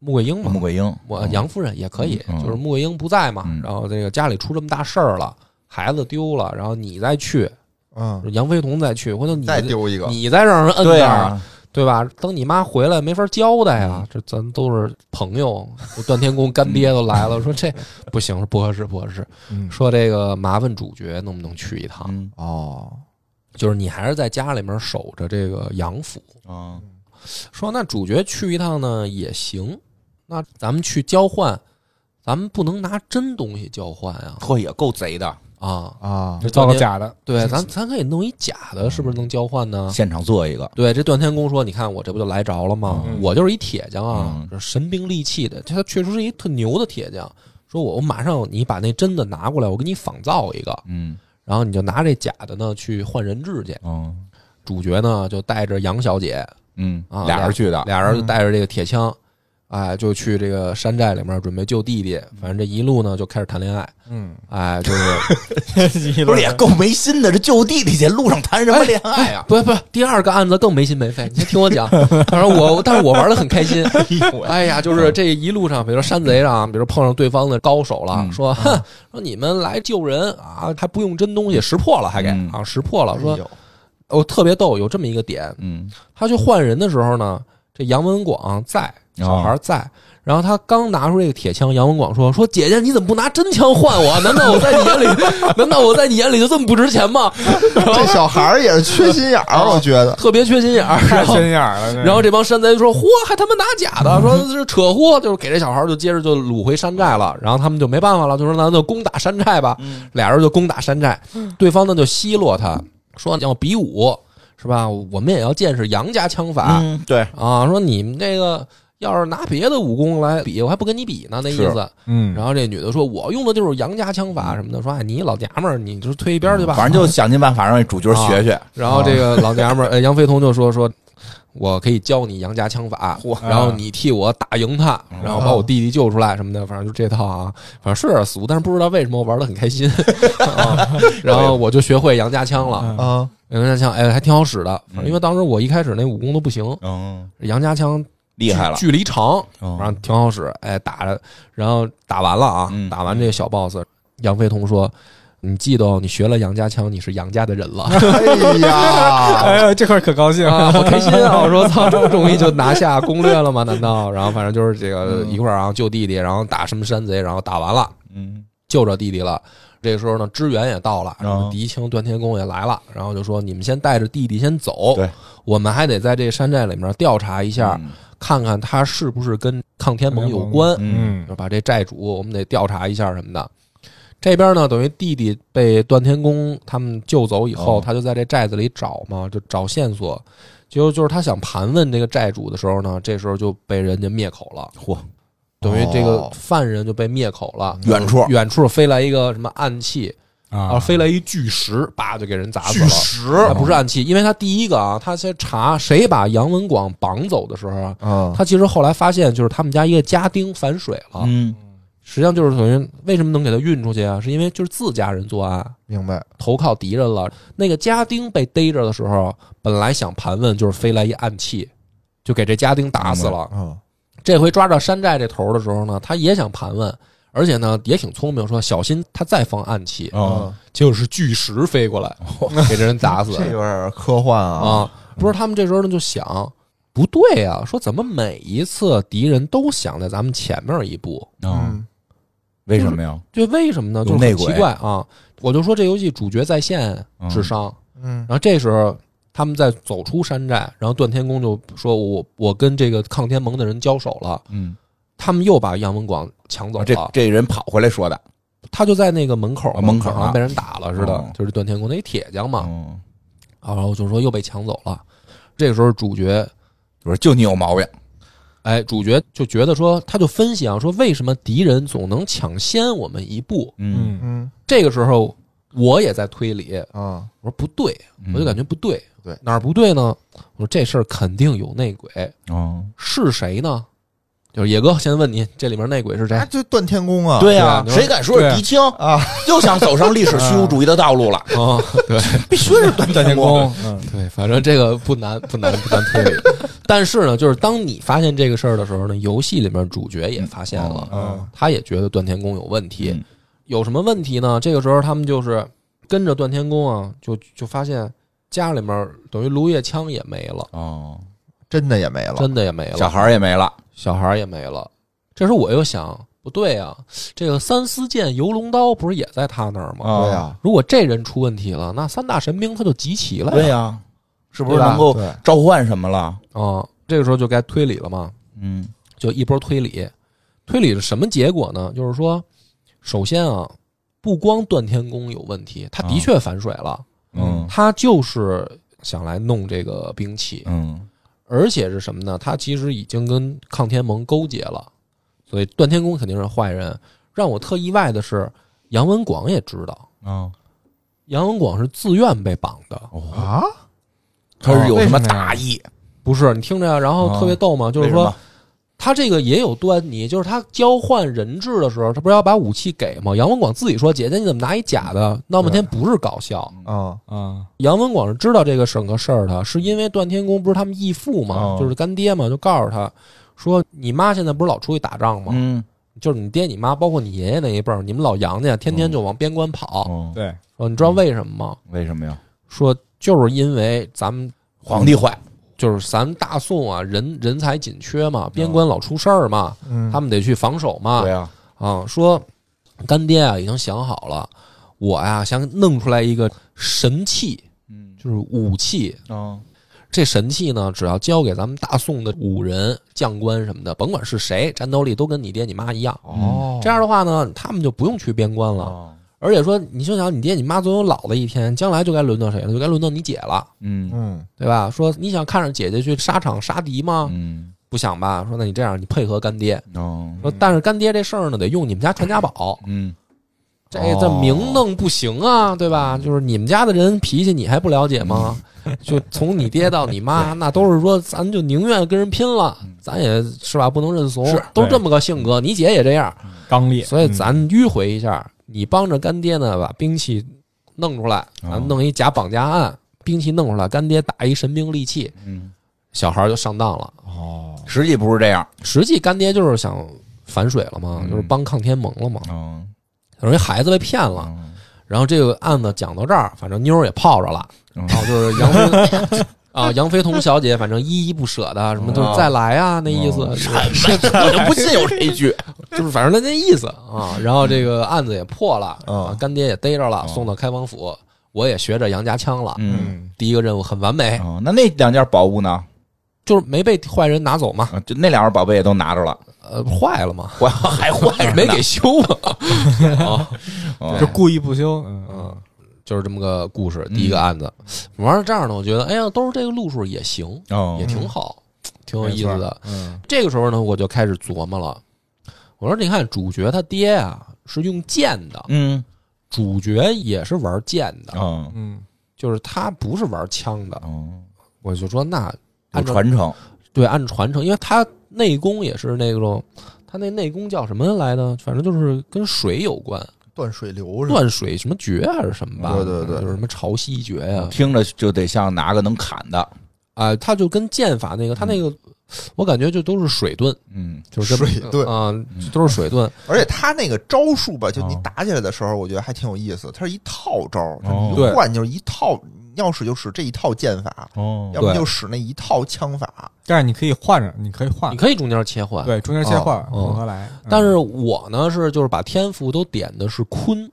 Speaker 1: 穆桂英嘛
Speaker 2: 穆，桂英，
Speaker 1: 我
Speaker 2: 嗯
Speaker 1: 杨夫人也可以，
Speaker 2: 嗯嗯
Speaker 1: 就是穆桂英不在嘛，
Speaker 2: 嗯
Speaker 1: 然后这个家里出这么大事儿了，孩子丢了，然后你再去，
Speaker 3: 嗯，
Speaker 1: 杨飞同再去，回头你
Speaker 3: 再丢一个，
Speaker 1: 你再让人摁
Speaker 2: 对
Speaker 1: 那儿，
Speaker 2: 啊，嗯
Speaker 1: 对吧？等你妈回来没法交代啊，这咱都是朋友，我段天宫干爹都来
Speaker 2: 嗯
Speaker 1: 了，说这不行，不合适，不合适，
Speaker 4: 嗯
Speaker 1: 说这个麻烦主角能不能去一趟？
Speaker 2: 嗯
Speaker 3: 哦，
Speaker 1: 就是你还是在家里面守着这个杨府，
Speaker 2: 啊，
Speaker 1: 说那主角去一趟呢也行，那咱们去交换，咱们不能拿真东西交换啊
Speaker 2: 嚯，也够贼的，
Speaker 1: 啊！
Speaker 3: 啊
Speaker 4: 就，造个假的，
Speaker 1: 对，咱咱可以弄一假的，是不是能交换呢？
Speaker 2: 现场做一个，
Speaker 1: 对，这段天公说：“你看我这不就来着了吗？
Speaker 4: 嗯
Speaker 1: 我就是一铁匠啊
Speaker 2: 嗯，
Speaker 1: 这神兵利器的，这他确实是一特牛的铁匠。说我我马上你把那真的拿过来，我给你仿造一个，
Speaker 2: 嗯
Speaker 1: 然后你就拿这假的呢去换人质去。
Speaker 2: 嗯
Speaker 1: 主角呢就带着杨小姐，
Speaker 2: 嗯
Speaker 1: 啊，
Speaker 2: 俩人去的，
Speaker 1: 俩人就带着这个铁枪，哎，就去这个山寨里面准备救弟弟。反正这一路呢，就开始谈恋爱，
Speaker 4: 嗯，
Speaker 1: 哎，就是嗯
Speaker 4: *laughs*
Speaker 2: 不
Speaker 1: *laughs*
Speaker 2: 是也够没心的，这就地里去，路上谈什么恋爱
Speaker 1: 哎
Speaker 2: 啊？
Speaker 1: 不不，第二个案子更没心没肺。你先听我讲，当然我，但是我玩的很开心。哎呀，就是这一路上，比如说山贼上，比如碰上对方的高手了，
Speaker 2: 嗯
Speaker 1: 说哼，说你们来救人啊，还不用真东西，识破了还给、
Speaker 2: 嗯
Speaker 1: 啊，识破了。说
Speaker 3: 哎，呦
Speaker 1: 我、特别逗，有这么一个点，
Speaker 2: 嗯，
Speaker 4: 哦
Speaker 1: 他去换人的时候呢，这杨文广在，小孩在，然后他刚拿出这个铁枪，杨文广说：“说姐姐，你怎么不拿真枪换
Speaker 4: *laughs*
Speaker 1: 我啊？难道我在你眼里，难道我在你眼里就这么不值钱
Speaker 4: *laughs*
Speaker 1: 吗？”然后
Speaker 3: 这小孩儿也是缺心眼儿，
Speaker 2: 哦
Speaker 3: 我觉得。
Speaker 1: 特别缺心眼儿，
Speaker 4: 太
Speaker 1: 然后
Speaker 4: 缺心眼儿嗯了。
Speaker 1: 然后这帮山贼说：“嚯，还他妈拿假的，说这是扯呼，就是给这小孩儿就接着就掳回山寨了。”然后他们就没办法了，就说：“那就攻打山寨吧。”
Speaker 4: 嗯
Speaker 1: 俩人就攻打山寨，对方呢就奚落他，说要比武是吧？我们也要见识杨家枪法
Speaker 2: 嗯，对，
Speaker 1: 啊！说你们这个要是拿别的武功来比，我还不跟你比呢，那意思。
Speaker 4: 嗯，
Speaker 1: 然后这女的说：“我用的就是杨家枪法什么的。”说：“哎，你老娘们儿，你就退一边儿去吧。”
Speaker 2: 嗯反正就啊想尽办法让这主角学学。
Speaker 1: *laughs* 然后这个老娘们儿，呃，杨飞通就说说，我可以教你杨家枪法，
Speaker 2: 嚯
Speaker 1: 然后你替我打赢
Speaker 2: 哦
Speaker 1: 他，然后把我弟弟救出来什么的，反正就这套啊，反正是有点俗，但是不知道为什么我玩的很开心， *laughs* 啊然后我就学会杨家枪
Speaker 2: 嗯
Speaker 1: 了，
Speaker 3: 啊，
Speaker 1: 杨家枪哎还挺好使的，反正因为当时我一开始那武功都不行，
Speaker 2: 嗯，
Speaker 1: 杨家枪
Speaker 2: 厉害了，
Speaker 1: 距离长，
Speaker 2: 嗯
Speaker 1: 反正挺好使，哎打着，然后打完了啊
Speaker 2: 嗯，
Speaker 1: 打完这个小 boss，杨飞通说。你记得哦，你学了杨家枪，你是杨家的人 *laughs* 了。
Speaker 3: 哎呀，
Speaker 2: *laughs*
Speaker 4: 哎呀，这块儿可高兴
Speaker 1: 啊，好开心啊！我说操，这么容易就拿下攻略了吗？难道？然后反正就是这个一块儿啊救弟弟，然后打什么山贼，然后打完了
Speaker 2: 嗯，
Speaker 1: 救着弟弟了。这个时候呢，支援也到了，
Speaker 2: 嗯
Speaker 1: 什么狄青、段天公也来了，然后就说你们先带着弟弟先走，
Speaker 2: 对，
Speaker 1: 我们还得在这山寨里面调查一下，看看他是不是跟嗯抗天盟有关，
Speaker 2: 嗯，
Speaker 4: 嗯，
Speaker 1: 就把这债主我们得调查一下什么的。这边呢，等于弟弟被段天公他们救走以后，
Speaker 2: 哦
Speaker 1: 他就在这寨子里找嘛，就找线索。结果就是他想盘问这个债主的时候呢，这时候就被人家灭口了，
Speaker 2: 嚯，
Speaker 1: 等于这个
Speaker 3: 哦
Speaker 1: 犯人就被灭口了。
Speaker 2: 远处
Speaker 1: 远处飞来一个什么暗器啊，
Speaker 4: 啊，
Speaker 1: 飞来一巨石，叭就给人砸死
Speaker 3: 巨
Speaker 1: 了。
Speaker 3: 石，
Speaker 1: 啊不是暗器，因为他第一个啊，他先查谁把杨文广绑走的时候啊，
Speaker 3: 嗯，
Speaker 1: 他其实后来发现就是他们家一个家丁反水了，
Speaker 2: 嗯，
Speaker 1: 实际上就是等于为什么能给他运出去啊？是因为就是自家人作案，
Speaker 3: 明白。
Speaker 1: 投靠敌人了。那个家丁被逮着的时候，本来想盘问，就是飞来一暗器，就给这家丁打死了。
Speaker 3: 嗯，
Speaker 1: 这回抓到山寨这头的时候呢，他也想盘问，而且呢也挺聪明，说小心他再放暗器，
Speaker 2: 哦，
Speaker 1: 结果是巨石飞过来， *laughs* 给 *laughs* 这人砸死
Speaker 3: 嗯这有点科幻
Speaker 2: 哦
Speaker 3: 啊。
Speaker 1: 啊！不是他们这时候呢就想。不对啊，说怎么每一次敌人都想在咱们前面一步？
Speaker 2: 嗯，
Speaker 3: 嗯，
Speaker 2: 为什么呀？
Speaker 1: 这为什么呢？
Speaker 2: 有
Speaker 1: 就是很
Speaker 2: 内
Speaker 1: 奇
Speaker 2: 鬼
Speaker 1: 怪啊！我就说这游戏主角在线智商，
Speaker 3: 嗯，
Speaker 1: 然后这时候他们在走出山寨，然后段天公就说我我跟这个抗天盟的人交手了，
Speaker 2: 嗯，
Speaker 1: 他们又把杨文广抢走
Speaker 2: 啊
Speaker 1: 了，
Speaker 2: 这这人跑回来说的，
Speaker 1: 他就在那个门口嘛
Speaker 2: 啊门口啊
Speaker 1: 好像被人打了似的，
Speaker 2: 哦
Speaker 1: 就是段天公那一铁匠嘛，啊
Speaker 2: 嗯，
Speaker 1: 然后就说又被抢走了，这个时候主角。
Speaker 2: 我说就你有毛病，
Speaker 1: 哎，主角就觉得说，他就分析啊，说为什么敌人总能抢先我们一步？
Speaker 2: 嗯，
Speaker 4: 嗯，
Speaker 3: 嗯
Speaker 1: 这个时候，我也在推理，
Speaker 3: 啊，
Speaker 1: 我说不对，
Speaker 2: 嗯
Speaker 1: 我就感觉不对，
Speaker 3: 对
Speaker 1: 哪儿不对呢？我说这事儿肯定有内鬼，
Speaker 2: 哦，
Speaker 1: 是谁呢？就是野哥先问你，这里面内鬼是谁
Speaker 3: 那？就段天宫啊。
Speaker 2: 哎对呀，
Speaker 1: 对啊
Speaker 2: 谁敢说是狄青
Speaker 3: 啊？
Speaker 2: 又想走上历史虚无主义的道路了，哎
Speaker 1: 啊，对
Speaker 2: *laughs* 必须是 *laughs* 段
Speaker 4: 段
Speaker 2: 天
Speaker 4: 天
Speaker 2: 公。
Speaker 4: 公，嗯，
Speaker 1: *laughs* 对，反正这个不难，不难，不难推理。但是呢，就是当你发现这个事儿的时候呢，游戏里面主角也发现了，
Speaker 2: 哦
Speaker 4: 嗯
Speaker 1: 他也觉得段天宫有问题。
Speaker 2: 嗯
Speaker 1: 有什么问题呢？这个时候他们就是跟着段天宫啊，就就发现家里面等于卢月枪也没了，
Speaker 2: 哦，
Speaker 3: 真的也没了。
Speaker 1: 真的也没了，
Speaker 2: 小孩儿也没了，
Speaker 1: 小孩儿也没了。这时候我又想，不对啊，这个三丝剑、游龙刀不是也在他那儿吗？
Speaker 2: 啊
Speaker 3: 对呀，
Speaker 1: 如果这人出问题了，那三大神兵他就集齐了呀。
Speaker 2: 呀，是不是
Speaker 1: 对吧
Speaker 2: 能够
Speaker 3: 对，
Speaker 2: 召唤什么了？
Speaker 1: 啊、这个时候就该推理了嘛，
Speaker 2: 嗯
Speaker 1: 就一波推理。推理是什么结果呢？就是说，首先啊，不光段天宫有问题，他的确反水了，
Speaker 2: 啊嗯
Speaker 1: 他就是想来弄这个兵器，
Speaker 2: 嗯
Speaker 1: 而且是什么呢？他其实已经跟抗天盟勾结了，所以段天宫肯定是坏人。让我特意外的是，杨文广也知道，
Speaker 2: 啊，
Speaker 1: 杨文广是自愿被绑的，
Speaker 2: 哦
Speaker 3: 啊，
Speaker 2: 他是有
Speaker 4: 为
Speaker 2: 什
Speaker 4: 什
Speaker 2: 么
Speaker 4: 么呀
Speaker 2: 大义？
Speaker 1: 不是？你听着呀，然后特别逗嘛，就是
Speaker 2: 为
Speaker 1: 说
Speaker 2: 什
Speaker 1: 他这个也有端倪，就是他交换人质的时候，他不是要把武器给吗？杨文广自己说：“姐姐，你怎么拿一假的？”闹半天不是搞笑。
Speaker 2: 哦
Speaker 3: 啊，
Speaker 4: 啊，
Speaker 1: 杨文广是知道这个整个事儿的，是因为段天宫不是他们义父嘛
Speaker 3: 哦，
Speaker 1: 就是干爹嘛，就告诉他说：“你妈现在不是老出去打仗
Speaker 2: 么
Speaker 1: 吗？
Speaker 2: 嗯
Speaker 1: 就是你爹、你妈，包括你爷爷那一辈儿，你们老杨家天
Speaker 2: 嗯
Speaker 1: 天就往边关跑。呃
Speaker 2: 哦，
Speaker 4: 对，
Speaker 1: 说你知道为什么吗？
Speaker 2: 为什么呀？
Speaker 1: 说就是因为咱们
Speaker 2: 皇帝坏，
Speaker 1: 就是咱们大宋啊，人人才紧缺嘛，边关老出事儿嘛，
Speaker 3: 嗯，
Speaker 1: 他们得去防守嘛
Speaker 2: 嗯对。啊，
Speaker 1: 啊，说干爹啊已经想好了，我呀、想弄出来一个神器，
Speaker 2: 嗯
Speaker 1: 就是武器。
Speaker 2: 啊，
Speaker 1: 这神器呢，只要交给咱们大宋的武人、将官什么的，甭管是谁，战斗力都跟你爹你妈一样。
Speaker 2: 哦，
Speaker 1: 这样的话呢，他们就不用去边关了。
Speaker 2: 啊，
Speaker 1: 而且说，你就想你爹你妈总有老的一天，将来就该轮到谁了？就该轮到你姐了，
Speaker 2: 嗯
Speaker 3: 嗯
Speaker 1: 对吧？说你想看着姐姐去沙场杀敌吗？
Speaker 2: 嗯，
Speaker 1: 不想吧？说那你这样，你配合干爹。
Speaker 2: 哦，
Speaker 1: 说但是干爹这事儿呢，得用你们家传家宝。
Speaker 2: 嗯，
Speaker 1: 这
Speaker 3: 哦
Speaker 1: 这明弄不行啊，对吧？
Speaker 2: 嗯
Speaker 1: 就是你们家的人脾气你还不了解吗？就从你爹到你
Speaker 2: *laughs*
Speaker 1: 妈，那都是说咱就宁愿跟人拼了，咱也是吧，不能认怂
Speaker 2: 嗯是，
Speaker 1: 都这么个性格。你姐也这样，
Speaker 4: 刚烈，
Speaker 1: 所以咱迂回一下，你帮着干爹呢把兵器弄出来，咱们弄一假绑架案，兵器弄出来，干爹打一神兵利器，
Speaker 2: 嗯，
Speaker 1: 小孩就上当了。
Speaker 3: 哦，
Speaker 2: 实际不是这样，
Speaker 1: 实际干爹就是想反水了嘛，
Speaker 2: 嗯
Speaker 1: 就是帮抗天盟了嘛，
Speaker 2: 哦，
Speaker 1: 等于孩子被骗了。
Speaker 2: 嗯
Speaker 1: 然后这个案子讲到这儿，反正妞儿也泡着了，
Speaker 2: 嗯
Speaker 1: 然后就是杨飞啊，杨飞彤小姐，反正依依不舍的，什么就是再来啊，那意思，
Speaker 2: 哦 *laughs*
Speaker 1: 就是
Speaker 2: 我就不信有这一句，
Speaker 1: *laughs* 就是反正那那意思啊。然后这个案子也破了，
Speaker 3: 嗯
Speaker 1: 啊干爹也逮着了，
Speaker 2: 哦
Speaker 1: 送到开封府，我也学着杨家枪了。
Speaker 2: *laughs* 嗯，
Speaker 1: 第一个任务很完美，
Speaker 2: 哦，那那两件宝物呢？
Speaker 1: 就是没被坏人拿走嘛，
Speaker 2: 啊就那两件宝贝也都拿着了，
Speaker 1: 呃，坏了嘛，
Speaker 2: 坏还坏着呢
Speaker 1: 没给修嘛。啊
Speaker 2: 哦
Speaker 4: 就故意不修，嗯，
Speaker 1: 嗯，就是这么个故事，第一
Speaker 2: 嗯
Speaker 1: 个案子。玩到这儿呢，我觉得，哎呀，都是这个路数也行，也
Speaker 2: 哦，
Speaker 1: 挺好，挺有意思的。
Speaker 4: 嗯，
Speaker 1: 这个时候呢，我就开始琢磨了。我说：“你看，主角他爹啊是用剑的，
Speaker 2: 嗯，
Speaker 1: 主角也是玩剑的，
Speaker 2: 哦，
Speaker 4: 嗯，
Speaker 1: 就是他不是玩枪的。
Speaker 2: 哦，”
Speaker 1: 我就说：“那
Speaker 2: 有
Speaker 1: 按照
Speaker 2: 传承，
Speaker 1: 对按传承，因为他内功也是那种，他那内功叫什么来着？反正就是跟水有关，
Speaker 3: 断水流是吧？
Speaker 1: 断水什么诀还是什么吧？
Speaker 3: 嗯对对对
Speaker 1: 就是什么潮汐诀呀、
Speaker 2: 听着就得像拿个能砍的，
Speaker 1: 啊，他就跟剑法那个，他那个我感觉就都是水遁，
Speaker 2: 嗯，
Speaker 1: 就是这么
Speaker 3: 嗯水遁
Speaker 1: 啊、都是水遁。
Speaker 3: 而且他那个招数吧，就你
Speaker 2: 哦
Speaker 3: 打起来的时候，我觉得还挺有意思。它是一套招，它
Speaker 2: 哦
Speaker 3: 一换就是一套，你要使就使这一套剑法，
Speaker 2: 哦
Speaker 3: 要么就使那一套枪法。
Speaker 4: 但是你可以换着，你可以换
Speaker 3: 嗯
Speaker 1: 你，可以中间切换，
Speaker 4: 对，中间切换
Speaker 1: 哦
Speaker 4: 混合来，嗯
Speaker 1: 但是我呢是就是把天赋都点的是坤，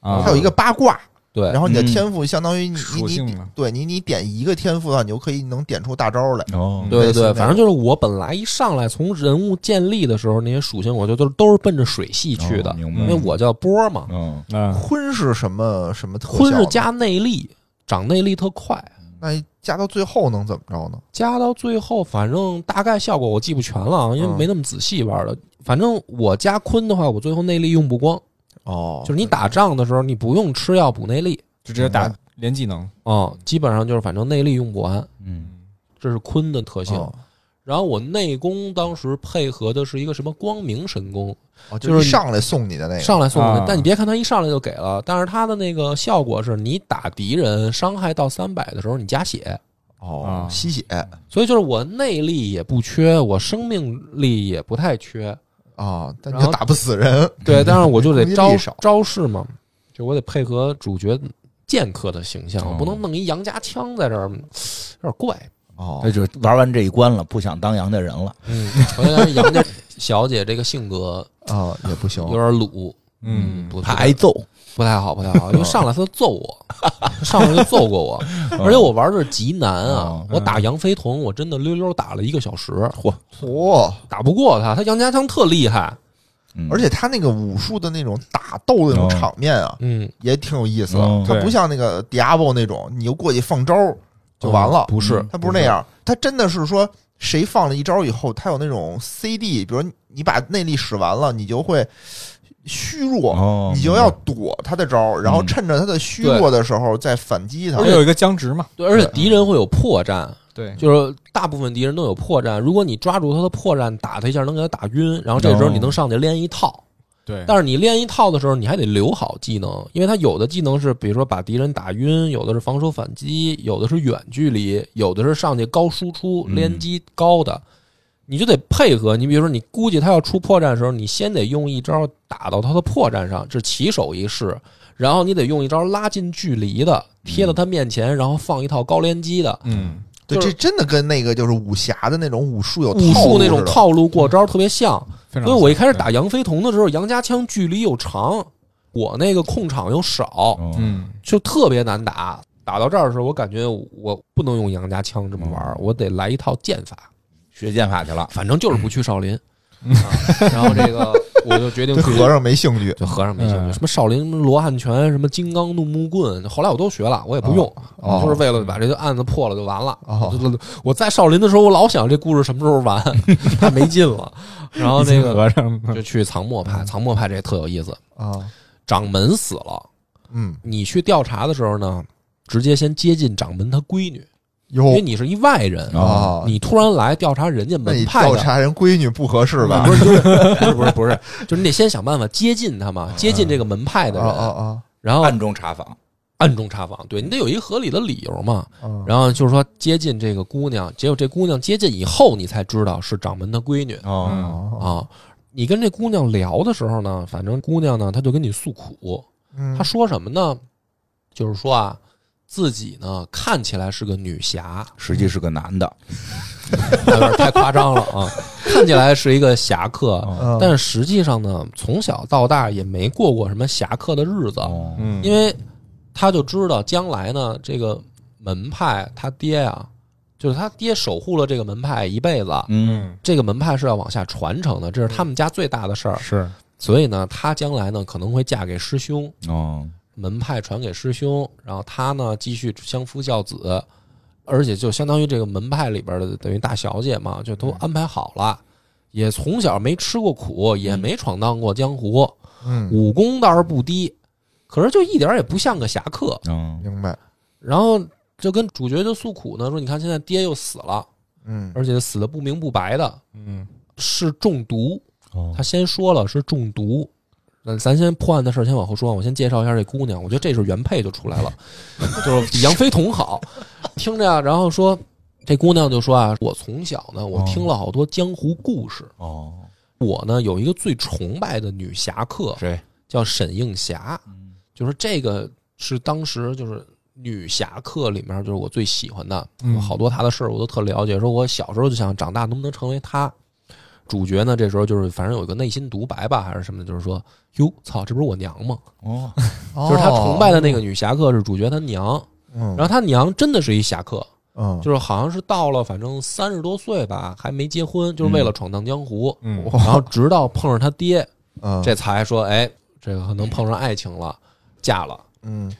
Speaker 4: 啊
Speaker 3: 它有一个八卦，
Speaker 1: 对
Speaker 3: 然，后你的
Speaker 2: 嗯
Speaker 3: 天赋相当于你
Speaker 4: 属
Speaker 3: 你
Speaker 4: 性
Speaker 3: 你
Speaker 4: 嘛
Speaker 3: 对你你点一个天赋的话，你就可以能点出大招来。
Speaker 2: 哦
Speaker 1: 对对
Speaker 3: 类似那
Speaker 1: 对，
Speaker 3: 种
Speaker 1: 反正就是我本来一上来从人物建立的时候那些属性，我就都都是奔着水系去的，
Speaker 2: 哦明
Speaker 1: 因
Speaker 3: 嗯
Speaker 2: 白
Speaker 1: 为我叫波嘛，
Speaker 2: 嗯，
Speaker 4: 嗯，
Speaker 3: 坤是什么什么特效
Speaker 1: 坤
Speaker 3: 呢？
Speaker 1: 是加内力，长内力特快，
Speaker 3: 那加到最后能怎么着呢？
Speaker 1: 加到最后反正大概效果我记不全了啊，因为
Speaker 3: 嗯
Speaker 1: 没那么仔细玩的。反正我加坤的话，我最后内力用不光，
Speaker 3: 哦
Speaker 1: 就是你打仗的时候你不用吃药补内力
Speaker 4: 就直接打
Speaker 3: 明
Speaker 1: 嗯
Speaker 4: 连技能，
Speaker 1: 啊，基本上就是反正内力用不完，
Speaker 2: 嗯，
Speaker 1: 这是坤的特性。
Speaker 3: 哦
Speaker 1: 然后我内功当时配合的是一个什么光明神功，
Speaker 3: 哦，
Speaker 1: 就是是
Speaker 3: 一上来送你的那个，
Speaker 1: 上来送的
Speaker 4: 啊
Speaker 1: 但你别看他一上来就给了，但是他的那个效果是你打敌人伤害到三百的时候你加血，
Speaker 3: 哦
Speaker 4: 啊
Speaker 3: 吸血
Speaker 1: 所以就是我内力也不缺，我生命力也不太缺，
Speaker 3: 啊，但你
Speaker 1: 然后
Speaker 3: 就打不死人。
Speaker 1: 对，但是我就得
Speaker 3: 攻击力
Speaker 1: 招
Speaker 3: 少
Speaker 1: 招式嘛，就我得配合主角剑客的形象，
Speaker 2: 哦
Speaker 1: 我不能弄一杨家枪在这儿，有点怪。
Speaker 3: 哦
Speaker 2: 那，就玩完这一关了，不想当杨家人了，
Speaker 1: 嗯， *laughs* 我觉得杨家小姐这个性格
Speaker 3: 啊，也不行
Speaker 1: 有。点鲁，
Speaker 4: 嗯，
Speaker 1: 不
Speaker 2: 怕
Speaker 1: 太
Speaker 2: 挨揍，
Speaker 1: 不太好，不 *laughs* 太好，因为上来他揍我， *laughs* 上来就揍过我，而且我玩的是极难啊
Speaker 2: 哦，
Speaker 1: 我打杨飞桐，我真的溜溜打了一个小时，嚯，
Speaker 3: 嚯！
Speaker 1: 打不过他，他杨家枪特厉害，
Speaker 2: 嗯
Speaker 3: 而且他那个武术的那种打斗的那种
Speaker 2: 哦
Speaker 3: 场面啊，
Speaker 1: 嗯，
Speaker 3: 也挺有意思
Speaker 2: 哦。
Speaker 3: 他不
Speaker 4: 对
Speaker 3: 像那个 Diablo 那种，你就过去放招儿就完了。
Speaker 1: 哦不是
Speaker 3: 他不是那，样，
Speaker 1: 嗯
Speaker 3: 他真的是说谁放了一招以后，他有那种 CD，比如你把内力使完了，你就会虚弱，
Speaker 1: 嗯
Speaker 2: 哦，
Speaker 3: 你就要躲他的招，然后趁着他的虚弱的时候再反击他
Speaker 4: 而。且有一个僵直嘛，
Speaker 1: 对嗯而且敌人会有破绽，
Speaker 4: 对，
Speaker 1: 就是大部分敌人都有破绽，如果你抓住他的破绽，打他一下能给他打晕，然后这时候
Speaker 2: 哦
Speaker 1: 你能上去练一套。
Speaker 3: 哎
Speaker 4: 对，
Speaker 1: 但是你练一套的时候，你还得留好技能，因为它有的技能是，比如说把敌人打晕，有的是防守反击，有的是远距离，有的是上去高输出
Speaker 2: 嗯
Speaker 1: 连击高的，你就得配合。你比如说，你估计他要出破绽的时候，你先得用一招打到他的破绽上，这起手一式，然后你得用一招拉近距离的，贴到他面前，然后放一套高连击的，
Speaker 4: 嗯，
Speaker 3: 对，
Speaker 1: 就
Speaker 3: 这
Speaker 1: 是
Speaker 3: 真的跟那个就是武侠的那种武术有
Speaker 1: 武
Speaker 3: 套
Speaker 1: 术
Speaker 3: 路
Speaker 1: 那种
Speaker 3: 似的
Speaker 1: 套路过招特别像，
Speaker 4: 非常
Speaker 1: 所以我一开始
Speaker 4: 对
Speaker 1: 打杨飞同的时候，杨家枪距离又长，我那个控场又少，
Speaker 2: 嗯，
Speaker 4: 嗯
Speaker 1: 就特别难打。打到这儿的时候，我感觉我不能用杨家枪这么玩儿，我得来一套剑法，
Speaker 2: 学剑法去了，
Speaker 1: 反正就是不去少林。啊然后这个我就决
Speaker 3: *laughs*
Speaker 1: 定
Speaker 3: 对
Speaker 1: 去
Speaker 3: 和尚没兴趣。
Speaker 1: 就和尚没兴趣，
Speaker 4: 嗯
Speaker 1: 什么少林、什么罗汉拳、什么金刚怒目棍，后来我都学了，我也不用，
Speaker 3: 哦
Speaker 1: 就是为了把这个案子破了就完了。
Speaker 3: 哦
Speaker 1: 就是我在少林的时候，我老想这故事什么时候完，太没劲了。然后那
Speaker 4: 一群
Speaker 1: 个
Speaker 4: 和尚
Speaker 3: 嗯
Speaker 1: 就去藏墨派，藏墨派这特有意思，
Speaker 3: 啊，
Speaker 1: 掌门死了，
Speaker 3: 嗯，
Speaker 1: 你去调查的时候呢，直接先接近掌门他闺女，因为
Speaker 3: 哟
Speaker 1: 你是一外人，
Speaker 3: 啊，
Speaker 1: 你突然来调查人家
Speaker 3: 那
Speaker 1: 门
Speaker 3: 你
Speaker 1: 派
Speaker 3: 调
Speaker 1: 的。
Speaker 3: 查人闺女不合适吧
Speaker 1: *laughs* 不？是，就是不是不是不是，就是你得先想办法接近他
Speaker 3: 哦
Speaker 1: 嘛，接近这个门派的
Speaker 3: 啊啊
Speaker 1: 人，
Speaker 3: 啊
Speaker 1: 然后
Speaker 2: 暗中查访，
Speaker 1: 暗中查访，对你得有一个合理的理由嘛。
Speaker 3: 啊！
Speaker 1: 然后就是说接近这个姑娘，结果这姑娘接近以后，你才知道是掌门的闺女
Speaker 2: 哦，
Speaker 3: 后
Speaker 1: 啊。你跟这姑娘聊的时候呢，反正姑娘呢，她就跟你诉苦，
Speaker 3: 嗯
Speaker 1: 她说什么呢？就是说啊，自己呢看起来是个女侠，
Speaker 2: 实际是个男的，
Speaker 1: 有点太夸张了啊，看起来是一个侠客，
Speaker 3: 嗯，
Speaker 1: 但
Speaker 3: 是
Speaker 1: 是实际上呢，从小到大也没过过什么侠客的日子，
Speaker 2: 哦
Speaker 4: 嗯，
Speaker 1: 因为他就知道将来呢，这个门派他爹啊，就是他爹守护了这个门派一辈子，
Speaker 2: 嗯，
Speaker 4: 嗯
Speaker 1: 这个门派是要往下传承的，这是他们家最大的事儿。
Speaker 4: 是
Speaker 1: 所以呢，他将来呢可能会嫁给师兄，
Speaker 2: 哦，
Speaker 1: 门派传给师兄，然后他呢继续相夫教子，而且就相当于这个门派里边的等于大小姐嘛，就都安排好了。也从小没吃过苦，也没闯荡过江湖，
Speaker 3: 嗯，
Speaker 1: 武功倒是不低，可是就一点儿也不像个侠客。
Speaker 2: 嗯，
Speaker 3: 明白，
Speaker 1: 然后就跟主角就诉苦呢，说你看现在爹又死了，
Speaker 3: 嗯
Speaker 1: 而且死的不明不白的，
Speaker 4: 嗯
Speaker 1: 是中毒。
Speaker 2: 哦
Speaker 1: 他先说了是中毒。那咱先破案的事儿先往后说，啊我先介绍一下这姑娘，我觉得这是原配就出来了， *laughs* 就是比杨飞同好。听着啊，然后说这姑娘就说啊，我从小呢，我听了好多江湖故事，
Speaker 2: 哦，
Speaker 1: 我呢有一个最崇拜的女侠客
Speaker 2: 谁？
Speaker 1: 叫沈映霞，
Speaker 2: 嗯
Speaker 1: 就是这个是当时就是女侠客里面就是我最喜欢的，
Speaker 4: 嗯
Speaker 1: 好多她的事儿我都特了解。说我小时候就想长大能不能成为她。主角呢，这时候就是反正有一个内心独白吧，还是什么的，就是说，哟，操，这不是我娘吗？
Speaker 2: 哦，
Speaker 1: 就是他崇拜的那
Speaker 3: 个，
Speaker 1: 个女侠客是主角他娘，
Speaker 3: 哦嗯，
Speaker 1: 然后他娘真的是一侠客，
Speaker 3: 嗯，
Speaker 1: 就是好像是到了反正三十多岁吧，还没结婚，就是为了闯荡江湖，
Speaker 4: 嗯
Speaker 1: 然后直到碰上他爹，
Speaker 3: 嗯
Speaker 1: 这才说，哎，这个可能碰上爱情了，嫁了，
Speaker 3: 嗯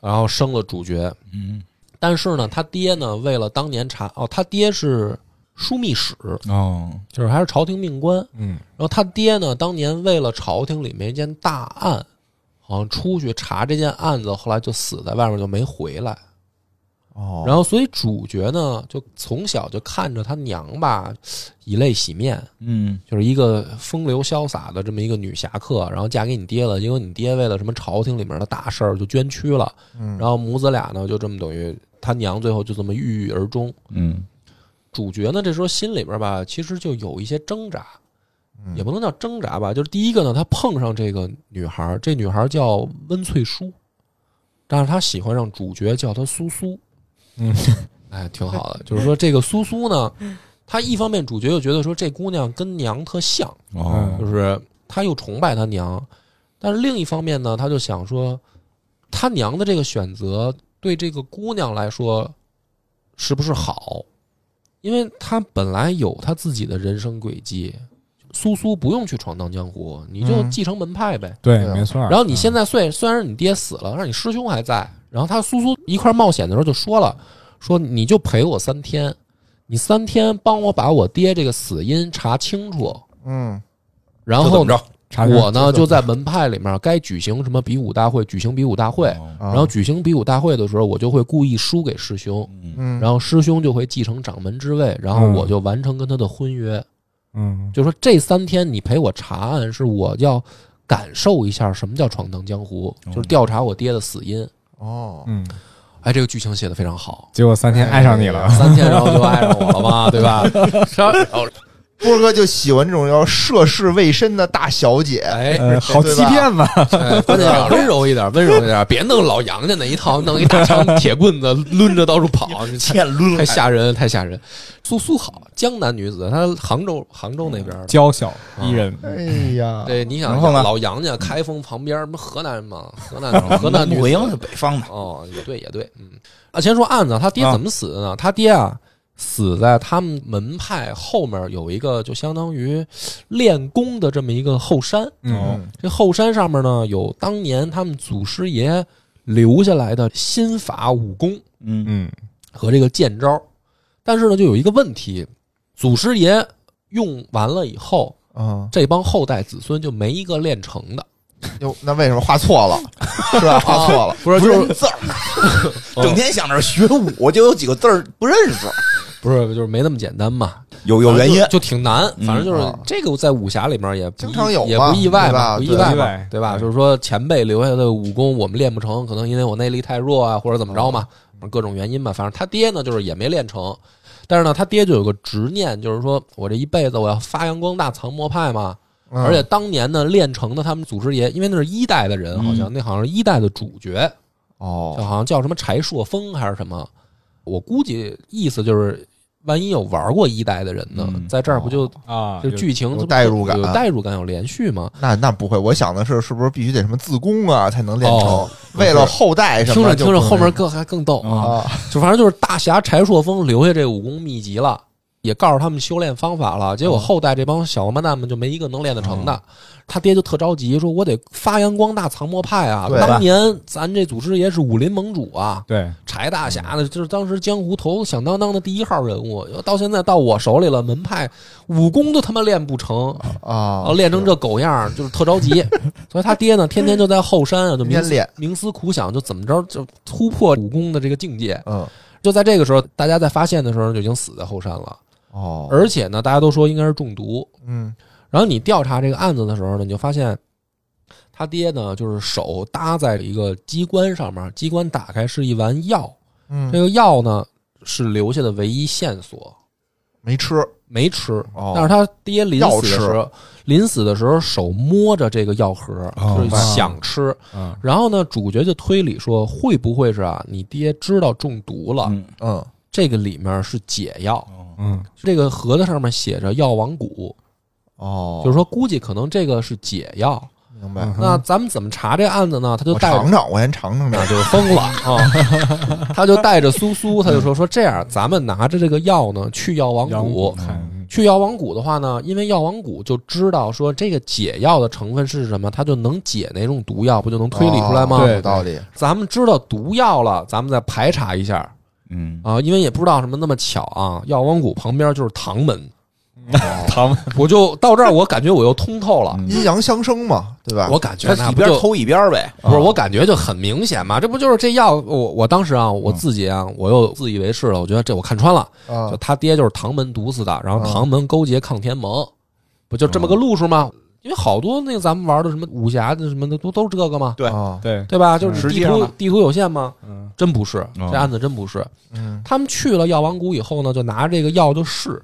Speaker 1: 然后生了主角，
Speaker 2: 嗯，
Speaker 1: 但是呢，他爹呢，为了当年查哦，他爹是枢密使，
Speaker 2: 哦，
Speaker 1: 就是还是朝廷命官。
Speaker 4: 嗯
Speaker 1: 然后他爹呢，当年为了朝廷里面一件大案，好像出去查这件案子，后来就死在外面，就没回来。
Speaker 3: 哦，
Speaker 1: 然后，所以主角呢，就从小就看着他娘吧，以泪洗面，
Speaker 2: 嗯，
Speaker 1: 就是一个风流潇洒的这么一个女侠客，然后嫁给你爹了，结果你爹为了什么朝廷里面的大事儿就捐躯了，
Speaker 3: 嗯
Speaker 1: 然后母子俩呢，就这么等于他娘最后就这么郁郁而终。
Speaker 2: 嗯，
Speaker 1: 主角呢，这时候心里边吧，其实就有一些挣扎，
Speaker 3: 嗯
Speaker 1: 也不能叫挣扎吧，就是第一个呢，他碰上这个女孩儿，这女孩儿叫温翠舒，但是他喜欢上主角叫她苏苏，
Speaker 4: 嗯，
Speaker 1: *laughs* 哎，挺好的。就是说这个苏苏呢，他一方面主角又觉得说这姑娘跟娘特像，
Speaker 2: 哦，
Speaker 1: 就是他又崇拜他娘，但是另一方面呢，他就想说，他娘的这个选择对这个姑娘来说是不是好？因为他本来有他自己的人生轨迹，苏苏不用去闯荡江湖，你就
Speaker 3: 嗯
Speaker 1: 继承门派呗。
Speaker 4: 对
Speaker 3: 对啊
Speaker 4: 没错儿。
Speaker 1: 然后
Speaker 2: 嗯
Speaker 1: 你现在虽虽然你爹死了，但是你师兄还在。然后他苏苏一块儿冒险的时候就说了，说你就陪我三天，你三天帮我把我爹这个死因查清楚，
Speaker 3: 嗯
Speaker 1: 然
Speaker 2: 就这
Speaker 1: 后
Speaker 2: 么着，
Speaker 4: 查实
Speaker 1: 我呢就在门派里面该举行什么比武大会，举行比武大会。
Speaker 2: 哦
Speaker 3: 啊，
Speaker 1: 然后举行比武大会的时候，我就会故意输给师兄，
Speaker 2: 嗯，
Speaker 3: 嗯，
Speaker 1: 然后师兄就会继承掌门之位，然后
Speaker 4: 嗯
Speaker 1: 我就完成跟他的婚约。
Speaker 4: 嗯
Speaker 1: 就说这三天你陪我查案，是我要感受一下什么叫闯荡江湖，
Speaker 2: 哦
Speaker 1: 就是调查我爹的死因。
Speaker 3: 哦，
Speaker 4: 嗯，
Speaker 1: 哎，这个剧情写的非常好，哎
Speaker 4: 结果三天爱上你了，
Speaker 1: 三天然后就爱上我了嘛，对吧？然后
Speaker 3: 波哥就喜欢这种要涉世未深的大小姐，
Speaker 1: 哎，
Speaker 4: 呃，好欺骗吧？
Speaker 1: *laughs* 哎关键要温柔一点，温柔一点，别弄老杨家那一套，弄一大
Speaker 4: *laughs*
Speaker 1: 长铁棍子抡着到处跑，你太
Speaker 2: 欠抡
Speaker 1: 太吓人，太吓人。苏苏好，江南女子，她杭州杭州那边的。
Speaker 4: *laughs* 娇小依人，
Speaker 3: 哎呀，
Speaker 1: 对，你想
Speaker 4: 嗯然后呢
Speaker 1: 老杨家开封旁边，不河
Speaker 4: *laughs*
Speaker 1: 南吗？河南河南女
Speaker 2: 穆桂英是
Speaker 1: 子
Speaker 2: 北方的，
Speaker 1: 哦，也对也对，嗯啊，先说案子，他爹
Speaker 2: 啊
Speaker 1: 怎么死的呢？他爹啊，死在他们门派后面有一个就相当于练功的这么一个后山，
Speaker 4: 嗯，
Speaker 3: 嗯，
Speaker 1: 这后山上面呢有当年他们祖师爷留下来的心法武功
Speaker 2: 嗯
Speaker 4: 嗯
Speaker 1: 和这个剑招，但是呢就有一个问题，祖师爷用完了以后，
Speaker 3: 啊，
Speaker 1: 这帮后代子孙就没一个练成的，
Speaker 3: 哟，那为什么画错了？是吧？画错了，
Speaker 1: 不是
Speaker 2: 不
Speaker 1: 就是
Speaker 2: 认字儿，整天想着学武，就有几个字儿不认识，
Speaker 1: 不是就是没那么简单嘛，
Speaker 2: 有有原因
Speaker 1: 就，就挺难。
Speaker 2: 嗯
Speaker 1: 反正就是
Speaker 3: 啊
Speaker 1: 这个在武侠里面也不
Speaker 3: 经常有嘛
Speaker 1: 也不意外嘛，不
Speaker 3: 对吧
Speaker 1: 意外
Speaker 4: 对
Speaker 1: 嘛，对吧？就是说前辈留下的武功我们练不成，可能因为我内力太弱啊，或者怎么着嘛，各种原因吧。反正他爹呢，就是也没练成，但是呢，他爹就有个执念，就是说我这一辈子我要发扬光大藏魔派嘛。
Speaker 3: 嗯
Speaker 1: 而且当年呢，练成的他们祖师爷，因为那是一代的人，好
Speaker 3: 嗯
Speaker 1: 像、那好像是一代的主角，就
Speaker 3: 哦，
Speaker 1: 好像叫什么柴硕峰还是什么，我估计意思就是，万一有玩过一代的人呢，
Speaker 2: 嗯
Speaker 1: 在这儿不就
Speaker 4: 啊，
Speaker 1: 就剧情
Speaker 3: 哦有
Speaker 1: 这不
Speaker 3: 代入感啊
Speaker 1: 有代入感，有连续吗？
Speaker 3: 那那不会，我想的是，是不是必须得什么自宫啊才能练成
Speaker 1: 哦？
Speaker 3: 为了后代
Speaker 1: 听
Speaker 3: 什么
Speaker 1: 着
Speaker 3: 的？
Speaker 1: 听着，后面更还更逗
Speaker 4: 嗯
Speaker 1: 啊！
Speaker 3: 啊，
Speaker 1: 就反正就是大侠柴硕峰留下这武功秘籍了，也告诉他们修炼方法
Speaker 3: 哦
Speaker 1: 了，结果后代这帮小王八蛋们就没一个能练得成的。他爹就特着急，说我得发扬光大藏魔派啊！
Speaker 3: 对
Speaker 1: 当年咱这祖师爷是武林盟主啊，
Speaker 4: 对，
Speaker 1: 柴大侠
Speaker 3: 嗯
Speaker 1: 呢，就是当时江湖头响当当的第一号人物，到现在到我手里了，门派武功都他妈练不成，
Speaker 3: 啊
Speaker 1: 啊，，练成这狗样儿，就是特着
Speaker 3: *laughs*
Speaker 1: 急。所以他爹呢，天天就在后山啊，就冥
Speaker 3: 天天
Speaker 1: 思
Speaker 3: 练
Speaker 1: 冥思苦想，就怎么着就突破武功的这个境界。
Speaker 3: 嗯，
Speaker 1: 就在这个时候，大家在发现的时候就已经死在后山了，
Speaker 3: 哦，
Speaker 1: 而且呢，大家都说应该是中毒。
Speaker 3: 嗯，
Speaker 1: 然后你调查这个案子的时候呢，你就发现他爹呢，就是手搭在一个机关上面，机关打开是一丸药，
Speaker 3: 嗯
Speaker 1: 这个药呢是留下的唯一线索，
Speaker 3: 没吃
Speaker 1: 没吃。
Speaker 3: 哦，
Speaker 1: 但是他爹临
Speaker 3: 药
Speaker 1: 死的
Speaker 3: 吃
Speaker 1: 时候，临死的时候手摸着这个药盒，
Speaker 4: 哦
Speaker 1: 就是想吃。
Speaker 4: 嗯
Speaker 1: 然后呢，主角就推理说，会不会是啊，你爹知道中毒了，
Speaker 2: 嗯
Speaker 3: 嗯，
Speaker 1: 这个里面是解药，
Speaker 2: 啊
Speaker 4: 嗯
Speaker 1: 这个盒子上面写着药王谷，
Speaker 3: 哦，
Speaker 1: 就是说估计可能这个是解药。
Speaker 3: 明白。
Speaker 4: 嗯
Speaker 1: 那咱们怎么查这个案子呢？他就
Speaker 3: 我
Speaker 1: 带着
Speaker 3: 尝尝，我先尝尝这
Speaker 1: 那就疯了啊！他就带着苏苏，他就说说这样，咱们拿着这个药呢去药王
Speaker 4: 羊
Speaker 1: 谷，
Speaker 4: 看嗯
Speaker 1: 去药王谷的话呢，因为药王谷就知道说这个解药的成分是什么，它就能解那种毒药，不就能 *laughs* 推理出来吗？
Speaker 3: 哦
Speaker 4: 对
Speaker 3: 有道理。
Speaker 1: 咱们知道毒药了，咱们再排查一下
Speaker 2: 嗯，
Speaker 1: 啊，因为也不知道什么那么巧啊，药王谷旁边就是唐门，哦
Speaker 4: 他们
Speaker 1: 我就到这儿，我感觉我又通透了，
Speaker 2: 嗯
Speaker 3: 阴阳相生嘛，对吧？
Speaker 1: 我感觉
Speaker 2: 他
Speaker 1: 那
Speaker 2: 一
Speaker 1: 不
Speaker 2: 边
Speaker 1: 就
Speaker 2: 偷一边呗，
Speaker 1: 不
Speaker 2: 啊
Speaker 1: 是，我感觉就很明显嘛，这不就是这药？我我当时啊，我自己啊，我又自以为是了，我觉得这我看穿了，
Speaker 3: 啊
Speaker 1: 就，他爹就是唐门毒死的，然后
Speaker 3: 嗯
Speaker 1: 唐门勾结抗天盟，不就这么个路数吗？因为好多那个咱们玩的什么武侠的什么的，都都是这个嘛，
Speaker 2: 对
Speaker 3: 啊，
Speaker 4: 对，
Speaker 1: 对吧？就是
Speaker 2: 实际
Speaker 1: 地
Speaker 2: 上
Speaker 1: 图
Speaker 2: 呢
Speaker 1: 地图有限吗？
Speaker 4: 嗯
Speaker 1: 真不是，
Speaker 2: 嗯
Speaker 1: 这案子真不是。
Speaker 3: 嗯，
Speaker 1: 他们去了药王谷以后呢，就拿这个药就试，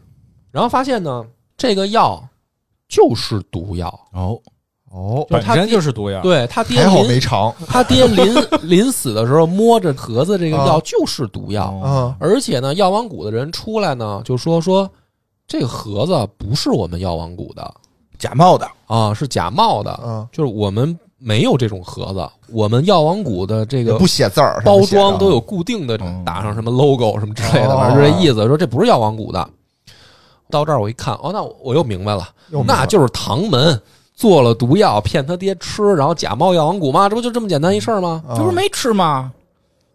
Speaker 1: 然后发现呢，这个药就是毒药。
Speaker 2: 哦，
Speaker 3: 哦，
Speaker 1: 就
Speaker 4: 本
Speaker 1: 是他
Speaker 4: 身就是毒药，
Speaker 1: 对他爹
Speaker 3: 还好
Speaker 1: 临
Speaker 3: 没尝。
Speaker 1: 他爹临临死的时候摸着盒子这个药
Speaker 3: 啊
Speaker 1: 就是毒药，
Speaker 2: 哦
Speaker 3: 嗯，
Speaker 1: 而且呢，药王谷的人出来呢就说说这个盒子不是我们药王谷的
Speaker 2: 假冒的，
Speaker 1: 啊，是假冒的，
Speaker 3: 嗯，
Speaker 1: 就是我们没有这种盒子，我们药王谷的这
Speaker 3: 也
Speaker 1: 个
Speaker 3: 不写字儿，
Speaker 1: 包装都有固定的
Speaker 2: 嗯
Speaker 1: 打上什么 logo 什么之类的，
Speaker 3: 哦
Speaker 1: 反正就这意思，说这不是药王谷的。到这儿我一看，哦，那我又明白了，
Speaker 3: 又明白
Speaker 1: 那就是唐门做了毒药骗他爹吃，然后假冒药王谷嘛，这不就这么简单一事儿吗？
Speaker 3: 啊
Speaker 2: 这不是没吃吗？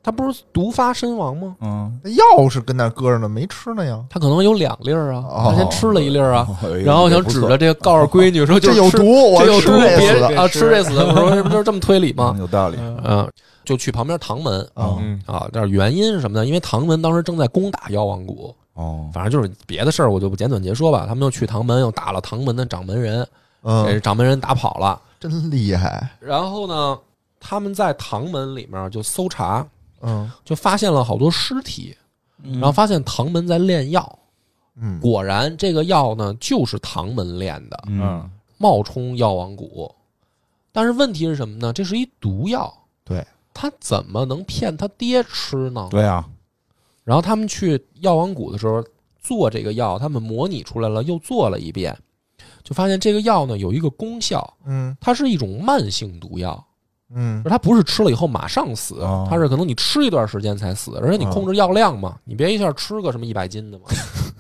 Speaker 1: 他不是毒发身亡吗？
Speaker 2: 嗯，
Speaker 3: 那药是跟那儿搁着呢，没吃呢呀。
Speaker 1: 他可能有两粒儿啊，
Speaker 3: 哦
Speaker 1: 他先吃了一粒儿啊，
Speaker 2: 哎呦
Speaker 1: 然后想指着这个告诉闺女说就
Speaker 3: 这
Speaker 1: 是
Speaker 3: 有
Speaker 1: 吃，
Speaker 3: 毒，我
Speaker 1: 这有
Speaker 3: 吃
Speaker 1: 毒，
Speaker 3: 这
Speaker 1: 别
Speaker 3: 死的
Speaker 1: 啊吃这死的，我说这不就是这么推理吗
Speaker 2: 嗯？有道理，
Speaker 1: 嗯，就去旁边唐门
Speaker 3: 啊
Speaker 4: 嗯
Speaker 1: 啊，这原因是什么呢？因为唐门当时正在攻打妖王谷，
Speaker 2: 哦，
Speaker 1: 反正就是别的事儿我就不简短截说吧。他们又去唐门，又打了唐门的掌门人，给
Speaker 3: 嗯，
Speaker 1: 掌门人打跑了。
Speaker 3: 真厉害。
Speaker 1: 然后呢，他们在唐门里面就搜查，
Speaker 3: 嗯，
Speaker 1: 就发现了好多尸体，
Speaker 2: 然
Speaker 1: 然后发现唐门在炼药。
Speaker 3: 嗯，
Speaker 1: 果然，这个药呢就是唐门炼的
Speaker 4: 嗯
Speaker 1: 冒充药王谷，但是问题是什么呢？这是一毒药，
Speaker 3: 对，
Speaker 1: 他怎么能骗他爹吃呢？
Speaker 2: 对啊，
Speaker 1: 然后他们去药王谷的时候做这个药，他们模拟出来了，又做了一遍，就发现这个药呢有一个功效，
Speaker 3: 嗯
Speaker 1: 它是一种慢性毒药，
Speaker 3: 嗯
Speaker 1: 就是它不是吃了以后马上死
Speaker 2: 哦，
Speaker 1: 它是可能你吃一段时间才死，而且你控制药量嘛，你别一下吃个什么一百斤的嘛，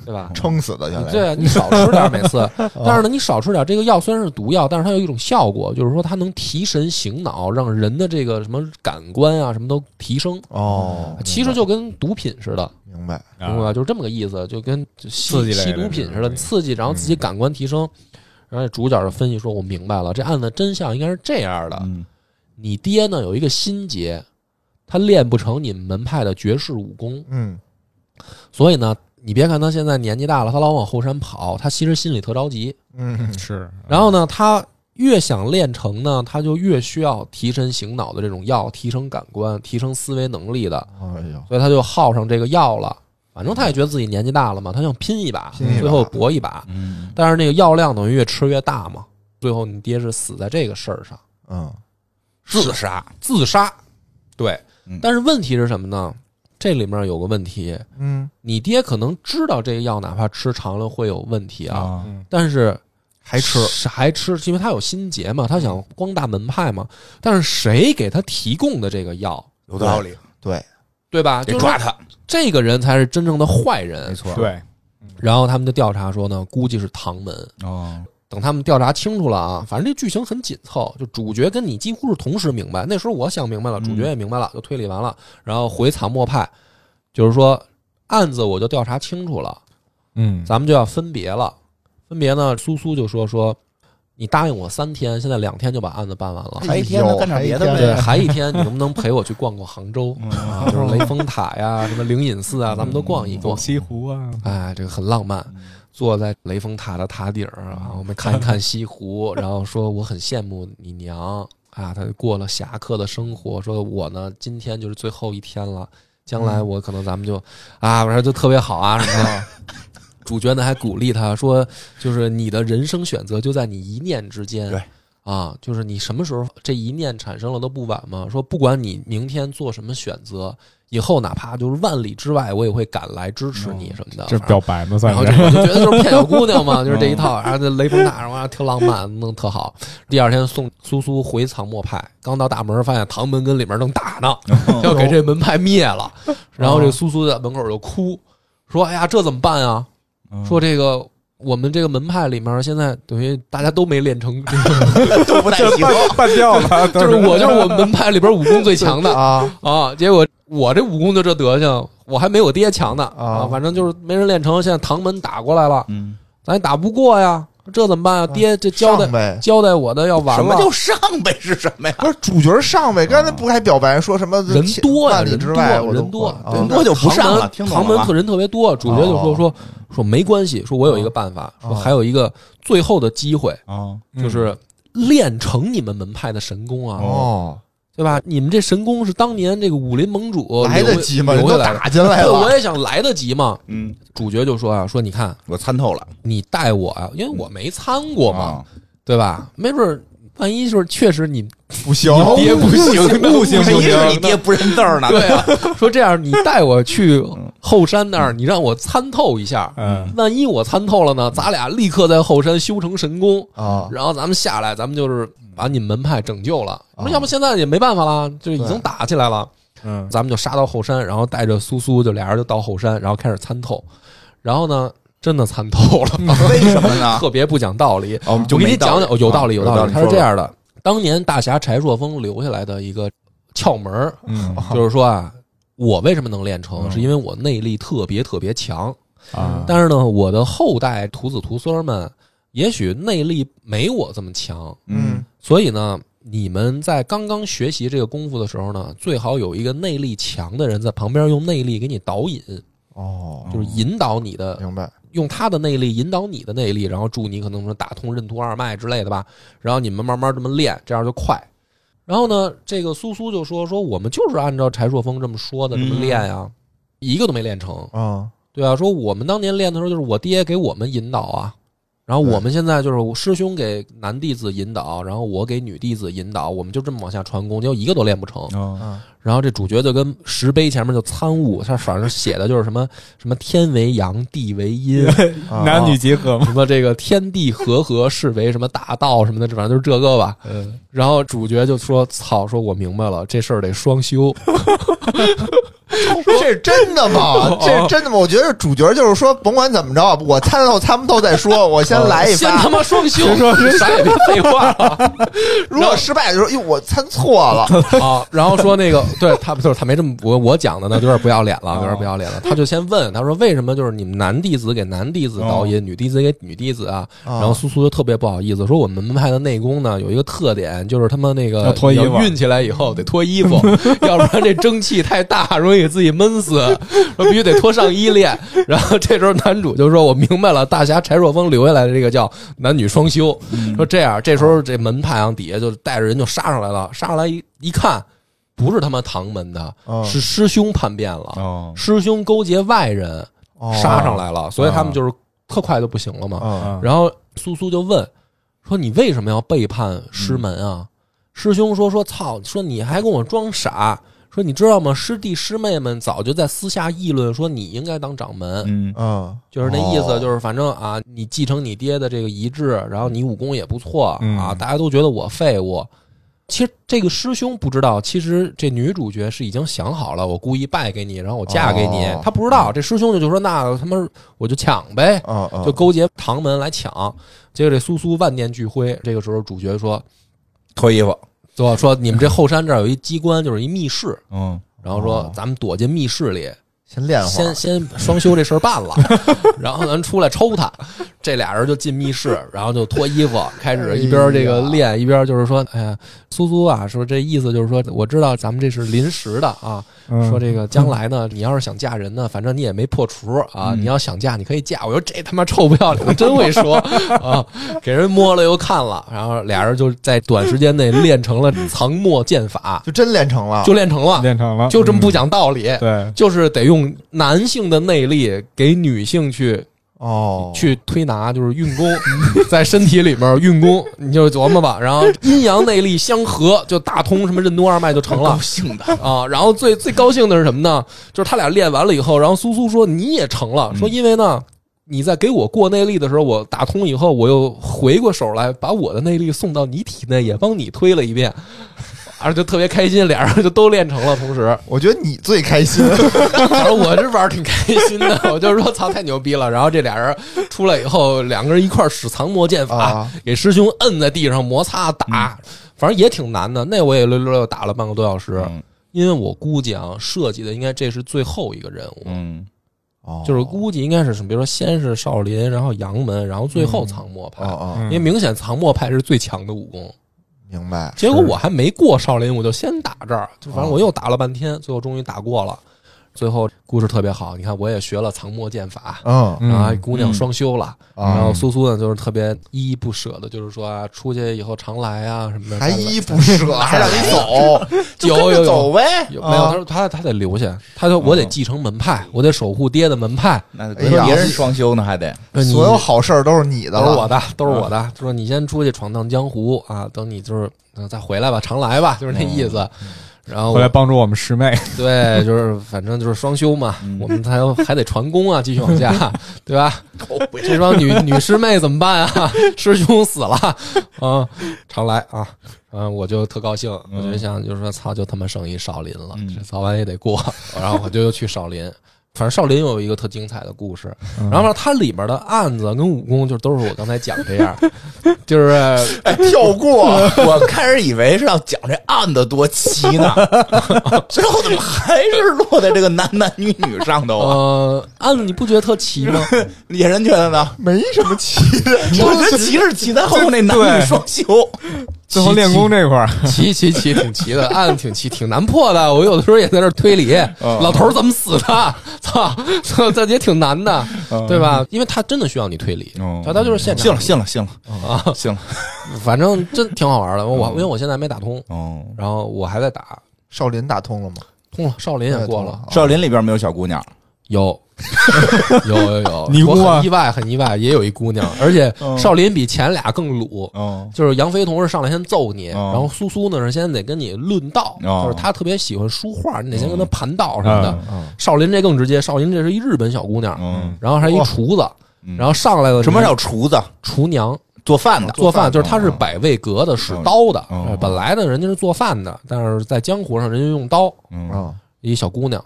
Speaker 1: 对吧？
Speaker 3: 撑死的原来，
Speaker 1: 对啊，你少吃点儿每
Speaker 4: *laughs*
Speaker 1: 次，但是呢，你少吃点儿这个药虽然是毒药，但是它有一种效果，就是说它能提神醒脑，让人的这个什么感官啊什么都提升。
Speaker 3: 哦，
Speaker 1: 其实就跟毒品似的，
Speaker 3: 明白，
Speaker 1: 明白吧？就是这么个意思，就跟就吸
Speaker 4: 啊刺激类的
Speaker 1: 吸毒品似的，
Speaker 4: 嗯
Speaker 1: 刺激，然后自己感官提升。然后主角就分析说：“我明白了，这案子真相应该是这样的。
Speaker 4: 嗯
Speaker 1: 你爹呢有一个心结，他练不成你们门派的绝世武功，
Speaker 3: 嗯
Speaker 1: 所以呢，你别看他现在年纪大了，他老往后山跑，他其实心里特着急。
Speaker 3: 嗯
Speaker 4: 是，
Speaker 1: 然后呢，他越想练成呢，他就越需要提神醒脑的这种药，提升感官、提升思维能力的，
Speaker 3: 哎呦，
Speaker 1: 所以他就耗上这个药了。反正他也觉得自己年纪大了嘛，他想拼一把，
Speaker 3: 拼一把
Speaker 1: 最后搏一把。
Speaker 4: 嗯
Speaker 1: 但是那个药量等于越吃越大嘛，最后你爹是死在这个事儿上，
Speaker 3: 嗯
Speaker 1: 自
Speaker 2: 杀，
Speaker 1: 自杀。对
Speaker 2: 嗯，
Speaker 1: 但是问题是什么呢？这里面有个问题，
Speaker 3: 嗯
Speaker 1: 你爹可能知道这个药，哪怕吃长了会有问题啊，
Speaker 4: 啊
Speaker 3: 嗯，
Speaker 1: 但是
Speaker 3: 还吃，
Speaker 1: 是还吃，因为他有心结嘛，他想光大门派嘛。但是谁给他提供的这个药，
Speaker 2: 有
Speaker 3: 道
Speaker 2: 理，
Speaker 3: 对，
Speaker 1: 对吧？
Speaker 2: 得
Speaker 1: 就是
Speaker 2: 抓
Speaker 1: 说
Speaker 2: 他，
Speaker 1: 这个人才是真正的坏人。
Speaker 2: 错，
Speaker 4: 对
Speaker 1: 然后他们就调查说呢，估计是唐门。
Speaker 4: 哦，
Speaker 1: 等他们调查清楚了啊，反正这剧情很紧凑，就主角跟你几乎是同时明白。那时候我想明白了，
Speaker 4: 嗯
Speaker 1: 主角也明白了，就推理完了，然后回藏墨派，就是说案子我就调查清楚了，
Speaker 4: 嗯
Speaker 1: 咱们就要分别了。分别呢，苏苏就说说，你答应我三天，现在两天就把案子办完了。
Speaker 2: 还一天呢
Speaker 3: 哎呦
Speaker 2: 干点别的
Speaker 3: 还一
Speaker 1: 对，
Speaker 3: 天
Speaker 2: 呗
Speaker 1: 还一天，你能不能陪我去逛逛杭州？啊，就是雷峰塔呀，什么灵隐寺啊，咱们都逛一逛。
Speaker 4: 西湖啊，
Speaker 1: 哎，这个很浪漫，坐在雷峰塔的塔顶儿啊，
Speaker 4: 嗯
Speaker 1: 我们看一看西
Speaker 4: *laughs*
Speaker 1: 湖，然后说我很羡慕你娘啊，她过了侠客的生活，说我呢今天就是最后一天了，将来
Speaker 4: 嗯
Speaker 1: 我可能咱们就啊，我说就特别好啊什么
Speaker 4: *laughs*
Speaker 1: 的。主角呢还鼓励他说，就是你的人生选择就在你一念之间。
Speaker 2: 对
Speaker 1: 啊，就是你什么时候这一念产生了都不晚嘛。说不管你明天做什么选择，以后哪怕就是万里之外，我也会赶来支持你什么的。
Speaker 4: 哦
Speaker 1: 啊
Speaker 4: 这表白吗？算
Speaker 1: 然后
Speaker 4: 是
Speaker 1: 就我就觉得就是骗小姑娘嘛，就是这一套。啊然后这雷峰塔上哇，特浪漫，弄特好。第二天送苏苏回藏墨派，刚到大门，发现唐门跟里面正打呢，要给这门派灭了。然后这苏苏在门口就哭，说：“哎呀，这怎么办啊？说这个我们这个门派里面现在等于大家都没练成，
Speaker 2: 都嗯不带
Speaker 4: 这
Speaker 2: 行。
Speaker 4: *laughs* 半半吊了，
Speaker 1: 就是我就是我们门派里边武功最强的
Speaker 3: 啊，
Speaker 1: 啊，结果我这武功就这德行，我还没我爹强呢
Speaker 3: 啊
Speaker 1: 啊，反正就是没人练成。现在唐门打过来了，
Speaker 2: 嗯，
Speaker 1: 咱也打不过呀，这怎么办啊？爹这交
Speaker 3: 嗯上
Speaker 1: 代
Speaker 3: 呗，
Speaker 1: 交代我的要完
Speaker 2: *laughs* 什
Speaker 1: 了
Speaker 2: 么，叫上呗？是什么呀？
Speaker 3: 不是主角上呗，刚才不还表白说什么
Speaker 1: 啊人多呀，
Speaker 3: 万里
Speaker 1: 人
Speaker 3: 之外，
Speaker 1: 多
Speaker 3: 我都
Speaker 1: 人多
Speaker 3: 啊
Speaker 2: 人多就不上了听懂了
Speaker 1: 唐
Speaker 2: 吧
Speaker 1: 门特人特别多，主角就说
Speaker 3: 哦
Speaker 1: 说说没关系，说我有一个办法，说
Speaker 3: 哦嗯
Speaker 1: 还有一个最后的机会，
Speaker 2: 啊，
Speaker 1: 就是练成你们门派的神功啊。
Speaker 3: 哦，
Speaker 1: 对吧？你们这神功是当年这个武林盟主
Speaker 3: 来得及吗？人
Speaker 1: 留下
Speaker 3: 都
Speaker 1: 来的
Speaker 3: 打进
Speaker 1: *laughs*
Speaker 3: 来
Speaker 1: 对，我
Speaker 3: 了，
Speaker 1: 也想来得及嘛。
Speaker 2: 嗯，
Speaker 1: 主角就说啊，说你看
Speaker 2: 我参透了，
Speaker 1: 你带我啊，因为我没参过嘛，
Speaker 3: 哦
Speaker 2: 啊
Speaker 1: 对吧？没准儿万一就是确实你
Speaker 3: 不行，
Speaker 4: 爹不行不行
Speaker 2: 万
Speaker 4: 不
Speaker 2: 一
Speaker 4: 行，
Speaker 2: 是你爹不认字儿呢？
Speaker 1: *laughs* 对啊，说这样你带我去后山那儿，你让我参透一下。
Speaker 4: 嗯
Speaker 1: 万一我参透了呢，咱俩立刻在后山修成神功，
Speaker 3: 啊，
Speaker 1: 然后咱们下来，咱们就是把你们门派拯救了。
Speaker 3: 啊
Speaker 1: 要不现在也没办法啦，就已经打起来了。
Speaker 4: 嗯
Speaker 1: 咱们就杀到后山，然后带着苏苏，就俩人就到后山，然后开始参透。然后呢，真的参透了，
Speaker 2: 为什么
Speaker 1: *laughs*
Speaker 2: 呢？
Speaker 1: 特别不讲道理。
Speaker 2: 哦，
Speaker 1: 我给你讲讲，哦有道理，
Speaker 2: 有
Speaker 1: 道
Speaker 2: 理。
Speaker 1: 他是这，样的：当年大侠柴硕峰留下来的一个窍门儿，
Speaker 4: 嗯
Speaker 1: 就是说啊，我为什么能练成，
Speaker 4: 嗯
Speaker 1: 是因为我内力特别特别强。
Speaker 4: 啊，
Speaker 1: 但是呢，我的后代徒子徒孙儿们，也许内力没我这么强，
Speaker 3: 嗯，
Speaker 1: 所以呢，你们在刚刚学习这个功夫的时候呢，最好有一个内力强的人在旁边用内力给你导引，
Speaker 3: 哦，
Speaker 1: 就是引导你的，
Speaker 3: 明白，
Speaker 1: 用他的内力引导你的内力，然后助你可能说打通任督二脉之类的吧。然后你们慢慢这么练，这样就快。然后呢，这个苏苏就说说我们就是按照柴硕峰这么说的这么练呀、一个都没练成。 *laughs*
Speaker 3: 嗯，
Speaker 1: 对啊，说我们当年练的时候，就是我爹给我们引导啊，然后我们现在就是师兄给男弟子引导，然后我给女弟子引导，我们就这么往下传功，结果一个都练不成。
Speaker 4: 嗯
Speaker 3: 啊，
Speaker 1: 然后这主角就跟石碑前面就参悟，他反正写的就是什么什么天为阳，地为阴，
Speaker 3: 啊
Speaker 4: 男女结合嘛，
Speaker 1: 什么这个天地合合是为什么大道什么的，这反正就是这个吧。
Speaker 4: 嗯，
Speaker 1: 然后主角就说：“操，说我明白了，这事儿得双修。
Speaker 3: 这是真的
Speaker 1: *laughs*
Speaker 3: 吗？这是真的吗？我觉得主角就是说，甭管怎么着，我参透参不透再
Speaker 1: *laughs*
Speaker 3: 说，我先来一
Speaker 1: 先
Speaker 3: 发
Speaker 1: 他。妈双修，啥也别废话了
Speaker 3: 如果失败的时候，哟，我参错
Speaker 1: *laughs*
Speaker 3: 了，
Speaker 1: 啊。”然后说那
Speaker 4: *laughs*
Speaker 1: 个，对他就是他没这么我我讲的呢，有点不要脸
Speaker 4: 哦
Speaker 1: 了，有点不要脸了。他就先问他说：“为什么就是你们男弟子给男弟子
Speaker 4: 哦
Speaker 1: 导引，女弟子给女弟子啊？”
Speaker 3: 啊
Speaker 1: 然后苏苏就特别不好意思说：“我们门派的内功呢，有一个特点，就是他妈那个
Speaker 4: 要脱衣服
Speaker 1: 熨起来以后得脱衣服， *laughs* 要不然这蒸汽太大，容易给自己闷死。 *laughs* 说必须得脱上衣练。” *laughs* 然后这时候男主就说：“我明白了，大侠柴若风留下来的这个叫男女双修。”说这样，这时候这门派上底下就带着人就杀上来了，杀上来一一看，不是他妈唐门的，
Speaker 3: 嗯
Speaker 1: 是师兄叛变了，
Speaker 4: 哦，
Speaker 1: 师兄勾结外人
Speaker 3: 哦
Speaker 1: 杀上来了，所以他们就是特快就不行了嘛。
Speaker 3: 嗯
Speaker 4: 啊
Speaker 1: 然后苏苏就问说：“你为什么要背叛师门
Speaker 3: 嗯
Speaker 1: 啊？”师兄说：“说操，说你还跟我装傻，说你知道吗？师弟师妹们早就在私下议论说你应该当掌门，
Speaker 4: 嗯
Speaker 3: 嗯，
Speaker 1: 就是那意思，
Speaker 3: 哦
Speaker 1: 就是反正啊，你继承你爹的这个遗志，然后你武功也不错
Speaker 4: 嗯
Speaker 1: 啊，大家都觉得我废物。其实这个师兄不知道，其实这女主角是已经想好了，我故意败给你，然后我嫁给你
Speaker 3: 哦。
Speaker 1: 她不知道，这师兄就就说那他妈我就抢呗，
Speaker 3: 嗯嗯，
Speaker 1: 就勾结唐门来抢。结果这苏苏万念俱灰。这个时候主角说
Speaker 2: 脱衣服，
Speaker 1: 说说你们这后山这儿有一机关，就是一密室，
Speaker 4: 嗯，
Speaker 1: 然后说
Speaker 3: 哦
Speaker 1: 咱们躲进密室里，
Speaker 3: 先练会
Speaker 1: 先
Speaker 3: 儿，
Speaker 1: 先双休这事儿办了，然后咱出来抽他。这俩人就进密室，然后就脱衣服，开始一边这个练，一边就是说，哎呀，苏苏啊，说这意思就是说，我知道咱们这是临时的啊，
Speaker 4: 嗯
Speaker 1: 说这个将来呢，你要是想嫁人呢，反正你也没破除啊，
Speaker 4: 嗯
Speaker 1: 你要想嫁，你可以嫁。我说这他妈臭不要脸的，真会说啊，给人摸了又看了，然后俩人就在短时间内练成了藏墨剑法，
Speaker 3: 就真练成了，
Speaker 1: 就练成了，
Speaker 4: 啊练成嗯了，
Speaker 1: 就这么不讲道理。
Speaker 4: 对，
Speaker 1: 就是得用男性的内力给女性去
Speaker 3: 哦，
Speaker 1: 去推拿，就是运功， *laughs* 在身体里面运功，你就琢磨吧。然后阴阳内力相合，就打通什么任督二脉就成了
Speaker 2: 高兴的，
Speaker 1: 啊。然后最最高兴的是什么呢？就是他俩练完了以后，然后苏苏说你也成了，
Speaker 2: 嗯
Speaker 1: 说因为呢。你在给我过内力的时候，我打通以后，我又回过手来，把我的内力送到你体内，也帮你推了一遍，而就特别开心，俩人就都练成了。同时，
Speaker 3: 我觉得你最开心，
Speaker 1: *laughs* 反正我这玩儿挺开心的，我就是说，操，太牛逼了。然后这俩人出来以后，两个人一块儿使藏魔剑法，
Speaker 3: 啊
Speaker 1: 给师兄摁在地上摩擦打，反正也挺难的。那我也溜溜溜打了半个多小时，
Speaker 2: 嗯
Speaker 1: 因为我估计啊，设计的应该这是最后一个任务，
Speaker 2: 嗯，
Speaker 3: 哦
Speaker 1: 就是估计应该是什么，比如说先是少林，然后阳门，然后最后藏魔派。
Speaker 3: 哦哦，
Speaker 1: 因为明显藏魔派是最强的武功，
Speaker 3: 明白，
Speaker 1: 结果我还没过少林，我就先打这儿，就反
Speaker 3: 哦
Speaker 1: 正我又打了半天，最后终于打过了。最后故事特别好，你看我也学了藏墨剑法，
Speaker 3: 嗯
Speaker 1: 然后姑娘双修了，
Speaker 3: 嗯
Speaker 1: 然后苏苏呢就是特别依依不舍的，就是说啊，出去以后常来啊什么的。
Speaker 3: 还依依不舍， *laughs* 还让你走，
Speaker 1: 哦有
Speaker 3: 就跟
Speaker 1: 有
Speaker 3: 着
Speaker 1: 有
Speaker 3: 走呗，
Speaker 1: 有
Speaker 3: 啊
Speaker 1: 没有？他说他他得留下，他说我得继承门派，我得守护爹的门派。
Speaker 2: 那
Speaker 3: 哎呀
Speaker 2: 别人双休呢还得，
Speaker 1: 说你
Speaker 3: 所有好事儿都是你的
Speaker 1: 都是我
Speaker 3: 了，
Speaker 1: 的，都是我的。说你先出去闯荡江湖啊，等你就是嗯再回来吧，常来吧，就是
Speaker 3: 嗯
Speaker 1: 那意思。然后
Speaker 4: 回来帮助我们师妹，
Speaker 1: 对，就是反正就是双休嘛，我们还有还得传功啊，继续往下，对吧？这帮女女师妹怎么办啊？ *laughs* 师兄死了啊，常来啊，嗯，我就特高兴，我就想就是说，操，就他妈剩一少林了，这早晚也得过，然后我就又去少林。反正少林有一个特精彩的故事，然后它里面的案子跟武功就都是我刚才讲这样， *laughs* 就是
Speaker 2: 哎，跳过。我开始以为是要讲这案子多奇呢， *laughs* 最后怎么还是落在这个男男女女上头啊？
Speaker 1: 呃，案子你不觉得特奇吗？
Speaker 2: 野人觉得呢？
Speaker 3: 没什么奇的，
Speaker 2: *laughs* 我觉得奇是奇在后面那男女双修，
Speaker 4: 最后练功这块儿，
Speaker 2: *laughs*
Speaker 4: 嗯
Speaker 1: 奇奇奇，挺奇的，案挺奇，挺难破的。我有的时候也在这儿推
Speaker 2: *laughs*
Speaker 1: 理，
Speaker 2: 啊
Speaker 1: 老头儿怎么死的？操，操这也挺难
Speaker 2: 啊
Speaker 1: 的，对吧？因为他真的需要你推理
Speaker 4: 哦，
Speaker 1: 他他就是现
Speaker 2: 信
Speaker 1: 场
Speaker 2: 了，，信了，信了啊，信了。
Speaker 1: 反正真挺好玩的。
Speaker 2: 嗯
Speaker 1: 我因为我现在还没打通，
Speaker 2: 哦，
Speaker 1: 然后我还在打，
Speaker 3: 少林打通了吗？
Speaker 1: 通了，少林也过
Speaker 3: 哎
Speaker 2: 嗯
Speaker 1: 了，
Speaker 3: 通
Speaker 2: 少林里边没有小姑娘， *laughs*
Speaker 1: 有有有有，
Speaker 4: 尼姑
Speaker 1: 我
Speaker 4: 啊
Speaker 1: 很意外，很意外，也有一姑娘，而且少林比前俩更鲁。
Speaker 2: 嗯
Speaker 1: 就是杨飞同是上来先揍你，
Speaker 2: 哦
Speaker 1: 然后苏苏呢是先得跟你论道，
Speaker 2: 哦
Speaker 1: 就是他特别喜欢书画，你得先跟他盘道什么的。
Speaker 3: 嗯，
Speaker 1: 少林这更直接，少林这是一日本小姑娘，
Speaker 2: 嗯，
Speaker 1: 然后还一厨子，然后上来了
Speaker 2: 什么叫厨子？
Speaker 1: 厨娘嗯
Speaker 2: 做饭的，嗯
Speaker 1: 做饭，就是她是百味阁的，使刀的。
Speaker 2: 哦
Speaker 1: 呃本来的人家是做饭的，但是在江湖上人家用刀，
Speaker 2: 嗯
Speaker 3: 啊
Speaker 1: 一小姑娘。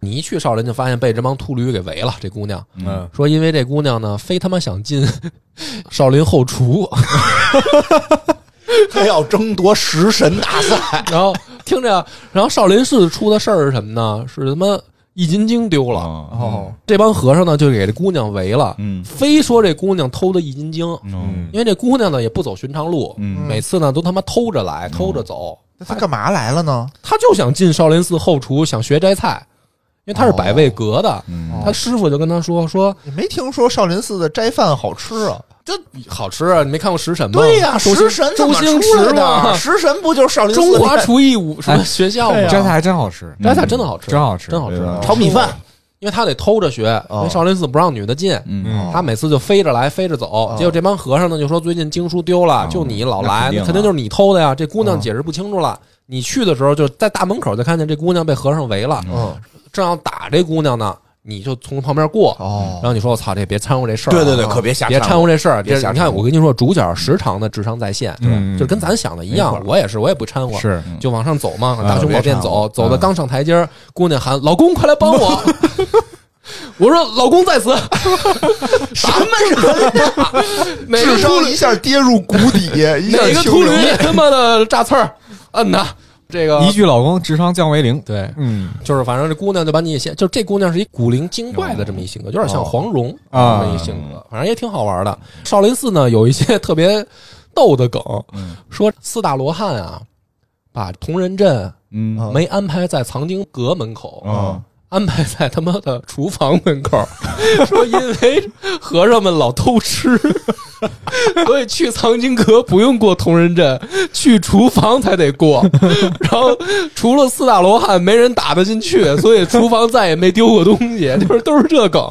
Speaker 1: 你一去少林就发现被这帮秃驴给围了。这姑娘
Speaker 2: 嗯，
Speaker 1: 说，因为这姑娘呢，非他妈想进 *laughs* 少林后
Speaker 2: *laughs*
Speaker 1: 厨，
Speaker 2: 他要争夺食神大赛，
Speaker 1: 然后听着呀，然后少林寺出的事儿是什么呢？是他妈易筋经丢了，
Speaker 3: 嗯
Speaker 2: 哦，
Speaker 1: 这帮和尚呢就给这姑娘围了，
Speaker 2: 嗯
Speaker 1: 非说这姑娘偷的易筋经，
Speaker 2: 嗯
Speaker 1: 因为这姑娘呢也不走寻常路，
Speaker 2: 嗯
Speaker 1: 每次呢都他妈偷着来，偷着走，
Speaker 3: 那他干嘛来了呢？
Speaker 1: 她就想进少林寺后厨，想学斋菜，因为她是百味阁的，
Speaker 2: 嗯
Speaker 1: 她师傅就跟她说说
Speaker 3: 也没听说少林寺的斋饭好吃啊，
Speaker 1: 这好吃啊，你没看过食神吗？
Speaker 2: 对呀，
Speaker 1: 周
Speaker 2: 食
Speaker 1: 星
Speaker 2: 神怎
Speaker 1: 周
Speaker 2: 么
Speaker 1: 星
Speaker 2: 出来
Speaker 1: 驰
Speaker 2: 的？
Speaker 1: 吗？
Speaker 2: 食神不就是少林寺
Speaker 1: 中华
Speaker 2: 那
Speaker 1: 厨艺五什么学校吗？
Speaker 2: 对啊
Speaker 4: 这菜还真好吃，
Speaker 1: 斋
Speaker 2: 嗯
Speaker 1: 菜真的好吃，
Speaker 4: 真好吃，
Speaker 1: 真好吃
Speaker 2: 个，炒米饭？
Speaker 1: 因为他得偷着学，
Speaker 2: 哦
Speaker 1: 因为少林寺不让女的进。
Speaker 2: 嗯
Speaker 1: 他每次就飞着来，飞着走，结果这帮和尚呢就说最近经书丢了，就你老来，
Speaker 2: 那肯定
Speaker 1: 那
Speaker 2: 啊嗯
Speaker 1: 肯定就是你偷的呀。这姑娘解释不清楚了，你去的时候就在大门口就看见这姑娘被和尚围了，
Speaker 3: 嗯
Speaker 1: 正要打这姑娘呢，你就从旁边过，
Speaker 3: 哦
Speaker 1: 然，后你说我操，这别掺和这事儿啊，
Speaker 2: 对对对，
Speaker 1: 啊
Speaker 2: 可别瞎
Speaker 1: 别掺和这事儿，
Speaker 2: 别
Speaker 1: 这
Speaker 2: 瞎掺
Speaker 1: 你
Speaker 2: 和
Speaker 1: 看我跟你说，主角时常的智商在线，
Speaker 4: 嗯
Speaker 1: 就跟咱想的一样，我也是，我也不掺和，
Speaker 4: 是
Speaker 1: 就往上走嘛，
Speaker 2: 嗯
Speaker 1: 大胸
Speaker 2: 别
Speaker 1: 往前
Speaker 2: 掺
Speaker 1: 走
Speaker 2: 和，
Speaker 1: 走到刚上台阶儿，姑娘喊：“老公，快来帮我！” *laughs* 我说：“老公在此。” *laughs* 什么人啊？哪
Speaker 3: 智
Speaker 1: 个秃
Speaker 3: 商
Speaker 1: 驴？
Speaker 3: 一下跌入谷底，一下
Speaker 1: 哪个
Speaker 3: 停
Speaker 1: 秃驴
Speaker 3: 留
Speaker 1: *laughs* 他妈的炸刺儿？摁他！这个
Speaker 4: 一句老公智商降为零，
Speaker 1: 对，
Speaker 4: 嗯
Speaker 1: 就是反正这姑娘就把你先，就这姑娘是一古灵精怪的这么一性格，有点像黄蓉
Speaker 4: 啊
Speaker 1: 这么一性格，反正也挺好玩的。少林寺呢有一些特别逗的梗，说四大罗汉啊，把同仁阵
Speaker 2: 嗯
Speaker 1: 没安排在藏经阁门口，
Speaker 2: 嗯
Speaker 1: 安排在他妈的厨房门口， *laughs* 说因为和尚们老偷吃， *laughs* 所以去藏经阁不用过同仁阵，去厨房才得过。 *laughs* 然后除了四大罗汉，没人打得进去，所以厨房再也没丢过东西，就是都是这梗。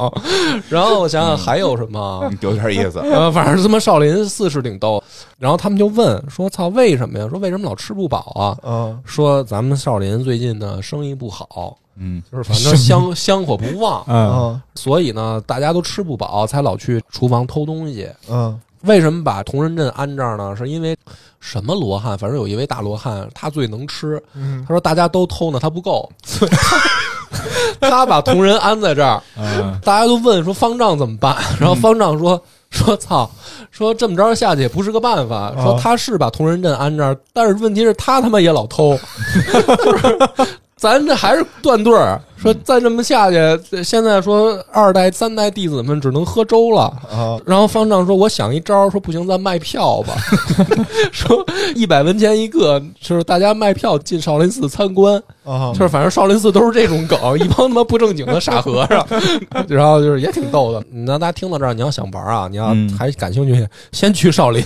Speaker 1: 然后我想想还有什么。
Speaker 2: 嗯有点意思，
Speaker 1: 呃，反正他妈少林寺是挺逗，然后他们就问说：“操，为什么呀？说为什么老吃不饱啊？”
Speaker 3: 嗯
Speaker 1: 说咱们少林最近呢生意不好，
Speaker 2: 嗯
Speaker 1: 就是反正啊香香火不旺，
Speaker 4: 嗯
Speaker 3: 嗯
Speaker 1: 所以呢大家都吃不饱，才老去厨房偷东西。
Speaker 3: 嗯
Speaker 1: 为什么把同仁镇安这儿呢？是因为什么罗汉？反正有一位大罗汉，他最能吃。
Speaker 3: 嗯
Speaker 1: 他说大家都偷呢，他不够， *laughs* 所以他他把同仁安在这儿。
Speaker 4: 嗯，
Speaker 1: 大家都问说方丈怎么办？然后方丈说。说操，说这么着下去也不是个办法。说他是把同仁镇安这儿，但是问题是他他妈也老偷， *laughs* 就是咱这还是断队儿。说再这么下去，现在说二代三代弟子们只能喝粥了。
Speaker 3: 啊
Speaker 1: 然后方丈说：“我想一招，说不行，咱卖票吧。说一百文钱一个，就是大家卖票进少林寺参观。
Speaker 3: 啊
Speaker 1: 就是反正少林寺都是这种梗，一帮他妈不正经的傻和尚， *laughs* 然后就是也挺逗的。那大家听到这儿，你要想玩啊，你要
Speaker 2: 嗯
Speaker 1: 还感兴趣，先去少林，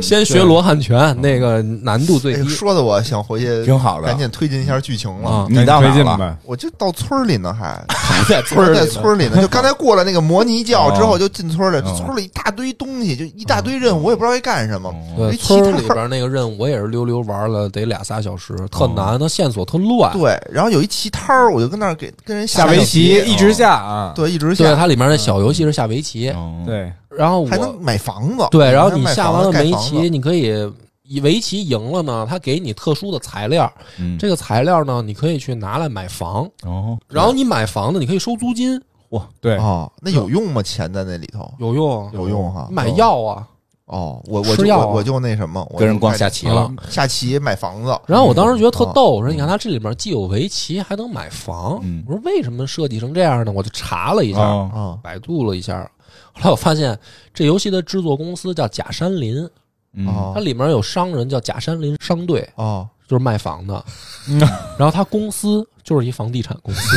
Speaker 1: 先学罗汉拳，那个难度最
Speaker 3: 哎
Speaker 1: 低
Speaker 3: 呦说的我想回去
Speaker 2: 挺好的
Speaker 3: 赶紧推进一下剧情了。
Speaker 1: 啊。
Speaker 2: 你到
Speaker 4: 推
Speaker 2: 哪
Speaker 4: 进
Speaker 2: 了？
Speaker 4: 吧，
Speaker 3: 我就到村儿里呢，
Speaker 1: *laughs*
Speaker 3: 哎还
Speaker 1: 还在村儿
Speaker 3: 在
Speaker 1: 里呢
Speaker 3: 村儿里呢。就刚才过了那个摩尼教之后，
Speaker 2: 哦
Speaker 3: 就进村儿了。
Speaker 2: 哦
Speaker 3: 村儿里一大堆东西，就一大堆
Speaker 1: 哦
Speaker 3: 任务，我也不知道该干什
Speaker 2: 嗯
Speaker 3: 么。
Speaker 1: 对
Speaker 3: 哎
Speaker 1: 村儿里
Speaker 3: 其他
Speaker 1: 边那个任务，我也是溜溜玩了得俩仨小时，特难，那线索特乱。
Speaker 3: 对，然后有一棋摊儿，我就跟那儿给跟人
Speaker 4: 下围
Speaker 3: 围
Speaker 4: 棋
Speaker 3: 棋，
Speaker 4: 一直下
Speaker 1: 哦
Speaker 4: 啊，
Speaker 3: 对，一直
Speaker 1: 对，
Speaker 3: 下，
Speaker 1: 它里面那小游戏是下围棋，
Speaker 2: 对，
Speaker 4: 对，
Speaker 1: 然后
Speaker 3: 还
Speaker 1: 我
Speaker 3: 能买房子。
Speaker 1: 对，然后
Speaker 3: 还能
Speaker 1: 你
Speaker 3: 买
Speaker 1: 下
Speaker 3: 房
Speaker 1: 完
Speaker 3: 子
Speaker 1: 了
Speaker 3: 盖
Speaker 1: 围
Speaker 3: 房
Speaker 1: 棋，
Speaker 3: 子
Speaker 1: 你可以以围棋赢了呢，它给你特殊的材料，
Speaker 2: 嗯
Speaker 1: 这个材料呢，你可以去拿来买房，
Speaker 2: 哦，
Speaker 1: 然后你买房子你可以收租金，
Speaker 4: 对，
Speaker 3: 哦，那有用吗？钱在那里头
Speaker 1: 嗯有用啊，
Speaker 3: 有用哈。
Speaker 1: 买药啊。
Speaker 3: 哦，我我
Speaker 1: 吃
Speaker 3: 就
Speaker 1: 药啊
Speaker 3: 我我就那什么，我
Speaker 2: 跟
Speaker 3: 就
Speaker 2: 人光
Speaker 3: 买嗯
Speaker 2: 下棋了，
Speaker 3: 下棋买房子。
Speaker 1: 然后我当时觉得特
Speaker 3: 嗯
Speaker 1: 逗，我说你看它这里面既有围棋，还能买房
Speaker 2: 嗯，
Speaker 1: 我说为什么设计成这样呢？我就查了一下，
Speaker 2: 哦
Speaker 3: 啊
Speaker 1: 百度了一下，后来我发现这游戏的制作公司叫假山林，
Speaker 2: 嗯
Speaker 1: 它
Speaker 3: 哦
Speaker 1: 里面有商人叫假山林商队，
Speaker 3: 哦，
Speaker 1: 就是卖房的 *laughs*
Speaker 4: 嗯，
Speaker 1: 然后他公司就是一房地产公司，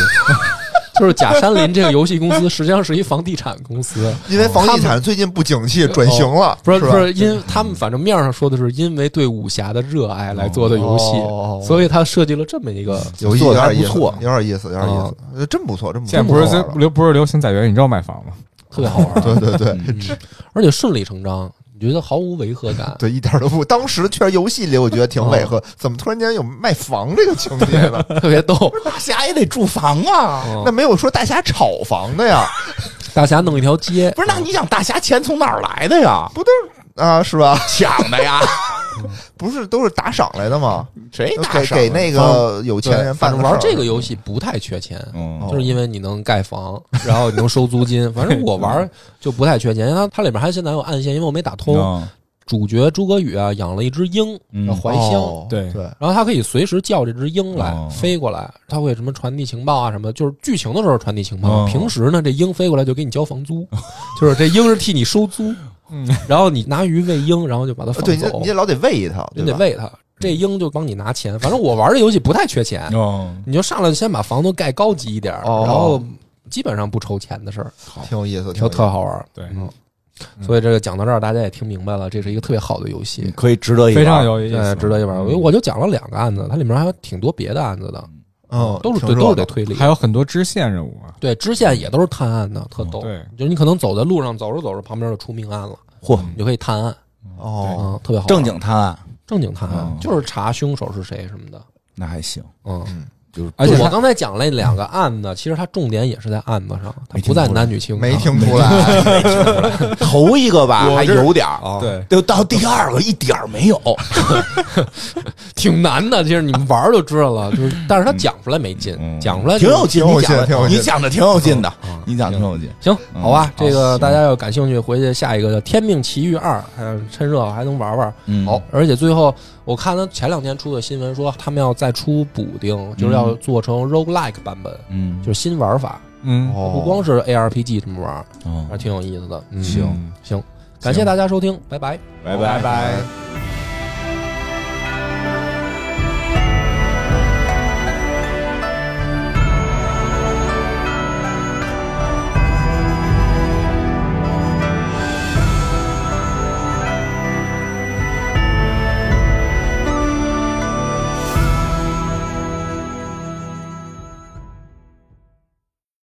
Speaker 1: 就是假山林这个游戏公司实际上是一房地产公司，
Speaker 3: 因为房地产最近不景气，转型了，
Speaker 1: 哦不是
Speaker 3: 是
Speaker 1: 不是因他们反正面上说的是因为对武侠的热爱来做的游戏，所以他设计了这么一个
Speaker 3: 有意
Speaker 2: 做
Speaker 3: 有
Speaker 2: 得还
Speaker 3: 点
Speaker 2: 不
Speaker 3: 意思，
Speaker 2: 错
Speaker 3: 有点意思，有点意
Speaker 1: 嗯
Speaker 3: 思，呃真不错，真不错。
Speaker 4: 现在不是
Speaker 3: 真
Speaker 4: 在
Speaker 3: 好玩
Speaker 4: 流不是流行在元宇宙买房吗？
Speaker 1: 特别好玩儿，嗯
Speaker 3: 对对对
Speaker 1: 而且顺理成章，你觉得毫无违和
Speaker 3: *laughs*
Speaker 1: 感。
Speaker 3: 对，一点都不。当时确实游戏里我觉得
Speaker 1: 嗯
Speaker 3: 挺违和，怎么突然间有卖房这个情节呢？
Speaker 1: 特别逗，
Speaker 2: 大侠也得住房啊，
Speaker 1: 嗯
Speaker 3: 那没有说大侠炒房的呀，
Speaker 1: 大侠弄一条街，
Speaker 2: 不是？那你想，大侠钱从哪儿来的呀？
Speaker 3: 啊，是吧？
Speaker 2: 抢的呀？
Speaker 3: 不是都是打赏来的吗？
Speaker 2: 谁打
Speaker 3: 给
Speaker 2: 赏
Speaker 3: 给那个有钱人
Speaker 1: 反
Speaker 3: 办
Speaker 1: 正
Speaker 3: 的事儿
Speaker 1: 玩这个游戏不太缺钱，
Speaker 2: 嗯
Speaker 1: 就是因为你能盖房，然后你能收租金。反正我玩就不太缺钱，因为它它里面还现在有暗线，因为我没打通。
Speaker 2: 嗯
Speaker 1: 主角诸葛宇啊，养了一只鹰
Speaker 2: 嗯
Speaker 1: 叫怀香，
Speaker 3: 哦
Speaker 4: 对
Speaker 3: 对，
Speaker 1: 然后他可以随时叫这只鹰来、
Speaker 2: 哦
Speaker 1: 飞过来，他会什么传递情报啊什么，就是剧情的时候传递情报，
Speaker 2: 哦
Speaker 1: 平时呢这鹰飞过来就给你交房租， *laughs* 就是这鹰是替你收租，
Speaker 4: 嗯
Speaker 1: 然后你拿鱼喂鹰，然后就把它放
Speaker 3: 哦对，你
Speaker 1: 走，
Speaker 3: 你得老得喂它，
Speaker 1: 你
Speaker 3: 对
Speaker 1: 得
Speaker 3: 吧？
Speaker 1: 喂它，这鹰就帮你拿钱。反正我玩这游戏不太缺钱，
Speaker 4: 哦，
Speaker 1: 你就上来先把房子盖高级一点，
Speaker 3: 哦
Speaker 1: 然后基本上不抽钱的事儿，
Speaker 3: 挺有意思，挺
Speaker 1: 就
Speaker 3: 有意思
Speaker 1: 特好玩儿。
Speaker 4: 对
Speaker 1: 嗯
Speaker 4: 嗯
Speaker 1: 所以这个讲到这儿，大家也听明白了，这是一个特别好的游戏，
Speaker 3: 嗯
Speaker 2: 可以啊值得一玩
Speaker 4: 非常有意
Speaker 1: 对，
Speaker 4: 思，
Speaker 1: 值得一玩儿。我我就讲了两个案子，它里面还有挺多别的案子的，
Speaker 3: 嗯，
Speaker 1: 都是
Speaker 3: 挺
Speaker 1: 对，
Speaker 3: 热
Speaker 1: 都是得
Speaker 3: 闹
Speaker 1: 推理
Speaker 4: 还。有很多支线任务啊，
Speaker 1: 对，支线也都是探案的，特逗。
Speaker 2: 嗯
Speaker 4: 对，
Speaker 1: 就是你可能走在路上，走着走着，旁边就出命案了，
Speaker 2: 嚯，
Speaker 1: 你就可以探案，
Speaker 3: 哦，
Speaker 1: 嗯，特别好玩。
Speaker 2: 正经探案
Speaker 1: 正经探案
Speaker 2: 嗯，
Speaker 1: 就是查凶手是谁什么的，
Speaker 2: 那还行，
Speaker 1: 嗯。
Speaker 2: 就是
Speaker 1: 而且
Speaker 2: 我
Speaker 1: 我刚才讲了两个案子，其实它重点也是在案子上，它
Speaker 2: 没
Speaker 1: 不
Speaker 2: 听
Speaker 1: 在
Speaker 2: 出来
Speaker 1: 男女情。啊
Speaker 3: 没听出来，
Speaker 2: 头一个 *laughs* 吧
Speaker 4: 我
Speaker 2: 还
Speaker 4: 这
Speaker 2: 有点儿，
Speaker 4: 对，
Speaker 2: 就到第二个一点儿没有，
Speaker 1: 挺难的，其实你们玩儿就知道了，就是，但是他讲出来没劲，
Speaker 2: 嗯
Speaker 1: 讲出来
Speaker 2: 挺
Speaker 1: 就
Speaker 2: 有劲，
Speaker 3: 挺有
Speaker 2: 你
Speaker 3: 劲
Speaker 2: 讲的
Speaker 3: 挺有
Speaker 2: 你讲的挺有
Speaker 3: 劲
Speaker 2: 劲的
Speaker 1: 嗯嗯，
Speaker 2: 你讲的挺有劲。
Speaker 1: 行，
Speaker 2: 嗯
Speaker 1: 好吧，
Speaker 2: 好
Speaker 1: 这个
Speaker 2: 行
Speaker 1: 大家要感兴趣，回去下一个叫《天命奇遇二》，还有趁热还能玩玩。
Speaker 2: 嗯
Speaker 1: 好，，而且最后我看他前两天出的新闻说，他们要再出补丁，就是要做成 roguelike 版本，
Speaker 2: 嗯，
Speaker 1: 就是新玩法，
Speaker 4: 嗯，
Speaker 1: 不光是 ARPG 这么玩，
Speaker 2: 哦
Speaker 1: 还挺有意思的。嗯
Speaker 2: 行
Speaker 1: 行，感谢大家收听，拜拜。
Speaker 2: 拜
Speaker 4: 拜拜。